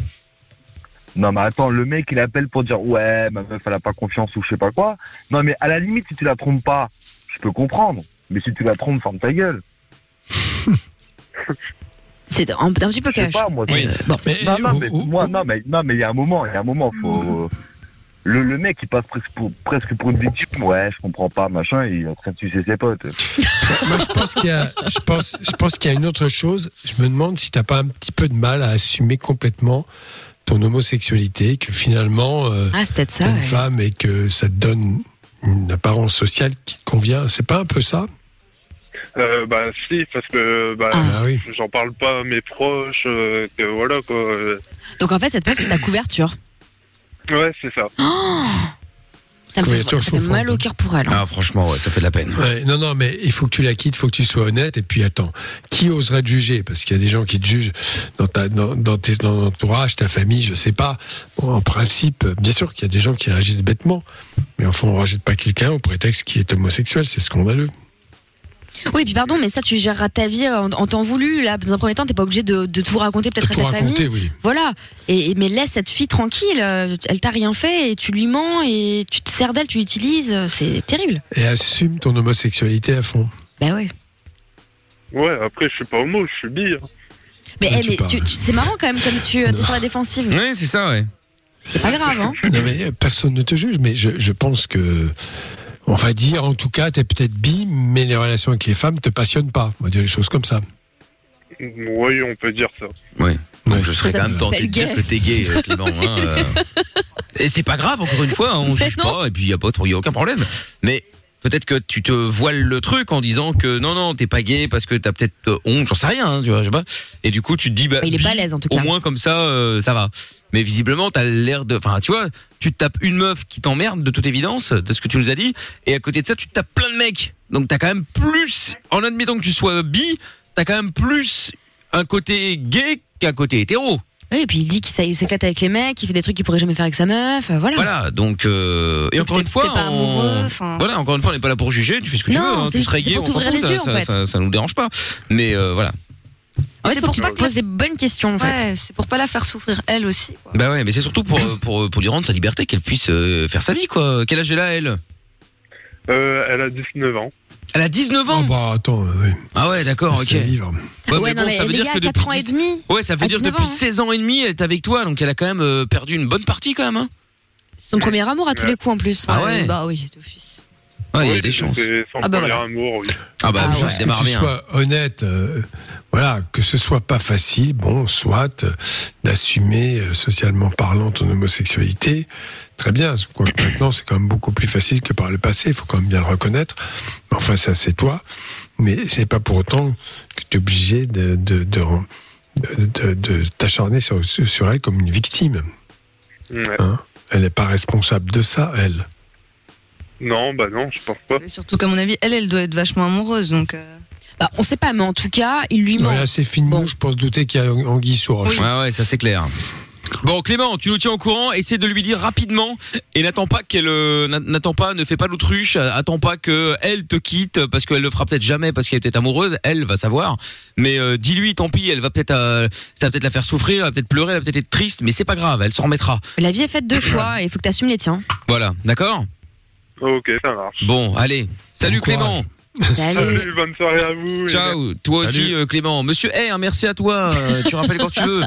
Non, mais attends, le mec, il appelle pour dire Ouais, ma meuf, elle a pas confiance ou je sais pas quoi. Non, mais à la limite, si tu la trompes pas, je peux comprendre. Mais si tu la trompes, ferme ta gueule.
C'est un, un petit peu
Je sais
cash.
pas, moi. tu- non, non, mais moi, non, mais non, mais il y a un moment, il y a un moment, faut. Le, le mec, il passe presque pour, presque pour une victime. Ouais, je comprends pas, machin, il est en train de sucer ses potes.
Je pense qu'il y a- je pense, je pense qu'il y a une autre chose. Je me demande si t'as pas un petit peu de mal à assumer complètement ton homosexualité, que finalement euh,
Ah, c'est peut-être ça.
t'es une
ouais.
femme et que ça te donne une apparence sociale qui te convient. C'est pas un peu ça
Euh, bah si, parce que bah,
Ah oui.
j'en parle pas à mes proches, euh, que voilà quoi. euh.
Donc en fait, cette meuf, c'est ta couverture.
Ouais, c'est ça.
Oh ça me fait,
Couverture
ça fait mal au cœur pour elle.
Ah.
hein.
franchement, ouais, ça fait de la peine.
non, non, mais il faut que tu la quittes, il faut que tu sois honnête. Et puis attends, qui oserait te juger Parce qu'il y a des gens qui te jugent dans, ta, dans, dans tes, dans ton entourage, ta famille, je sais pas. Bon, en principe, bien sûr qu'il y a des gens qui réagissent bêtement. Mais enfin, on rejette pas quelqu'un au prétexte qu'il est homosexuel, c'est scandaleux.
Oui, puis pardon, mais ça, tu géreras ta vie en, en temps voulu. Là, dans un premier temps, t'es pas obligé de, de tout raconter peut-être à
tout
ta
raconter,
famille.
oui.
Voilà. Et, et- mais laisse cette fille tranquille. euh, Elle t'a rien fait et tu lui mens et tu te sers d'elle, tu l'utilises. euh, C'est terrible.
Et assume ton homosexualité à fond.
Bah ouais.
Ouais, après je suis pas homo, je suis bi. hein.
Mais,
Ouais,
eh,
tu
mais
parles.
tu- tu- c'est marrant quand même comme tu es sur la défensive.
Oui, c'est ça, ouais.
C'est pas grave, hein.
Non, mais euh, personne ne te juge, mais je, je pense que. On va dire, en tout cas, t'es peut-être bi, mais les relations avec les femmes te passionnent pas. On va dire les choses comme ça.
Oui, on peut dire ça.
Ouais. Donc je serais
Ça
quand même
me
tenté de
rappelle gay.
dire que t'es gay, euh, Clément. hein, euh. Et c'est pas grave, encore une fois, hein, on
Ben
Mais
juge pas, et puis y a pas, trop- y a aucun problème. Mais peut-être que tu te voiles le truc en disant que non, non, t'es pas gay parce que t'as peut-être euh, honte, j'en sais rien, hein, tu vois, je sais pas. Et du coup, tu te dis, bah,
Il est pas à
bi,
l'aise, en tout
Au
cas.
moins comme ça, euh, ça va. Mais visiblement, t'as l'air de, enfin, tu vois, tu te tapes une meuf qui t'emmerde de toute évidence, de ce que tu nous as dit, et à côté de ça, tu te tapes plein de mecs. Donc t'as quand même plus, en admettant que tu sois bi, t'as quand même plus un côté gay qu'un côté hétéro.
Oui, et puis il dit qu'il s'a- il s'éclate avec les mecs, il fait des trucs qu'il pourrait jamais faire avec sa meuf. euh, Voilà.
Voilà, donc euh, et encore une fois, on... voilà, encore une fois, on n'est pas là pour juger. Tu fais ce que tu
Non,
veux. hein,
c'est-
tu serais
c'est
gay,
pour
on
t'ouvrir
s'en fout,
les yeux,
ça,
en
ça,
fait.
ça- ça nous dérange pas. Mais euh, voilà.
c'est pour pas que tu poses des bonnes questions. En fait.
Ouais, c'est pour pas la faire souffrir elle aussi.
Bah ouais, mais c'est surtout pour euh, pour pour lui rendre sa liberté, qu'elle puisse euh, faire sa vie quoi. Quel âge elle a elle
Euh, elle a 19 ans.
Elle a 19 ans.
bah attends,
Ah ouais, d'accord, ok. Ouais, mais bon, ça veut
les
dire
gars,
que
4
depuis
ans et demi.
Ouais, ça veut
à
dire
19
depuis
ans, hein.
16 ans et demi, elle est avec toi, donc elle a quand même euh, perdu une bonne partie quand même. Hein
Son premier amour à tous les coups en plus.
Ah ouais.
Bah oui.
ouais, il y a des chances.
C'est son
Ah bah
premier
voilà.
amour, oui.
Ah bah,
Juste
ça démarre
que tu
bien.
sois honnête, euh, voilà, que ce soit pas facile, bon, soit euh, d'assumer euh, socialement parlant ton homosexualité, très bien. Quoique maintenant, c'est quand même beaucoup plus facile que par le passé. Il faut quand même bien le reconnaître. Mais Enfin, ça, c'est toi. Mais c'est pas pour autant que tu es obligé de, de, de, de- de- de t'acharner sur, sur elle comme une victime.
Ouais.
hein. Elle n'est pas responsable de ça, elle.
Non, bah non, je pense pas.
Surtout qu'à mon avis, elle, elle doit être vachement amoureuse. Donc, euh,
Bah, on sait pas, mais en tout cas, il lui ment.
Voilà, c'est finement, je pense douter qu'il y a anguille sur roche. Euh,
Ouais, ouais, ça c'est clair. Bon, Clément, tu nous tiens au courant. Essaie de lui dire rapidement et n'attends pas qu'elle, euh, n'a- n'attends pas, ne fais pas l'autruche. euh, Attends pas que elle te quitte parce qu'elle le fera peut-être jamais parce qu'elle est peut-être amoureuse. Elle va savoir. Mais euh, dis-lui, tant pis, elle va peut-être, euh, ça va peut-être la faire souffrir, elle va peut-être pleurer, elle va peut-être être triste, mais c'est pas grave, elle s'en remettra.
La vie est faite de choix et il faut que tu assumes les tiens.
Voilà, d'accord.
Ok, ça marche.
Bon, allez, salut Clément.
Salut, bonne soirée à vous. les
Ciao,
mecs.
toi aussi
Salut.
euh, Clément. Monsieur R, merci à toi. euh, tu rappelles quand tu veux.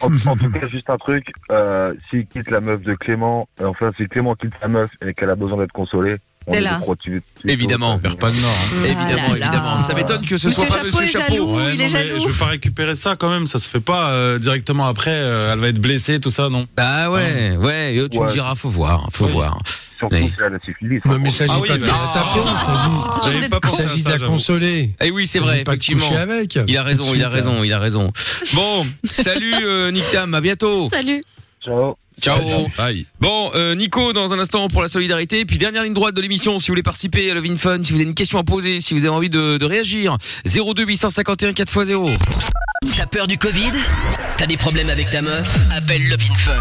En, en tout cas, juste un truc, euh, s'il quitte la meuf de Clément, euh, enfin, si Clément quitte sa meuf et qu'elle a besoin d'être consolée, on
T'es
est
là.
des prostituées.
Évidemment. On perd pas le nord.
hein. Évidemment, évidemment. Ça m'étonne que ce
Ah Monsieur
soit pas
Chapeau
Monsieur
est
Chapeau.
jaloux, il est
non, mais
jaloux.
Je vais pas récupérer ça quand même. Ça se fait pas euh, directement après. euh, elle va être blessée, tout ça, non
Bah ouais, ouais. et Tu me
Ouais.
diras, faut voir, faut voir.
Hein Surtout si elle a syphilis. Ah Non,
mais il s'agit pas de la taper, il s'agit- il s'agit de la consoler.
Eh oui, c'est
Il
vrai,
s'agit pas de
effectivement.
coucher avec.
Il a raison,
Tout de
il a
suite,
raison, il a raison. Bon, salut euh, Nick Tam, à bientôt.
Salut.
Ciao.
Ciao. Bon, euh, Nico, dans un instant pour la solidarité. Puis dernière ligne droite de l'émission, si vous voulez participer à Love in Fun, si vous avez une question à poser, si vous avez envie de, de réagir, 02 851 4x0.
hein.
T'as peur du Covid T'as des problèmes avec ta meuf Appelle Love in Fun.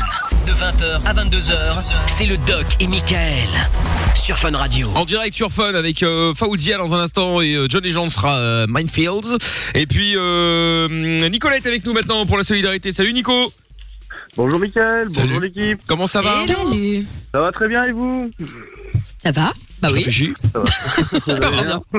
De 20h à 22h, c'est le Doc et Michael sur Fun Radio.
En direct sur Fun avec euh, Faouzia dans un instant et euh, John Legend sera euh, Minefields. Et puis euh, Nicolette est avec nous maintenant pour la solidarité. Salut Nico.
Bonjour Mickaël, bonjour l'équipe.
Comment ça va hein
Salut.
Ça va très bien et vous
Ça va Bah oui.
Ça va.
Ça va,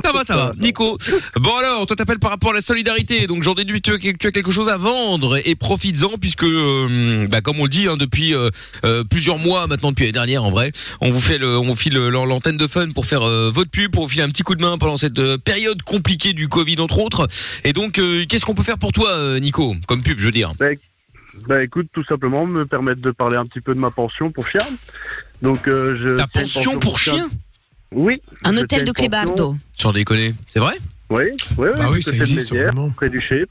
ça va, ça va. Nico. Bon alors, toi t'appelles par rapport à la solidarité, donc j'en déduis que tu as- tu as quelque chose à vendre et profites-en puisque, euh, bah, comme on le dit hein, depuis euh, euh, plusieurs mois maintenant depuis l'année dernière en vrai, on vous fait le, on vous file l'an- l'antenne de fun pour faire euh, votre pub, pour vous filer un petit coup de main pendant cette euh, période compliquée du Covid entre autres. Et donc, euh, qu'est-ce qu'on peut faire pour toi, euh, Nico, comme pub, je veux dire
Bah, éc- bah, écoute, tout simplement me permettre de parler un petit peu de ma pension pour chien. Donc euh, je. Ta
pension pour chien
Oui.
Un
je
hôtel
tiens
de
une pension.
Clébardo.
Sans déconner, c'est vrai
Oui, oui, oui.
Bah oui,
du
ça
côté de
existe,
Mézières, Près du Chèvre,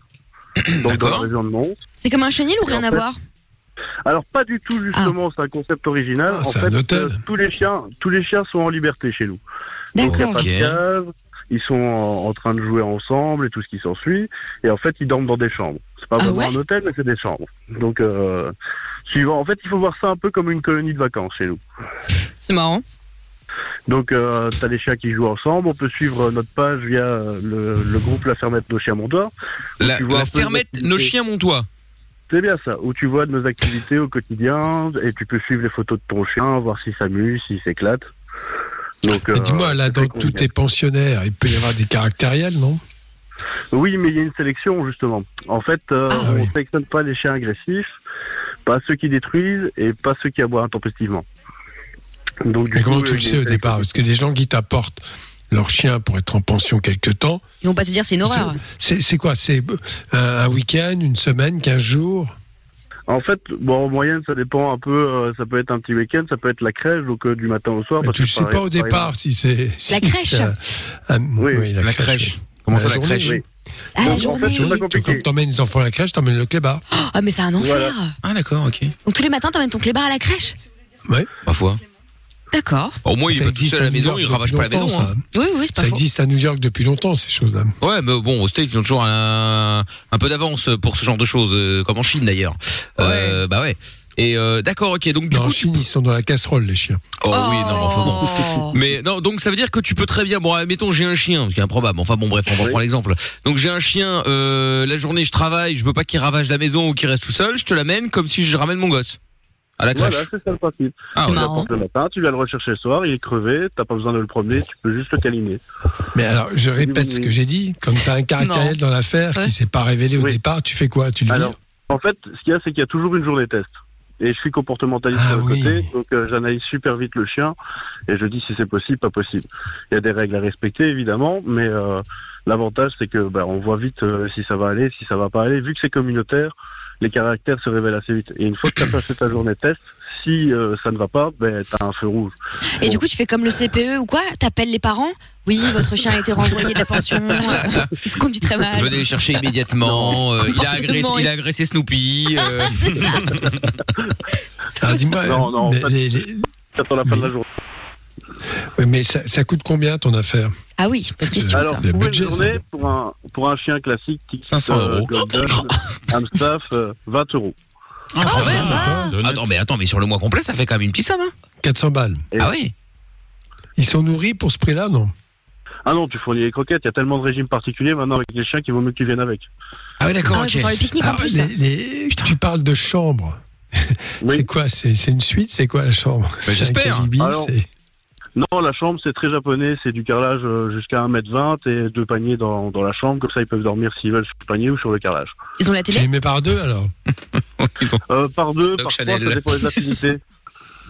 donc dans la région de Mons.
C'est comme un chenil ou rien à voir
Alors pas du tout justement, c'est un concept original. en
Ah. c'est
fait,
un hôtel.
euh, tous les chiens, tous les chiens sont en liberté chez nous. Donc, il y a
D'accord.
pas de
Ok.
cave, Ils sont en, en train de jouer ensemble et tout ce qui s'ensuit. Et en fait, ils dorment dans des chambres. C'est
Ah
pas vraiment un hôtel, mais c'est des chambres. Donc, euh, suivant. En fait, il faut voir ça un peu comme une colonie de vacances chez nous.
C'est marrant.
Donc, euh, t'as les chiens qui jouent ensemble. On peut suivre notre page via euh, le, le groupe La Fermette Nos Chiens Montois.
La,
Tu vois
la
un peu nos
fermette, nos
activités.
chiens, mon toit.
C'est bien ça, où tu vois nos activités au quotidien et tu peux suivre les photos de ton chien, voir s'il s'amuse, s'il s'éclate.
Ah,
Donc,
Mais
euh,
dis-moi, là,
c'est
dans
très convivial.
tous tes pensionnaires, il peut y avoir des caractériels, non
Oui, mais il y a une sélection justement. En fait, euh, on
Ah,
ne sélectionne pas les chiens agressifs, pas ceux qui détruisent et pas ceux qui aboient intempestivement. Donc, du
Mais comment
coup,
tu
euh,
le
il y a
sais
une
au départ Parce que les gens qui t'apportent leur chien pour être en pension quelque temps,
Ils vont pas se dire c'est une horreur.
c'est c'est quoi C'est un, un week-end, une semaine, 15 jours
En fait, bon, en moyenne, ça dépend un peu. euh, ça peut être un petit week-end, ça peut être la crèche, donc euh, du matin au soir.
Mais
parce
tu ne
que
sais
par-
pas au
par
départ
exemple-
si c'est. si
crèche.
c'est un- un- oui. la, crèche. oui.
Comment
La
ça, la
journée,
crèche
oui.
Ah,
Donc,
la
en fait,
journée.
tu vois, Comme t'emmènes les enfants à la crèche, t'emmènes le clébard.
Ah, mais c'est un enfer.
Ah, d'accord, ok.
Donc tous les matins, t'emmènes ton clébar à la crèche
Ouais.
Parfois.
D'accord.
Au moins, il
Ça
va tout
existe
seul à
à
la
New
maison,
York
il ravage pas
depuis
la maison.
longtemps,
hein.
Oui, oui, c'est pas
Ça
faux.
existe à New York depuis longtemps, ces choses-là.
Ouais, mais bon, aux States, ils ont toujours un, un peu d'avance pour ce genre de choses, euh, comme en Chine d'ailleurs. Euh, bah ouais. Et euh, d'accord, ok. Donc du
En
coup,
Chine, ils sont dans la casserole, les chiens.
oh, oui, non, mais enfin bon. Mais non, donc ça veut dire que tu peux très bien. Bon, admettons, j'ai un chien, parce qu'il est improbable. Enfin bon, bref, on va prendre l'exemple. Donc j'ai un chien. euh, la journée, je travaille. Je veux pas qu'il ravage la maison ou qu'il reste tout seul. Je te l'amène comme si je ramène mon gosse à la crèche.
Voilà, c'est ça le principe.
Ah,
tu
ouais.
l'apportes le matin, tu viens le rechercher le soir, il est crevé, t'as pas besoin de le promener, tu peux juste le câliner.
Mais alors, je répète ce que j'ai dit. Comme tu as un caractériel dans l'affaire qui s'est pas révélé au départ, tu fais quoi Tu le
Alors,
dis
en fait, ce qu'il y a, c'est qu'il y a toujours une journée test. Et je suis comportementaliste
Ah
de côté, donc euh, j'analyse super vite le chien et je dis si c'est possible, pas possible. Il y a des règles à respecter évidemment, mais euh, l'avantage c'est que bah, on voit vite euh, si ça va aller, si ça va pas aller. Vu que c'est communautaire, les caractères se révèlent assez vite. Et une fois que tu as passé ta journée test, si euh, ça ne va pas, ben t'as un feu rouge.
Et du coup, tu fais comme le CPE ou quoi T'appelles les parents Oui, votre chien a été renvoyé de la pension. euh, il se conduit très mal.
Venez le chercher immédiatement. euh, il, a agressé,
Comportement,
il a agressé Snoopy. euh.
Ah, dis-moi,
Non, non, en
mais,
fait,
les- les-
t'attends la fin de la journée.
oui, mais ça, ça coûte combien ton affaire
Ah oui, parce que
question,
Alors,
ça.
pour
Le budget,
une journée, pour un, pour un chien classique, type euh,
500 euros.
Golden, Amstaff, euh, 20 euros.
Ah, Attends, mais attends, mais sur le mois complet, ça fait quand même une petite somme. Hein
400 balles.
ah oui
Ils sont nourris pour ce prix-là, non
Ah non, tu fournis les croquettes, il y a tellement de régimes particuliers maintenant avec les chiens qu'il vaut mieux que tu viennes avec.
Ah oui, d'accord, ok.
Alors,
hein.
les- les- Tu parles de chambre. c'est quoi C'est c'est une suite C'est quoi la chambre
Mais
Bah,
C'est un
j'espère.
Calibi,
Alors,
c'est-
Non, la chambre, c'est très japonais, c'est du carrelage euh, jusqu'à 1m20 et deux paniers dans, dans la chambre, comme ça ils peuvent dormir s'ils veulles sur le panier ou sur le carrelage.
Ils ont la télé
Tu les mets par deux alors
Euh, par deux,
Doc
par trois,
Chanel.
ça dépend des affinités.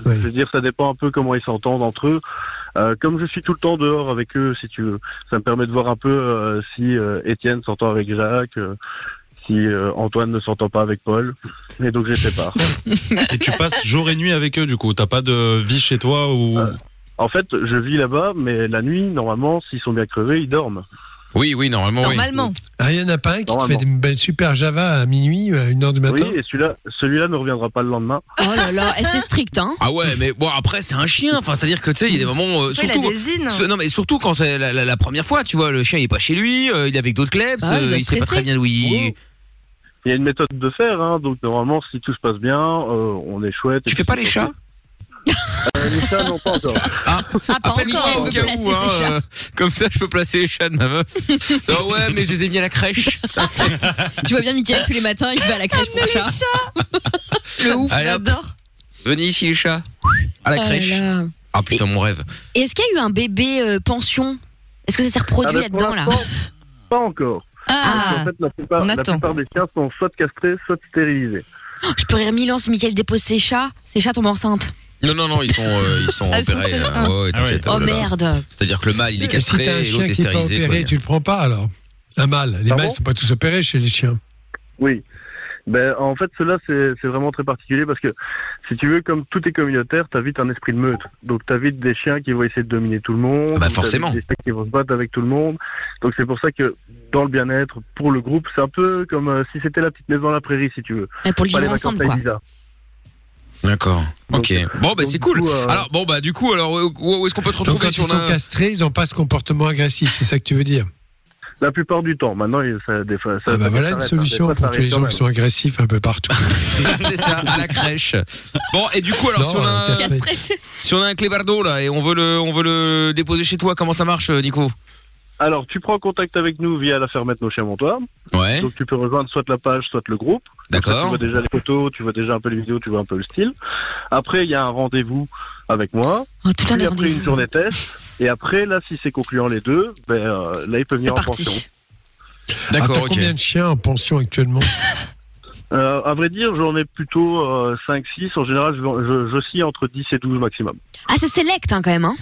Je veux dire, ça dépend un peu comment ils s'entendent entre eux. Euh, comme je suis tout le temps dehors avec eux, si tu veux, ça me permet de voir un peu euh, si euh, Étienne s'entend avec Jacques, euh, si euh, Antoine ne s'entend pas avec Paul. Et donc je les sépare.
Et tu passes jour et nuit avec eux, du coup. T'as pas de vie chez toi ou.
Euh, En fait, je vis là-bas, mais la nuit, normalement, s'ils sont bien crevés, ils dorment.
Oui, oui, normalement.
Ah, il y en a pas un qui te fait une belle super Java à minuit, à 1h du matin
Oui, et celui-là, celui-là ne reviendra pas le lendemain.
Oh là là, eh, c'est strict, hein.
Ah ouais, mais bon après c'est un chien. Enfin, c'est-à-dire que tu sais, il y a des moments euh,
Oui,
surtout.
il a des zines.
ce- non mais surtout quand c'est la, la- la première fois, tu vois, le chien il est pas chez lui, euh, il est avec d'autres klebs,
Ah, il
euh,
doit
il sait pas
stresser.
très bien où il.
Oui. Il y a une méthode de faire, hein, donc normalement, si tout se passe bien, euh, on est chouette. Tu fais pas les chats Les chats, non, pas encore.
Ah, pas
encore,
au
on peut
cas où,
placer ses
hein,
chats.
euh, Comme ça, je peux placer les chats de ma meuf. Ah ouais, mais je les ai mis à la crèche.
Tu vois bien Mickaël tous les matins, il va à la crèche pour chat. Le ouf,
Allez, hop.
j'adore.
Venez ici les chats. À la
Oh là
crèche.
là.
Ah putain, mon rêve.
Et est-ce qu'il y a eu un bébé euh, pension Est-ce que ça s'est reproduit
Ah ben, pour
là-dedans là Ah.
l'instant, Pas encore. Parce qu'en fait, la plupart, la plupart des chiens sont soit castrés, soit stérilisés.
Oh, Je peux rire mille ans si Mickaël dépose ses chats. Ses chats tombent enceintes.
Non, non, non, ils sont, euh, ils sont
Elles sont
opérés.
stériles.
euh, ouais, ouais, t'inquiète,
Oh,
là, là.
merde.
C'est-à-dire que le mâle, il est
Et Euh, si t'as
castré
un
et l'autre
chien
est
qui n'est pas
stérilisé.
opéré,
quoi.
tu le prends pas alors Un mâle. Les
Ah
mâles
bon
sont pas tous opérés chez les chiens.
Oui. Ben, en fait, cela, c'est c'est vraiment très particulier parce que, si tu veux, comme tout est communautaire, t'as vite un esprit de meute. Donc, t'as vite des chiens qui vont essayer de dominer tout le monde.
bah,
ou t'as
forcément.
vite Des chiens qui vont se battre avec tout le monde. Donc, c'est pour ça que, dans le bien-être, pour le groupe, c'est un peu comme euh, si c'était la petite maison à la prairie, si tu veux.
Ouais, pour le
Pas les
vivre
vacances
ensemble,
à
quoi.
Ibiza.
D'accord. Ok. Bon, bah c'est cool.
coup, euh,
Alors, bon, bah du coup, alors où, où- où est-ce qu'on peut te
Donc
retrouver
quand ils
si on
sont
a.
castrés, ils n'ont pas ce comportement agressif, c'est ça que tu veux dire
La plupart du temps. Maintenant, il- ça, des fois, ça,
Ah bah
ça
voilà une
s'arrête, hein.
solution
Des fois,
pour
ça
tous les
arrive quand
gens
même.
qui sont agressifs un peu partout.
c'est ça, à la crèche. Bon, et du coup, alors
Non,
si on a.
euh, castré.
Si on a un clébardo là et on veut le, on veut le déposer chez toi, comment ça marche, euh, Nico
Alors, tu prends contact avec nous via la fermette Nos Chiens Montois.
Ouais.
Donc, tu peux rejoindre soit la page, soit le groupe. Comme ça,
D'accord.
Tu vois déjà les photos, tu vois déjà un peu les vidéos, tu vois un peu le style. Après, il y a un rendez-vous avec moi.
tout un
puis après, une journée test. Et après, là, si c'est concluant les deux, ben, euh, là, il peut venir en pension.
Ah, t'as combien de chiens en pension actuellement
Euh, à vrai dire, j'en ai plutôt 5-6. En général, je, je, je scie entre 10 et 12 maximum.
Ah, c'est select hein, quand même. Hein.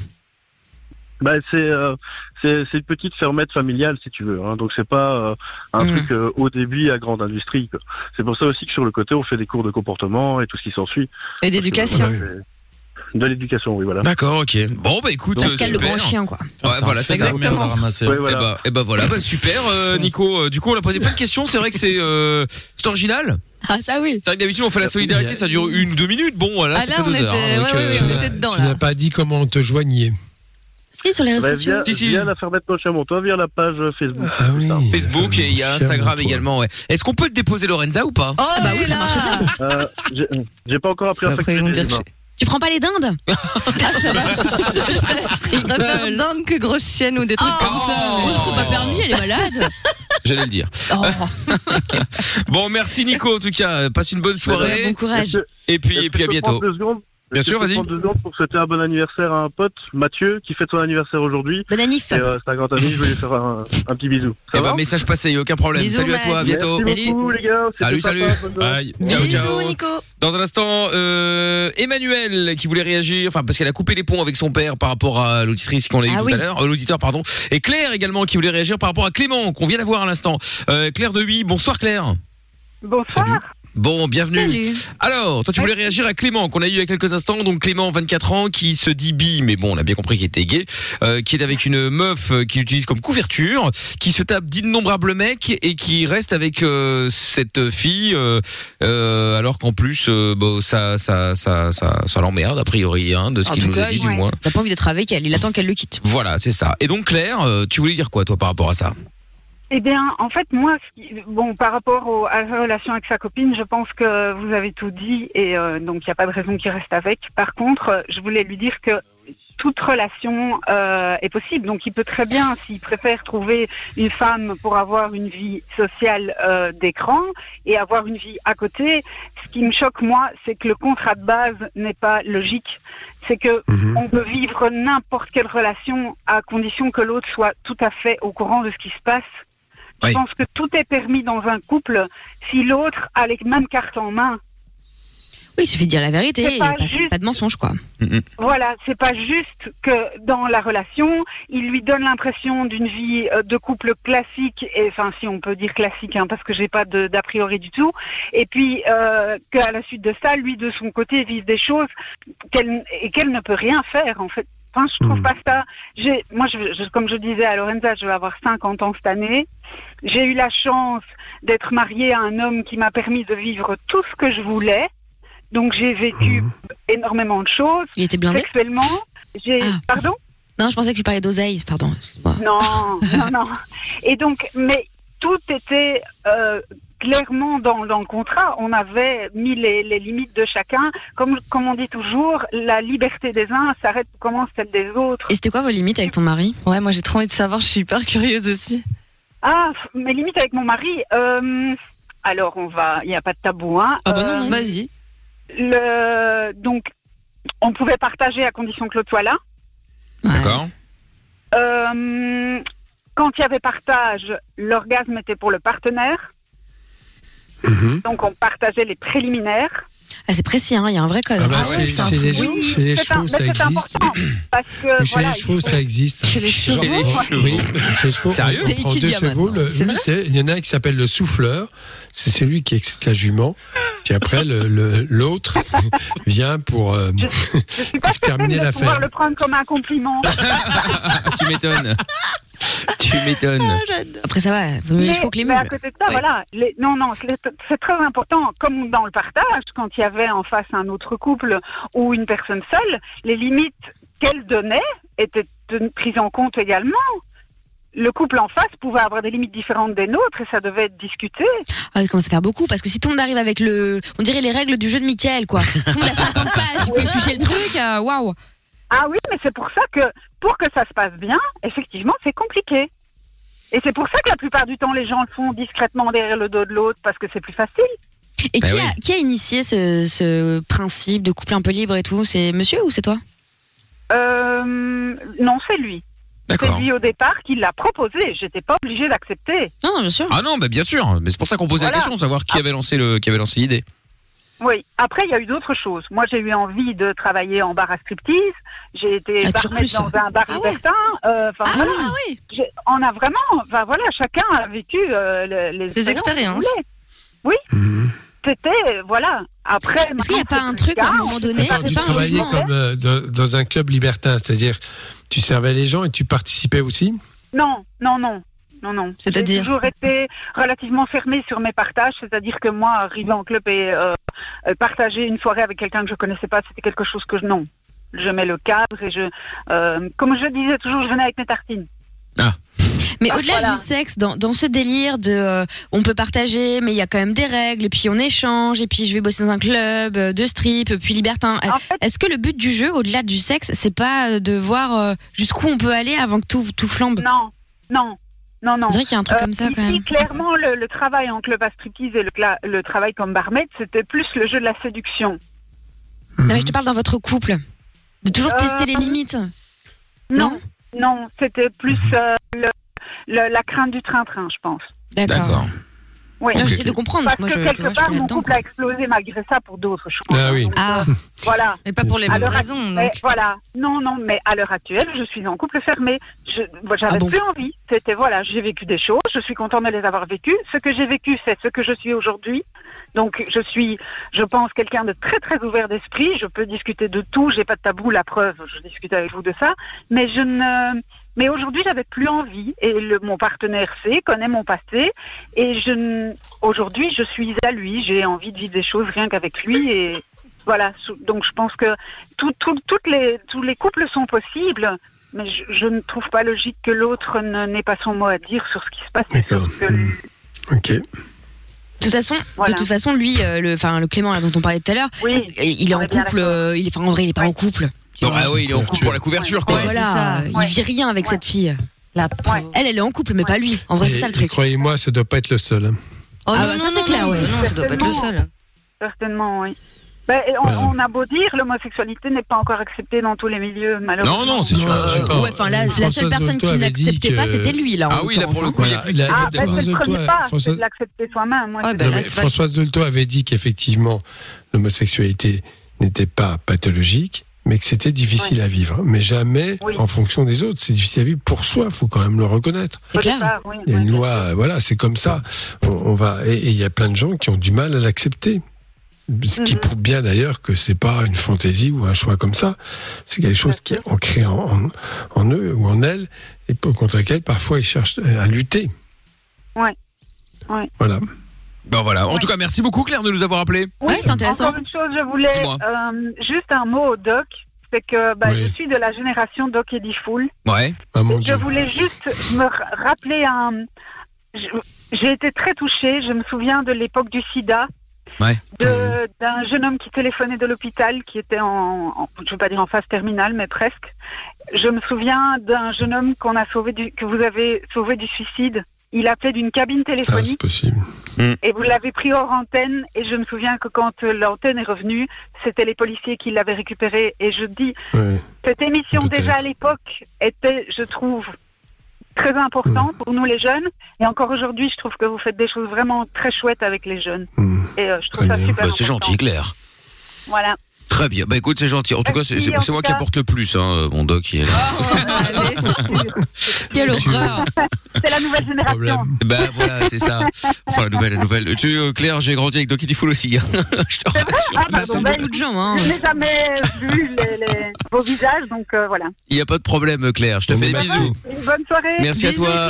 Bah, c'est euh, c'est c'est une petite fermette familiale si tu veux. Hein. Donc c'est pas euh, un
Mm.
truc euh, au début à grande industrie. quoi. C'est pour ça aussi que sur le côté on fait des cours de comportement et tout ce qui s'ensuit.
Et d'éducation.
Parce que, voilà, c'est- De l'éducation, oui voilà.
D'accord, ok. Bon bah écoute, euh,
Pascal le
super.
grand chien, quoi.
Ah,
Ouais,
C'est un
voilà, c'est ça.
phénomène à ramasser.
Et bah, eh bah, voilà, bah, super euh, Nico. Euh, Du coup, on a posé plein de questions. C'est vrai que c'est euh, c'est original.
Ah ça oui.
C'est vrai que d'habitude on fait la solidarité, ça dure une ou deux minutes. Bon, voilà,
Ah,
ça
là,
fait
on
deux heures.
était-
hein, donc,
ouais, ouais,
euh,
ouais, on était Tu n'as pas dit comment on te joignait.
Si, sur les
Bah,
réseaux sociaux.
via, via la fermette Mon Chien Mon Toit, via la page euh, Facebook.
Ah Facebook et il y a Instagram également. Ouais. Est-ce qu'on peut te déposer Lorenza ou pas
Ah bah oui, ça marche bien.
Euh, j'ai- J'ai pas encore appris à facturer. les humains.
Tu prends pas les dindes
On va faire dingue que grosse chienne ou des trucs comme
Oh.
ça. mais-
C'est Oh, pas permis, elle est malade.
J'allais le dire. bon, merci Nico en tout cas. Passe une bonne soirée.
Bon courage.
Et puis,
Est-ce
et
que
puis
je
à
peux
bientôt.
prendre deux secondes
Bien
Est-ce que
sûr,
je peux
vas-y.
prendre deux secondes pour souhaiter un bon anniversaire à un pote, Mathieu, qui fête son anniversaire aujourd'hui.
Bon anniversaire.
Et euh, c'est un grand ami, je voulais lui faire un, un petit bisou. Ça
Eh
va
ben, message passé, y a aucun problème.
Bisous,
salut à
Max.
toi, à bientôt.
Merci beaucoup, les gars. C'était
Salut,
sympa,
salut.
bonne journée.
Bye. Ciao, ciao. Dans un instant, euh, Emmanuel qui voulait réagir, enfin parce qu'elle a coupé les ponts avec son père par rapport à l'auditrice qu'on a eu
Ah
tout
oui.
à l'heure, euh, l'auditeur pardon, et Claire également qui voulait réagir par rapport à Clément qu'on vient d'avoir à l'instant. Euh, Claire de Huy, bonsoir Claire.
Bonsoir.
Bon, bienvenue.
Salut.
Alors, toi, tu voulais réagir à Clément, qu'on a eu il y a quelques instants. Donc, Clément, 24 ans, qui se dit bi, mais bon, on a bien compris qu'il était gay, euh, qui est avec une meuf euh, qu'il utilise comme couverture, qui se tape d'innombrables mecs et qui reste avec euh, cette fille, euh, euh, alors qu'en plus, euh, bon, ça, ça, ça, ça, ça l'emmerde, a priori, hein, de ce
En
qu'il
tout
nous a
cas,
dit,
il
du moins.
n'a pas envie d'être avec elle. Il attend qu'elle le quitte.
Voilà, c'est ça. Et donc, Claire, euh, tu voulais dire quoi, toi, par rapport à ça
Eh bien, en fait, moi, ce qui- bon, par rapport au- à sa relation avec sa copine, je pense que vous avez tout dit et euh, donc il n'y a pas de raison qu'il reste avec. Par contre, euh, je voulais lui dire que toute relation euh, est possible. Donc il peut très bien, s'il préfère trouver une femme pour avoir une vie sociale euh, d'écran et avoir une vie à côté, ce qui me choque moi, c'est que le contrat de base n'est pas logique. C'est que on peut vivre n'importe quelle relation à condition que l'autre soit tout à fait au courant de ce qui se passe.
Je
pense que tout est permis dans un couple si l'autre a les mêmes cartes en main.
Oui, il suffit de dire la vérité,
C'est
et
pas
pas, pas de mensonge, quoi.
Mm,
Voilà, c'est pas juste que dans la relation, il lui donne l'impression d'une vie euh, de couple classique, et enfin si on peut dire classique, hein, parce que j'ai pas de- d'a priori du tout, et puis euh, qu'à la suite de ça, lui de son côté vive des choses qu'elle, et qu'elle ne peut rien faire en fait. Enfin, je trouve pas ça. J'ai, moi, je, je- comme je disais à Lorenza, je vais avoir 50 ans cette année. J'ai eu la chance d'être mariée à un homme qui m'a permis de vivre tout ce que je voulais. Donc j'ai vécu énormément de choses.
Il était blindé Ah.
Sexuellement, j'ai. Pardon
Non, je pensais que tu parlais d'oseille, pardon.
Non, non, non. Et donc, mais tout était euh, clairement dans, dans le contrat. On avait mis les, les limites de chacun. Comme, comme on dit toujours, la liberté des uns s'arrête, commence celle des autres.
Et c'était quoi vos limites avec ton mari
Ouais, moi j'ai trop envie de savoir, je suis hyper curieuse aussi.
Ah, pff, mes limites avec mon mari. euh, alors, on va. Il n'y a pas de tabou, hein.
Ah bah non, non.
Vas-y. Le, donc, on pouvait partager à condition que l'autre soit là.
D'accord.
Euh, quand il y avait partage, l'orgasme était pour le partenaire. Donc, on partageait les préliminaires.
Ah, c'est précis, hein, il y a un vrai code.
Ah bah, Ah ouais, chez- c'est un chez truc- les-
Oui,
chez les c'est un- chevaux, mais ça c'est existe. important. Parce que,
Mais chez
voilà,
les chevaux,
il faut-
ça existe.
Chez les Chez les chevaux chevaux.
Oui, chez les chevaux.
Sérieux
On
T'es
prend deux
Ikidia
chevaux.
maintenant,
le-
c'est
oui,
vrai
c'est- il y en a un qui s'appelle le souffleur. C'est celui qui excite la jument. Puis après, le- le- l'autre vient pour, euh, pour
Ah,
terminer
de pouvoir
l'affaire.
le prendre comme un compliment.
Ah, tu m'étonnes. tu m'étonnes.
Après, ça va,
Mais,
Ah, il faut que les
mais
murs.
à côté de ça, voilà. les- non, non, c'est- c'est très important. Comme dans le partage, quand il y avait en face un autre couple ou une personne seule, les limites qu'elle donnait étaient ten- prises en compte également. Le couple en face pouvait avoir des limites différentes des nôtres et ça devait être discuté.
Ah, il commence à faire beaucoup parce que si tout le monde arrive avec le. On dirait les règles du jeu de Michael, quoi. Tout le monde a 50 pages, il faut éplucher le truc, euh, waouh!
Ah oui, mais c'est pour ça que pour que ça se passe bien, effectivement, c'est compliqué. Et c'est pour ça que la plupart du temps, les gens le font discrètement derrière le dos de l'autre parce que c'est plus facile.
Et qui, a, qui a initié ce, ce principe de couple un peu libre et tout? C'est monsieur ou c'est toi?
Euh, non, c'est lui. C'est lui au départ qui l'a proposé. J'étais pas obligée d'accepter.
Non, bien sûr.
Ah non, bah bien sûr. Mais c'est pour ça qu'on posait la
Voilà.
question, savoir
Ah.
qui avait lancé le, qui avait lancé l'idée.
Oui. Après, il y a eu d'autres choses. Moi, j'ai eu envie de travailler en bar à striptease. J'ai été barmaid
plus,
dans un bar libertin. Euh, enfin, voilà. J'ai- On a vraiment. Enfin voilà, chacun a vécu euh, le- les
Ses expériences.
qu'il voulait. Oui. C'était voilà. Après. Est-ce qu'il n'y a pas un
truc à un moment donné,
C'est
tu
pas un
travaillais
jugement,
comme
hein.
euh, dans, dans un club libertin, c'est-à-dire tu servais les gens et tu participais aussi.
Non, non, non. Non, non.
C'est-à-dire
J'ai toujours été relativement fermée sur mes partages, c'est-à-dire que moi, arriver en club et euh, euh, partager une soirée avec quelqu'un que je connaissais pas, c'était quelque chose que je non. Je mets le cadre et je, euh, comme je disais toujours, je venais avec mes tartines.
Mais
Ah,
au-delà du sexe, dans, dans ce délire de euh, on peut partager, mais il y a quand même des règles, et puis on échange, et puis je vais bosser dans un club euh, de strip, euh, puis libertin. Euh, Est-ce que le but du jeu, au-delà du sexe, c'est pas euh, de voir euh, jusqu'où on peut aller avant que tout, tout flambe
Non, non, non, non.
On dirait qu'il y a un truc
Euh,
comme ça
ici,
quand même.
clairement, le, le travail en club à striptease et le, cla- le travail comme barmaid, c'était plus le jeu de la séduction.
Non, mais je te parle dans votre couple. De toujours
Euh,
tester les limites.
Non, non, c'était plus euh, le- le- la crainte du train-train, je pense.
D'accord.
Oui.
Non, j'essaie de comprendre, parce
Parce
que moi,
que
je-
quelque
tu vois, je suis
part, mon
là-dedans,
couple a explosé malgré ça pour d'autres choses.
Ah oui.
Ah. Voilà.
Mais pas pour les
À
mêmes
l'heure
raisons,
actuelle-
donc.
mais Voilà. Non, non, mais à l'heure actuelle, je suis en couple fermé. Je- moi, J'avais plus envie. C'était voilà, j'ai vécu des choses. Je suis contente de les avoir vécues. Ce que j'ai vécu, c'est ce que je suis aujourd'hui. Donc, je suis, je pense, quelqu'un de très très ouvert d'esprit. Je peux discuter de tout. J'ai pas de tabou. La preuve, je discute avec vous de ça. Mais je ne, mais aujourd'hui, j'avais plus envie. Et le, mon partenaire sait, connaît mon passé. Et je, ne- aujourd'hui, je suis à lui. J'ai envie de vivre des choses rien qu'avec lui. Et voilà, sou- donc je pense que tout, tout- toutes les, tous les couples sont possibles, mais je, je ne trouve pas logique que l'autre ne- n'ait pas son mot à dire sur ce qui se passe.
D'accord. Mm. Ok.
De toute façon, de toute façon, lui, euh, le, enfin, le Clément là, dont on parlait tout à l'heure, il est en couple. euh, il est, enfin, en vrai, il est pas en couple.
Non, ah oui, il est en couple pour la couverture, quoi.
Ah,
Voilà, il vit rien avec cette fille. Elle, elle est en couple, mais pas lui. En vrai, c'est
Et-
ça le
et
truc.
Croyez-moi, ça doit pas être le seul. hein.
ah bah, ça, c'est clair, ouais.
non, ça doit pas être le
seul. Certainement, oui. Ben, et
Bah,
on, on a beau dire, l'homosexualité n'est pas encore acceptée dans tous les milieux, malheureusement.
Non, non, c'est sûr. c'est sûr.
Euh, ouais, enfin, la, la seule
Françoise
personne
Zoto
qui
avait dit
n'acceptait pas,
que-
c'était lui, là. en
Ah oui, là, pour le
l'occurrence,
coup,
hein. Ah,
il Voilà, l'acceptait
Ah,
pas.
ben, c'est le
Françoise,
premier
toi,
pas, c'est
Françoise-
de l'accepter soi-même. ouais.
bah,
Non, mais Françoise Dolto avait dit qu'effectivement, l'homosexualité n'était pas pathologique, mais que c'était difficile à vivre. Mais jamais en fonction des autres. C'est difficile à vivre pour soi, il faut quand même le reconnaître.
Au départ, oui.
Il y a une loi, euh, voilà, c'est comme ça. On, on va, et et il y a plein de gens qui ont du mal à l'accepter. Ce qui prouve bien d'ailleurs que c'est pas une fantaisie ou un choix comme ça. C'est quelque chose qui est ancré en, en- en eux ou en elles et pour- contre laquelle parfois ils cherchent euh, à lutter.
Ouais. Ouais.
Voilà.
Bon, voilà. En tout cas, merci beaucoup, Claire, de nous avoir appelés.
Oui, Encore une chose, je voulais
Dis-moi.
euh, juste un mot au doc. C'est que ben, je suis de la génération Doc Eddie Fool.
Ouais.
Ah,
Je voulais juste me ra- rappeler un. je- J'ai été très touchée. Je me souviens de l'époque du sida.
Ouais.
de- d'un jeune homme qui téléphonait de l'hôpital, qui était en, en- je veux pas dire en phase terminale, mais presque. Je me souviens d'un jeune homme qu'on a sauvé du, que vous avez sauvé du suicide. Il appelait d'une
Ah,
cabine téléphonique
possible.
Mm.
et vous l'avez pris hors antenne. Et je me souviens que quand euh, l'antenne est revenue, c'était les policiers qui l'avaient récupéré. Et je dis, cette émission déjà à l'époque était, je trouve, très
Mm.
importante pour nous les jeunes. Et encore aujourd'hui, je trouve que vous faites des choses vraiment très chouettes avec les jeunes. Et euh, je trouve ça super.
Mm. Bah, c'est gentil, Claire.
Voilà.
Très bien. Bah écoute, c'est gentil. En tout cas, c'est
Merci,
c'est-
en
c'est
tout
moi qui
cas. Ah,
apporte le plus, hein, mon doc. Il est là.
Quelle horreur C'est la
Oh,
nouvelle génération.
Bah voilà, c'est ça. Enfin, la nouvelle, la nouvelle. Tu sais, euh, Claire, j'ai grandi avec Doc Eddie Fool aussi. hein. Je te rassure.
Ah, pardon, ben, Je n'ai jamais vu les- les- vos visages, donc euh, voilà.
Il n'y a pas de problème, Claire. Je te fais des bisous.
Une bonne soirée.
Merci à toi. À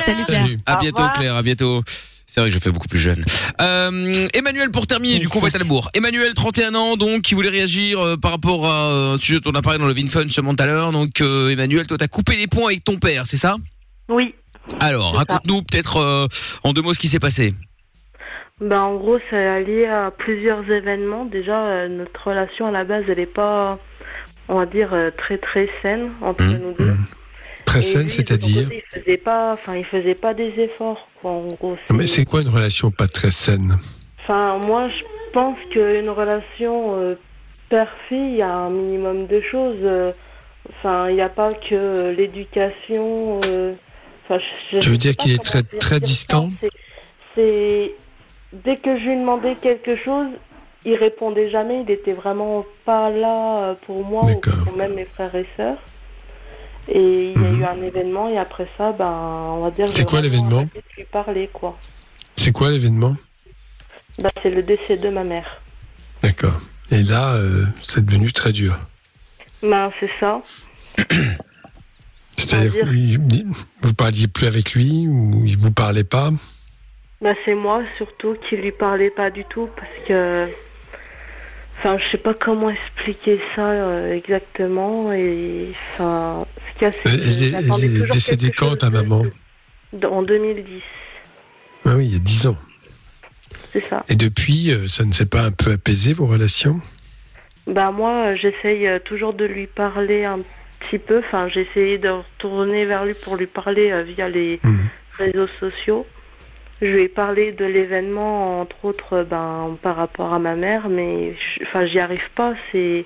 Au
bientôt,
revoir.
Claire. À bientôt. C'est vrai que je fais beaucoup plus jeune. Euh, Emmanuel, pour terminer, du coup, on va être à la bourre. Emmanuel, 31 ans, donc, qui voulait réagir euh, par rapport à euh, un sujet dont on a parlé dans le VinFun seulement tout à l'heure. Donc, euh, Emmanuel, toi, t'as coupé les ponts avec ton père, c'est ça
Oui.
Alors, raconte-nous peut-être euh, en deux mots ce qui s'est passé.
Ben, en gros, ça lié à plusieurs événements. Déjà, euh, notre relation à la base, elle n'est pas, on va dire, euh, très très saine entre nous deux.
Mmh. Très
Et
saine,
lui,
c'est-à-dire.
Il faisait pas, enfin, il faisait pas des efforts, quoi, en gros.
Non, Mais c'est quoi une relation pas très saine
Enfin, moi, je pense qu'une relation euh, père-fille, il y a un minimum de choses. euh, Enfin, il n'y a pas que euh, l'éducation. euh, Enfin, je- je
Tu veux
sais
dire
pas
qu'il est
comment
très
dire
très
ça.
distant
C'est dès que je lui demandais quelque chose, il répondait jamais. Il était vraiment pas là euh, pour moi ou pour même mes frères et sœurs. Et il y a eu un événement et après ça, ben, on va dire,
Mhm. C'est quoi l'événement
je lui parlais quoi.
C'est quoi l'événement
Ben, c'est le décès de ma mère.
D'accord. Et là, euh, c'est devenu très dur.
Ben, c'est ça.
C'est-à-dire, que il- vous parliez plus avec lui ou il vous parlait pas
Bah, c'est moi surtout qui lui parlais pas du tout parce que. Enfin, je sais pas comment expliquer ça euh, exactement. Et. Enfin, ce qu'il y a, c'est que
Euh, Elle est,
j'attendais
elle est
toujours
décédée
quelque
quand, ta maman
chose d- En 2010,
Ah oui, il y a 10 ans.
c'est ça.
Et depuis, euh, ça ne s'est pas un peu apaisé, vos relations
Bah, moi, euh, j'essaye euh, toujours de lui parler un petit peu. Enfin, j'ai essayé de retourner vers lui pour lui parler euh, via les réseaux sociaux. Je lui ai parlé de l'événement, entre autres, euh, ben, par rapport à ma mère, mais je- enfin, j'y arrive pas. C'est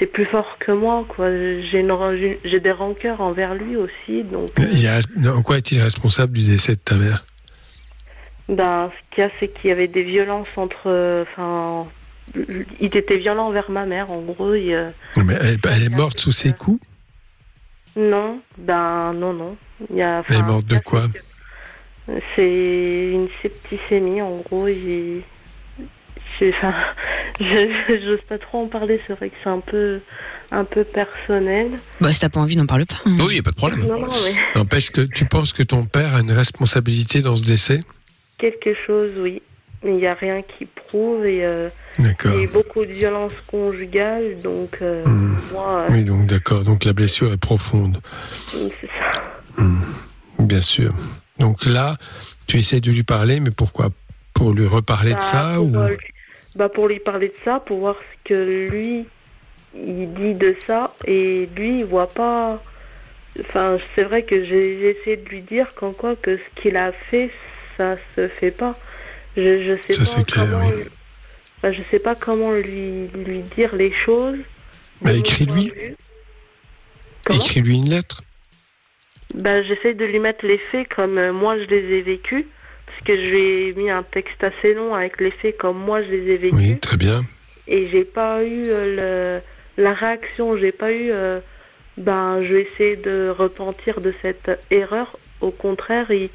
c'est plus fort que moi, quoi. J'ai une ran- j'ai des rancœurs envers lui aussi, donc.
Il y a- En quoi est-il responsable du décès de ta mère
Ben, ce qu'il y a, c'est qu'il y avait des violences entre. euh, Enfin, il était violent envers ma mère, en gros. il, euh,
Non, mais elle, elle est morte sous ses coups
non, ben, non, non. Il y a.
Elle est
enfin,
morte de quoi
C'est une septicémie, en gros. Il... je- Enfin, je j'ose pas trop en parler, c'est vrai que c'est un peu, un peu personnel.
Bah, si t'as pas envie, n'en parle pas.
Oui, il n'y a pas de problème.
Non, non, mais
N'empêche que tu penses que ton père a une responsabilité dans ce décès
quelque chose, oui. Il n'y a rien qui prouve et euh, il
D'accord.
y a eu beaucoup de violence conjugale, donc euh, moi,
Hmm. Oui, donc d'accord. Donc la blessure est profonde, Hmm.
euh, c'est ça.
bien sûr. Donc là, tu essaies de lui parler, mais pourquoi Pour lui reparler de
Bah,
ça
pour,
ou...
euh, lui- bah, pour lui parler de ça, pour voir ce que lui il dit de ça et lui, il voit pas. Enfin, c'est vrai que j'ai j'ai essayé de lui dire qu'en quoi que ce qu'il a fait, ça se fait pas. Je, je sais pas comment. enfin, je sais pas comment lui lui dire les choses.
Mais écris-lui. Écris-lui une lettre.
Ben, j'essaie de lui mettre les faits comme euh, moi je les ai vécus, parce que je lui ai mis un texte assez long avec les faits comme moi je les ai vécus.
Oui, très bien.
Et j'ai pas eu euh, le- la réaction, j'ai pas eu. euh, ben, je vais essayer de repentir de cette erreur. Au contraire, il,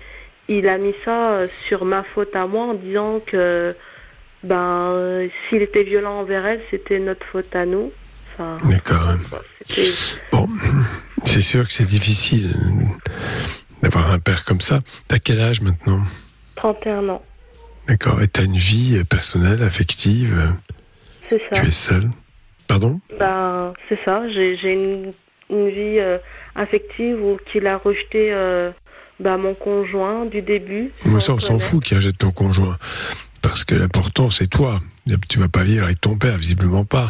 il a mis ça euh, sur ma faute à moi en disant que ben, euh, s'il était violent envers elle, c'était notre faute à nous. Enfin,
D'accord.
c'était-
Bon, c'est sûr que c'est difficile d'avoir un père comme ça. T'as quel âge maintenant
31 ans,
D'accord. Et t'as une vie euh, personnelle, affective. euh,
c'est ça.
Tu es seul. Pardon
Ben, c'est ça, j'ai j'ai une, une vie euh, affective où qu'il a rejeté euh, ben, mon conjoint du début.
Moi, ça, on s'en fout qu'il rejette ton conjoint. Parce que l'important, c'est toi. Tu vas pas vivre avec ton père, visiblement pas.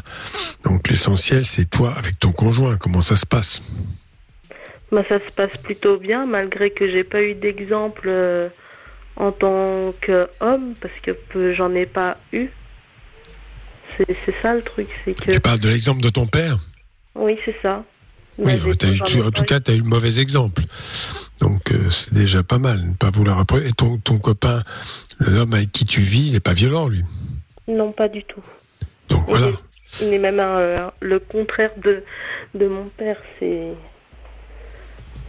Donc l'essentiel, c'est toi avec ton conjoint. Comment ça se passe
Ben, ça se passe plutôt bien, malgré que j'ai pas eu d'exemple euh, en tant qu'homme, parce que peu- j'en ai pas eu. C'est c'est ça le truc, c'est que.
Tu parles de l'exemple de ton père
Oui, c'est ça.
Oui, euh, t'as eu- tu- en tout cas, tu as eu le mauvais exemple. Donc, euh, c'est déjà pas mal, ne pas vouloir après. Et ton, ton copain, l'homme avec qui tu vis, il n'est pas violent, lui.
Non, pas du tout.
Donc, voilà.
Il est même euh, le contraire de, de mon père, c'est.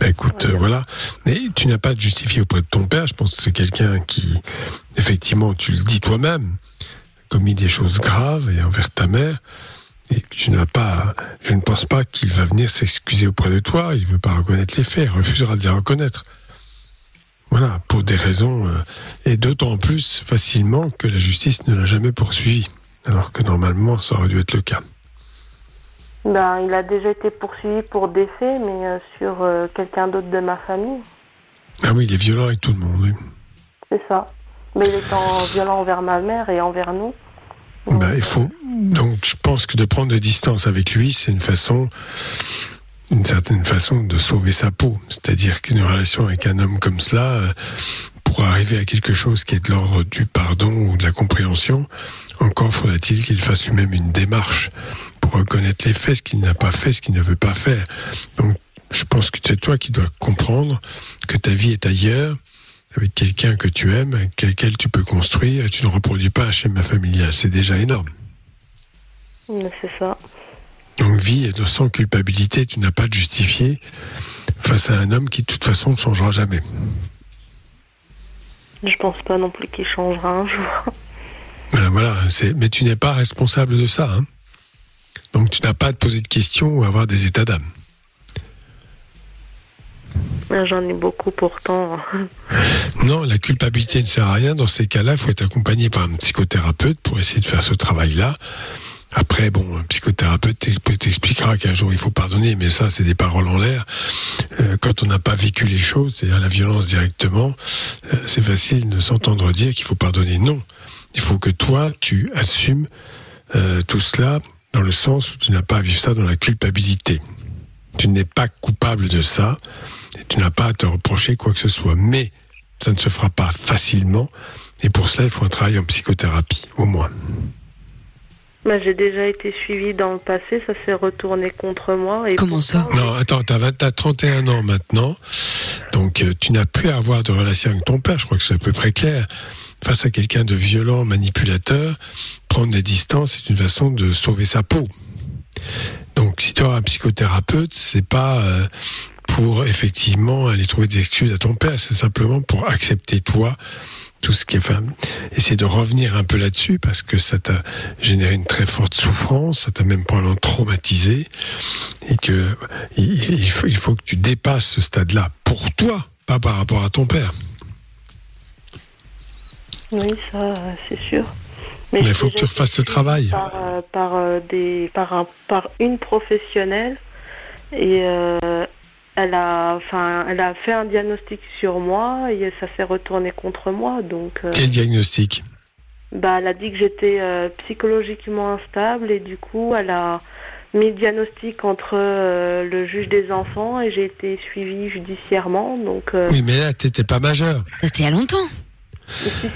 Bah, écoute, euh, voilà. Mais tu n'as pas de justifier auprès de ton père. Je pense que c'est quelqu'un qui, effectivement, tu le dis toi-même, a commis des choses graves et envers ta mère. Et que tu n'as pas, je ne pense pas qu'il va venir s'excuser auprès de toi. Il ne veut pas reconnaître les faits. Il refusera de les reconnaître. Voilà, pour des raisons, euh, et d'autant plus facilement que la justice ne l'a jamais poursuivi, alors que normalement ça aurait dû être le cas.
Ben, il a déjà été poursuivi pour des faits, mais euh, sur euh, quelqu'un d'autre de ma famille,
Ah oui, il est violent avec tout le monde. oui.
c'est ça. Mais il est en violent envers ma mère et envers nous.
Bah, il faut donc je pense que de prendre de distance avec lui, c'est une façon, une certaine façon de sauver sa peau. C'est-à-dire qu'une relation avec un homme comme cela, euh, pour arriver à quelque chose qui est de l'ordre du pardon ou de la compréhension, encore faudra-t-il qu'il fasse lui-même une démarche pour reconnaître les faits, ce qu'il n'a pas fait, ce qu'il ne veut pas faire. Donc je pense que c'est toi qui dois comprendre que ta vie est ailleurs avec quelqu'un que tu aimes, avec lequel tu peux construire, et tu ne reproduis pas un schéma familial. C'est déjà énorme.
Mais C'est ça.
Donc vie et de- sans culpabilité, tu n'as pas de justifier face à un homme qui de toute façon ne changera jamais.
Je pense pas non plus qu'il changera un jour.
Ben voilà, c'est- mais tu n'es pas responsable de ça. hein. Donc tu n'as pas à te poser de questions ou à avoir des états d'âme.
Mais J'en ai beaucoup pourtant.
Non, la culpabilité ne sert à rien. Dans ces cas-là, il faut être accompagné par un psychothérapeute pour essayer de faire ce travail-là. Après, bon, un psychothérapeute t'ex- t'expliquera qu'un jour il faut pardonner, mais ça, c'est des paroles en l'air. Euh, quand on n'a pas vécu les choses, c'est-à-dire la violence directement, euh, c'est facile de s'entendre dire qu'il faut pardonner. Non, il faut que toi, tu assumes euh, tout cela dans le sens où tu n'as pas à vivre ça dans la culpabilité. Tu n'es pas coupable de ça, et tu n'as pas à te reprocher quoi que ce soit. Mais ça ne se fera pas facilement, et pour cela, il faut un travail en psychothérapie, au moins.
Mais J'ai déjà été suivie dans le passé, ça s'est retourné contre moi. Et Comment ça
Non, attends, t'as, 20 t'as 31 ans maintenant, donc euh, tu n'as plus à avoir de relation avec ton père, je crois que c'est à peu près clair. Face à quelqu'un de violent, manipulateur, prendre des distances, c'est une façon de sauver sa peau. Donc si tu as un psychothérapeute, c'est pas euh, pour effectivement aller trouver des excuses à ton père, c'est simplement pour accepter toi tout ce qui est enfin, essayer de revenir un peu là-dessus parce que ça t'a généré une très forte souffrance, ça t'a même probablement traumatisé et que il, il faut, il faut que tu dépasses ce stade-là pour toi, pas par rapport à ton père.
Oui, ça, euh, c'est sûr.
Mais il
j'ai
faut que
déjà
tu refasses ce travail.
par, euh, par, euh, des, par, un- par une professionnelle et euh, elle, a, enfin, elle a fait un diagnostic sur moi et ça s'est retourné contre moi. Donc, euh,
Quel diagnostic
bah, elle a dit que j'étais euh, psychologiquement instable et du coup, elle a mis diagnostic entre euh, le juge des enfants et j'ai été suivie judiciairement. Donc, euh,
Oui, mais là, t'étais pas majeur.
Ça, c'était il y a longtemps.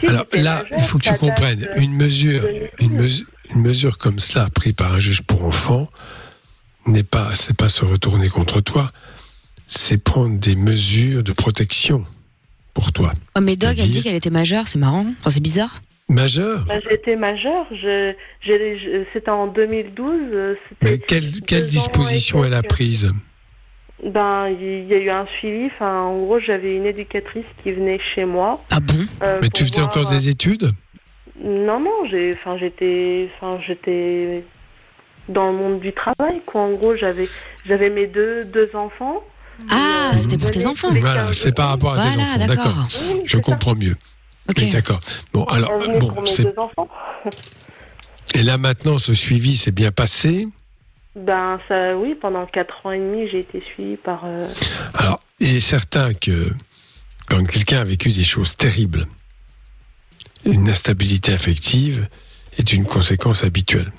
Alors là, il faut que tu comprennes,
euh,
une mesure, une, mesu- une mesure comme cela prise par un juge pour enfant n'est pas, c'est pas se retourner contre toi, c'est prendre des mesures de protection pour toi.
Oh, mais Dog, elle dit qu'elle était majeure, c'est marrant. Enfin, c'est bizarre.
Majeur,
bah, j'étais majeure. Je, j'ai- je- c'était en 2012. euh, c'est-
mais quelle, quelle disposition elle a prise
Ben, il y a eu un suivi. Enfin, en gros, j'avais une éducatrice qui venait chez moi. euh,
Ah bon
Mais tu faisais encore des études
Non, non, j'ai, enfin, j'étais, enfin, j'étais dans le monde du travail, quoi. En gros, j'avais, j'avais mes deux, deux enfants. Euh,
Ah, c'était pour tes enfants.
Voilà, c'est par rapport à tes
Voilà,
enfants,
d'accord.
d'accord. Je comprends mieux. Oui, d'accord. Bon, alors,
Elle venait
bon,
pour mes
c'est...
deux enfants.
Et là maintenant, ce suivi s'est bien passé.
Ben, ça, oui, pendant quatre ans et demi, j'ai été suivie par. euh,
Alors, il est certain que quand quelqu'un a vécu des choses terribles, une instabilité affective est une conséquence habituelle.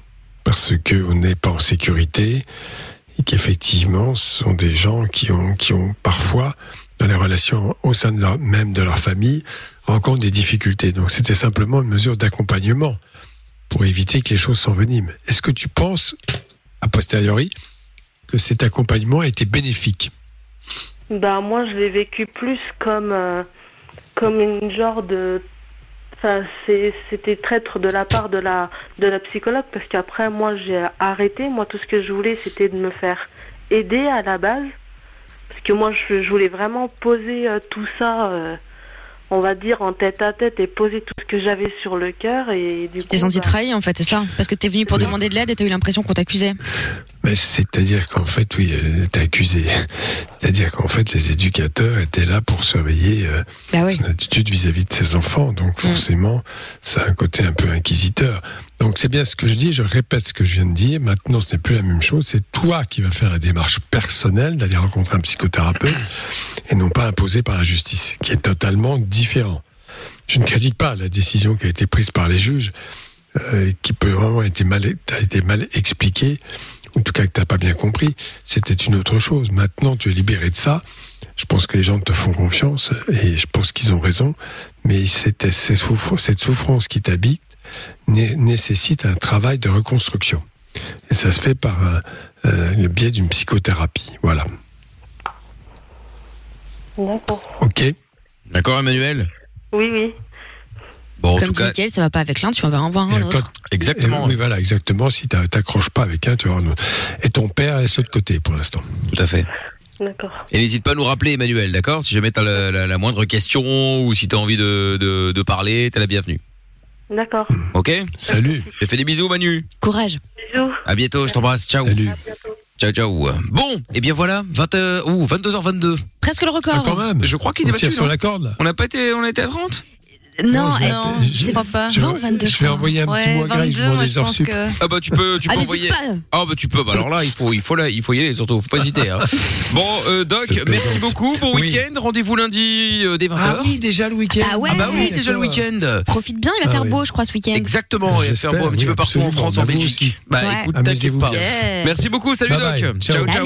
Parce qu'on n'est pas en sécurité et qu'effectivement, ce sont des gens qui ont, qui ont parfois, dans les relations au sein de leur, même de leur famille, rencontrent des difficultés. Donc, c'était simplement une mesure d'accompagnement pour éviter que les choses s'enveniment. Est-ce que tu penses, a posteriori, que cet accompagnement a été bénéfique
Ben moi, je l'ai vécu plus comme euh, comme une genre de. Enfin, c'est- c'était traître de la part de la de la psychologue parce qu'après moi j'ai arrêté. Moi, tout ce que je voulais, c'était de me faire aider à la base parce que moi je, je voulais vraiment poser euh, tout ça. euh, on va dire en tête à tête et poser tout ce que j'avais sur le cœur et du bah,
Tu t'es senti trahi, en fait, c'est ça Parce que t'es venu pour demander de l'aide et t'as eu l'impression qu'on t'accusait.
Mais c'est-à-dire qu'en fait, oui, euh, t'es accusé. C'est-à-dire qu'en fait, les éducateurs étaient là pour surveiller euh,
Bah oui.
son attitude vis-à-vis de ses enfants. Donc forcément, ça a un côté un peu inquisiteur. Donc c'est bien ce que je dis, je répète ce que je viens de dire. Maintenant, ce n'est plus la même chose. C'est toi qui vas faire la démarche personnelle d'aller rencontrer un psychothérapeute et non pas imposée par la justice, qui est totalement différent. Je ne critique pas la décision qui a été prise par les juges, euh, qui peut vraiment être mal, a été mal expliquée, en tout cas que tu n'as pas bien compris. C'était une autre chose. Maintenant, tu es libéré de ça. Je pense que les gens te font confiance et je pense qu'ils ont raison. Mais c'était- ces souffr- cette souffrance qui t'habite né- nécessite un travail de reconstruction. Et ça se fait par euh, euh, le biais d'une psychothérapie. Voilà.
D'accord.
OK
D'accord, Emmanuel
Oui, oui.
Bon, en
Comme
tout
dit
cas.
Mickaël, ça va pas avec l'un, tu vas en voir hein, un autre.
Exactement. Mais voilà, exactement. Si tu t'accroches pas avec un, tu vas avoir un autre. Et ton père est de l'autre côté pour l'instant.
Tout à fait.
D'accord.
Et n'hésite pas à nous rappeler, Emmanuel, d'accord Si jamais t'as la, la- la moindre question ou si t'as envie de, de, de parler, t'es la bienvenue.
D'accord.
Ok
Salut.
Je te fais des bisous, Manu.
Courage.
À bientôt, je t'embrasse. Ciao.
Salut.
Ciao, ciao. Bon, et bien voilà, 20, euh, ouh, 22h22.
Presque le record.
Je crois qu'il
On
est
tire
battu.
sur
non
la
corde, là.
Ah, On n'a pas été, on a été à 30
Non,
Non, je
elle-
l'appelle- je-
c'est pas.
je vais-
20 22.
je vais envoyer un petit
Ouais,
mot à Greg, je demande des heures sup. Ah bah tu peux, tu
Ah,
peux
n'hésite
envoyer.
pas.
Ah bah tu peux. Bah alors là, il faut, il faut là, il faut y aller surtout. Faut pas hésiter. hein. Bon, euh, Doc, merci beaucoup. Bon
Oui.
week-end. Rendez-vous lundi euh, dès 20h.
Ah oui, déjà le week-end.
Ah, bah oui, déjà le week-end.
Profite bien, il va
Ah
faire
oui.
beau, je crois, ce week-end.
Exactement, il va faire beau un petit peu partout en France, en Belgique. Bah
Ouais.
écoute, t'inquiète
Amusez-vous
pas.
bien. Yeah.
Merci beaucoup. Salut
Bye
Doc.
bye.
Ciao, ciao.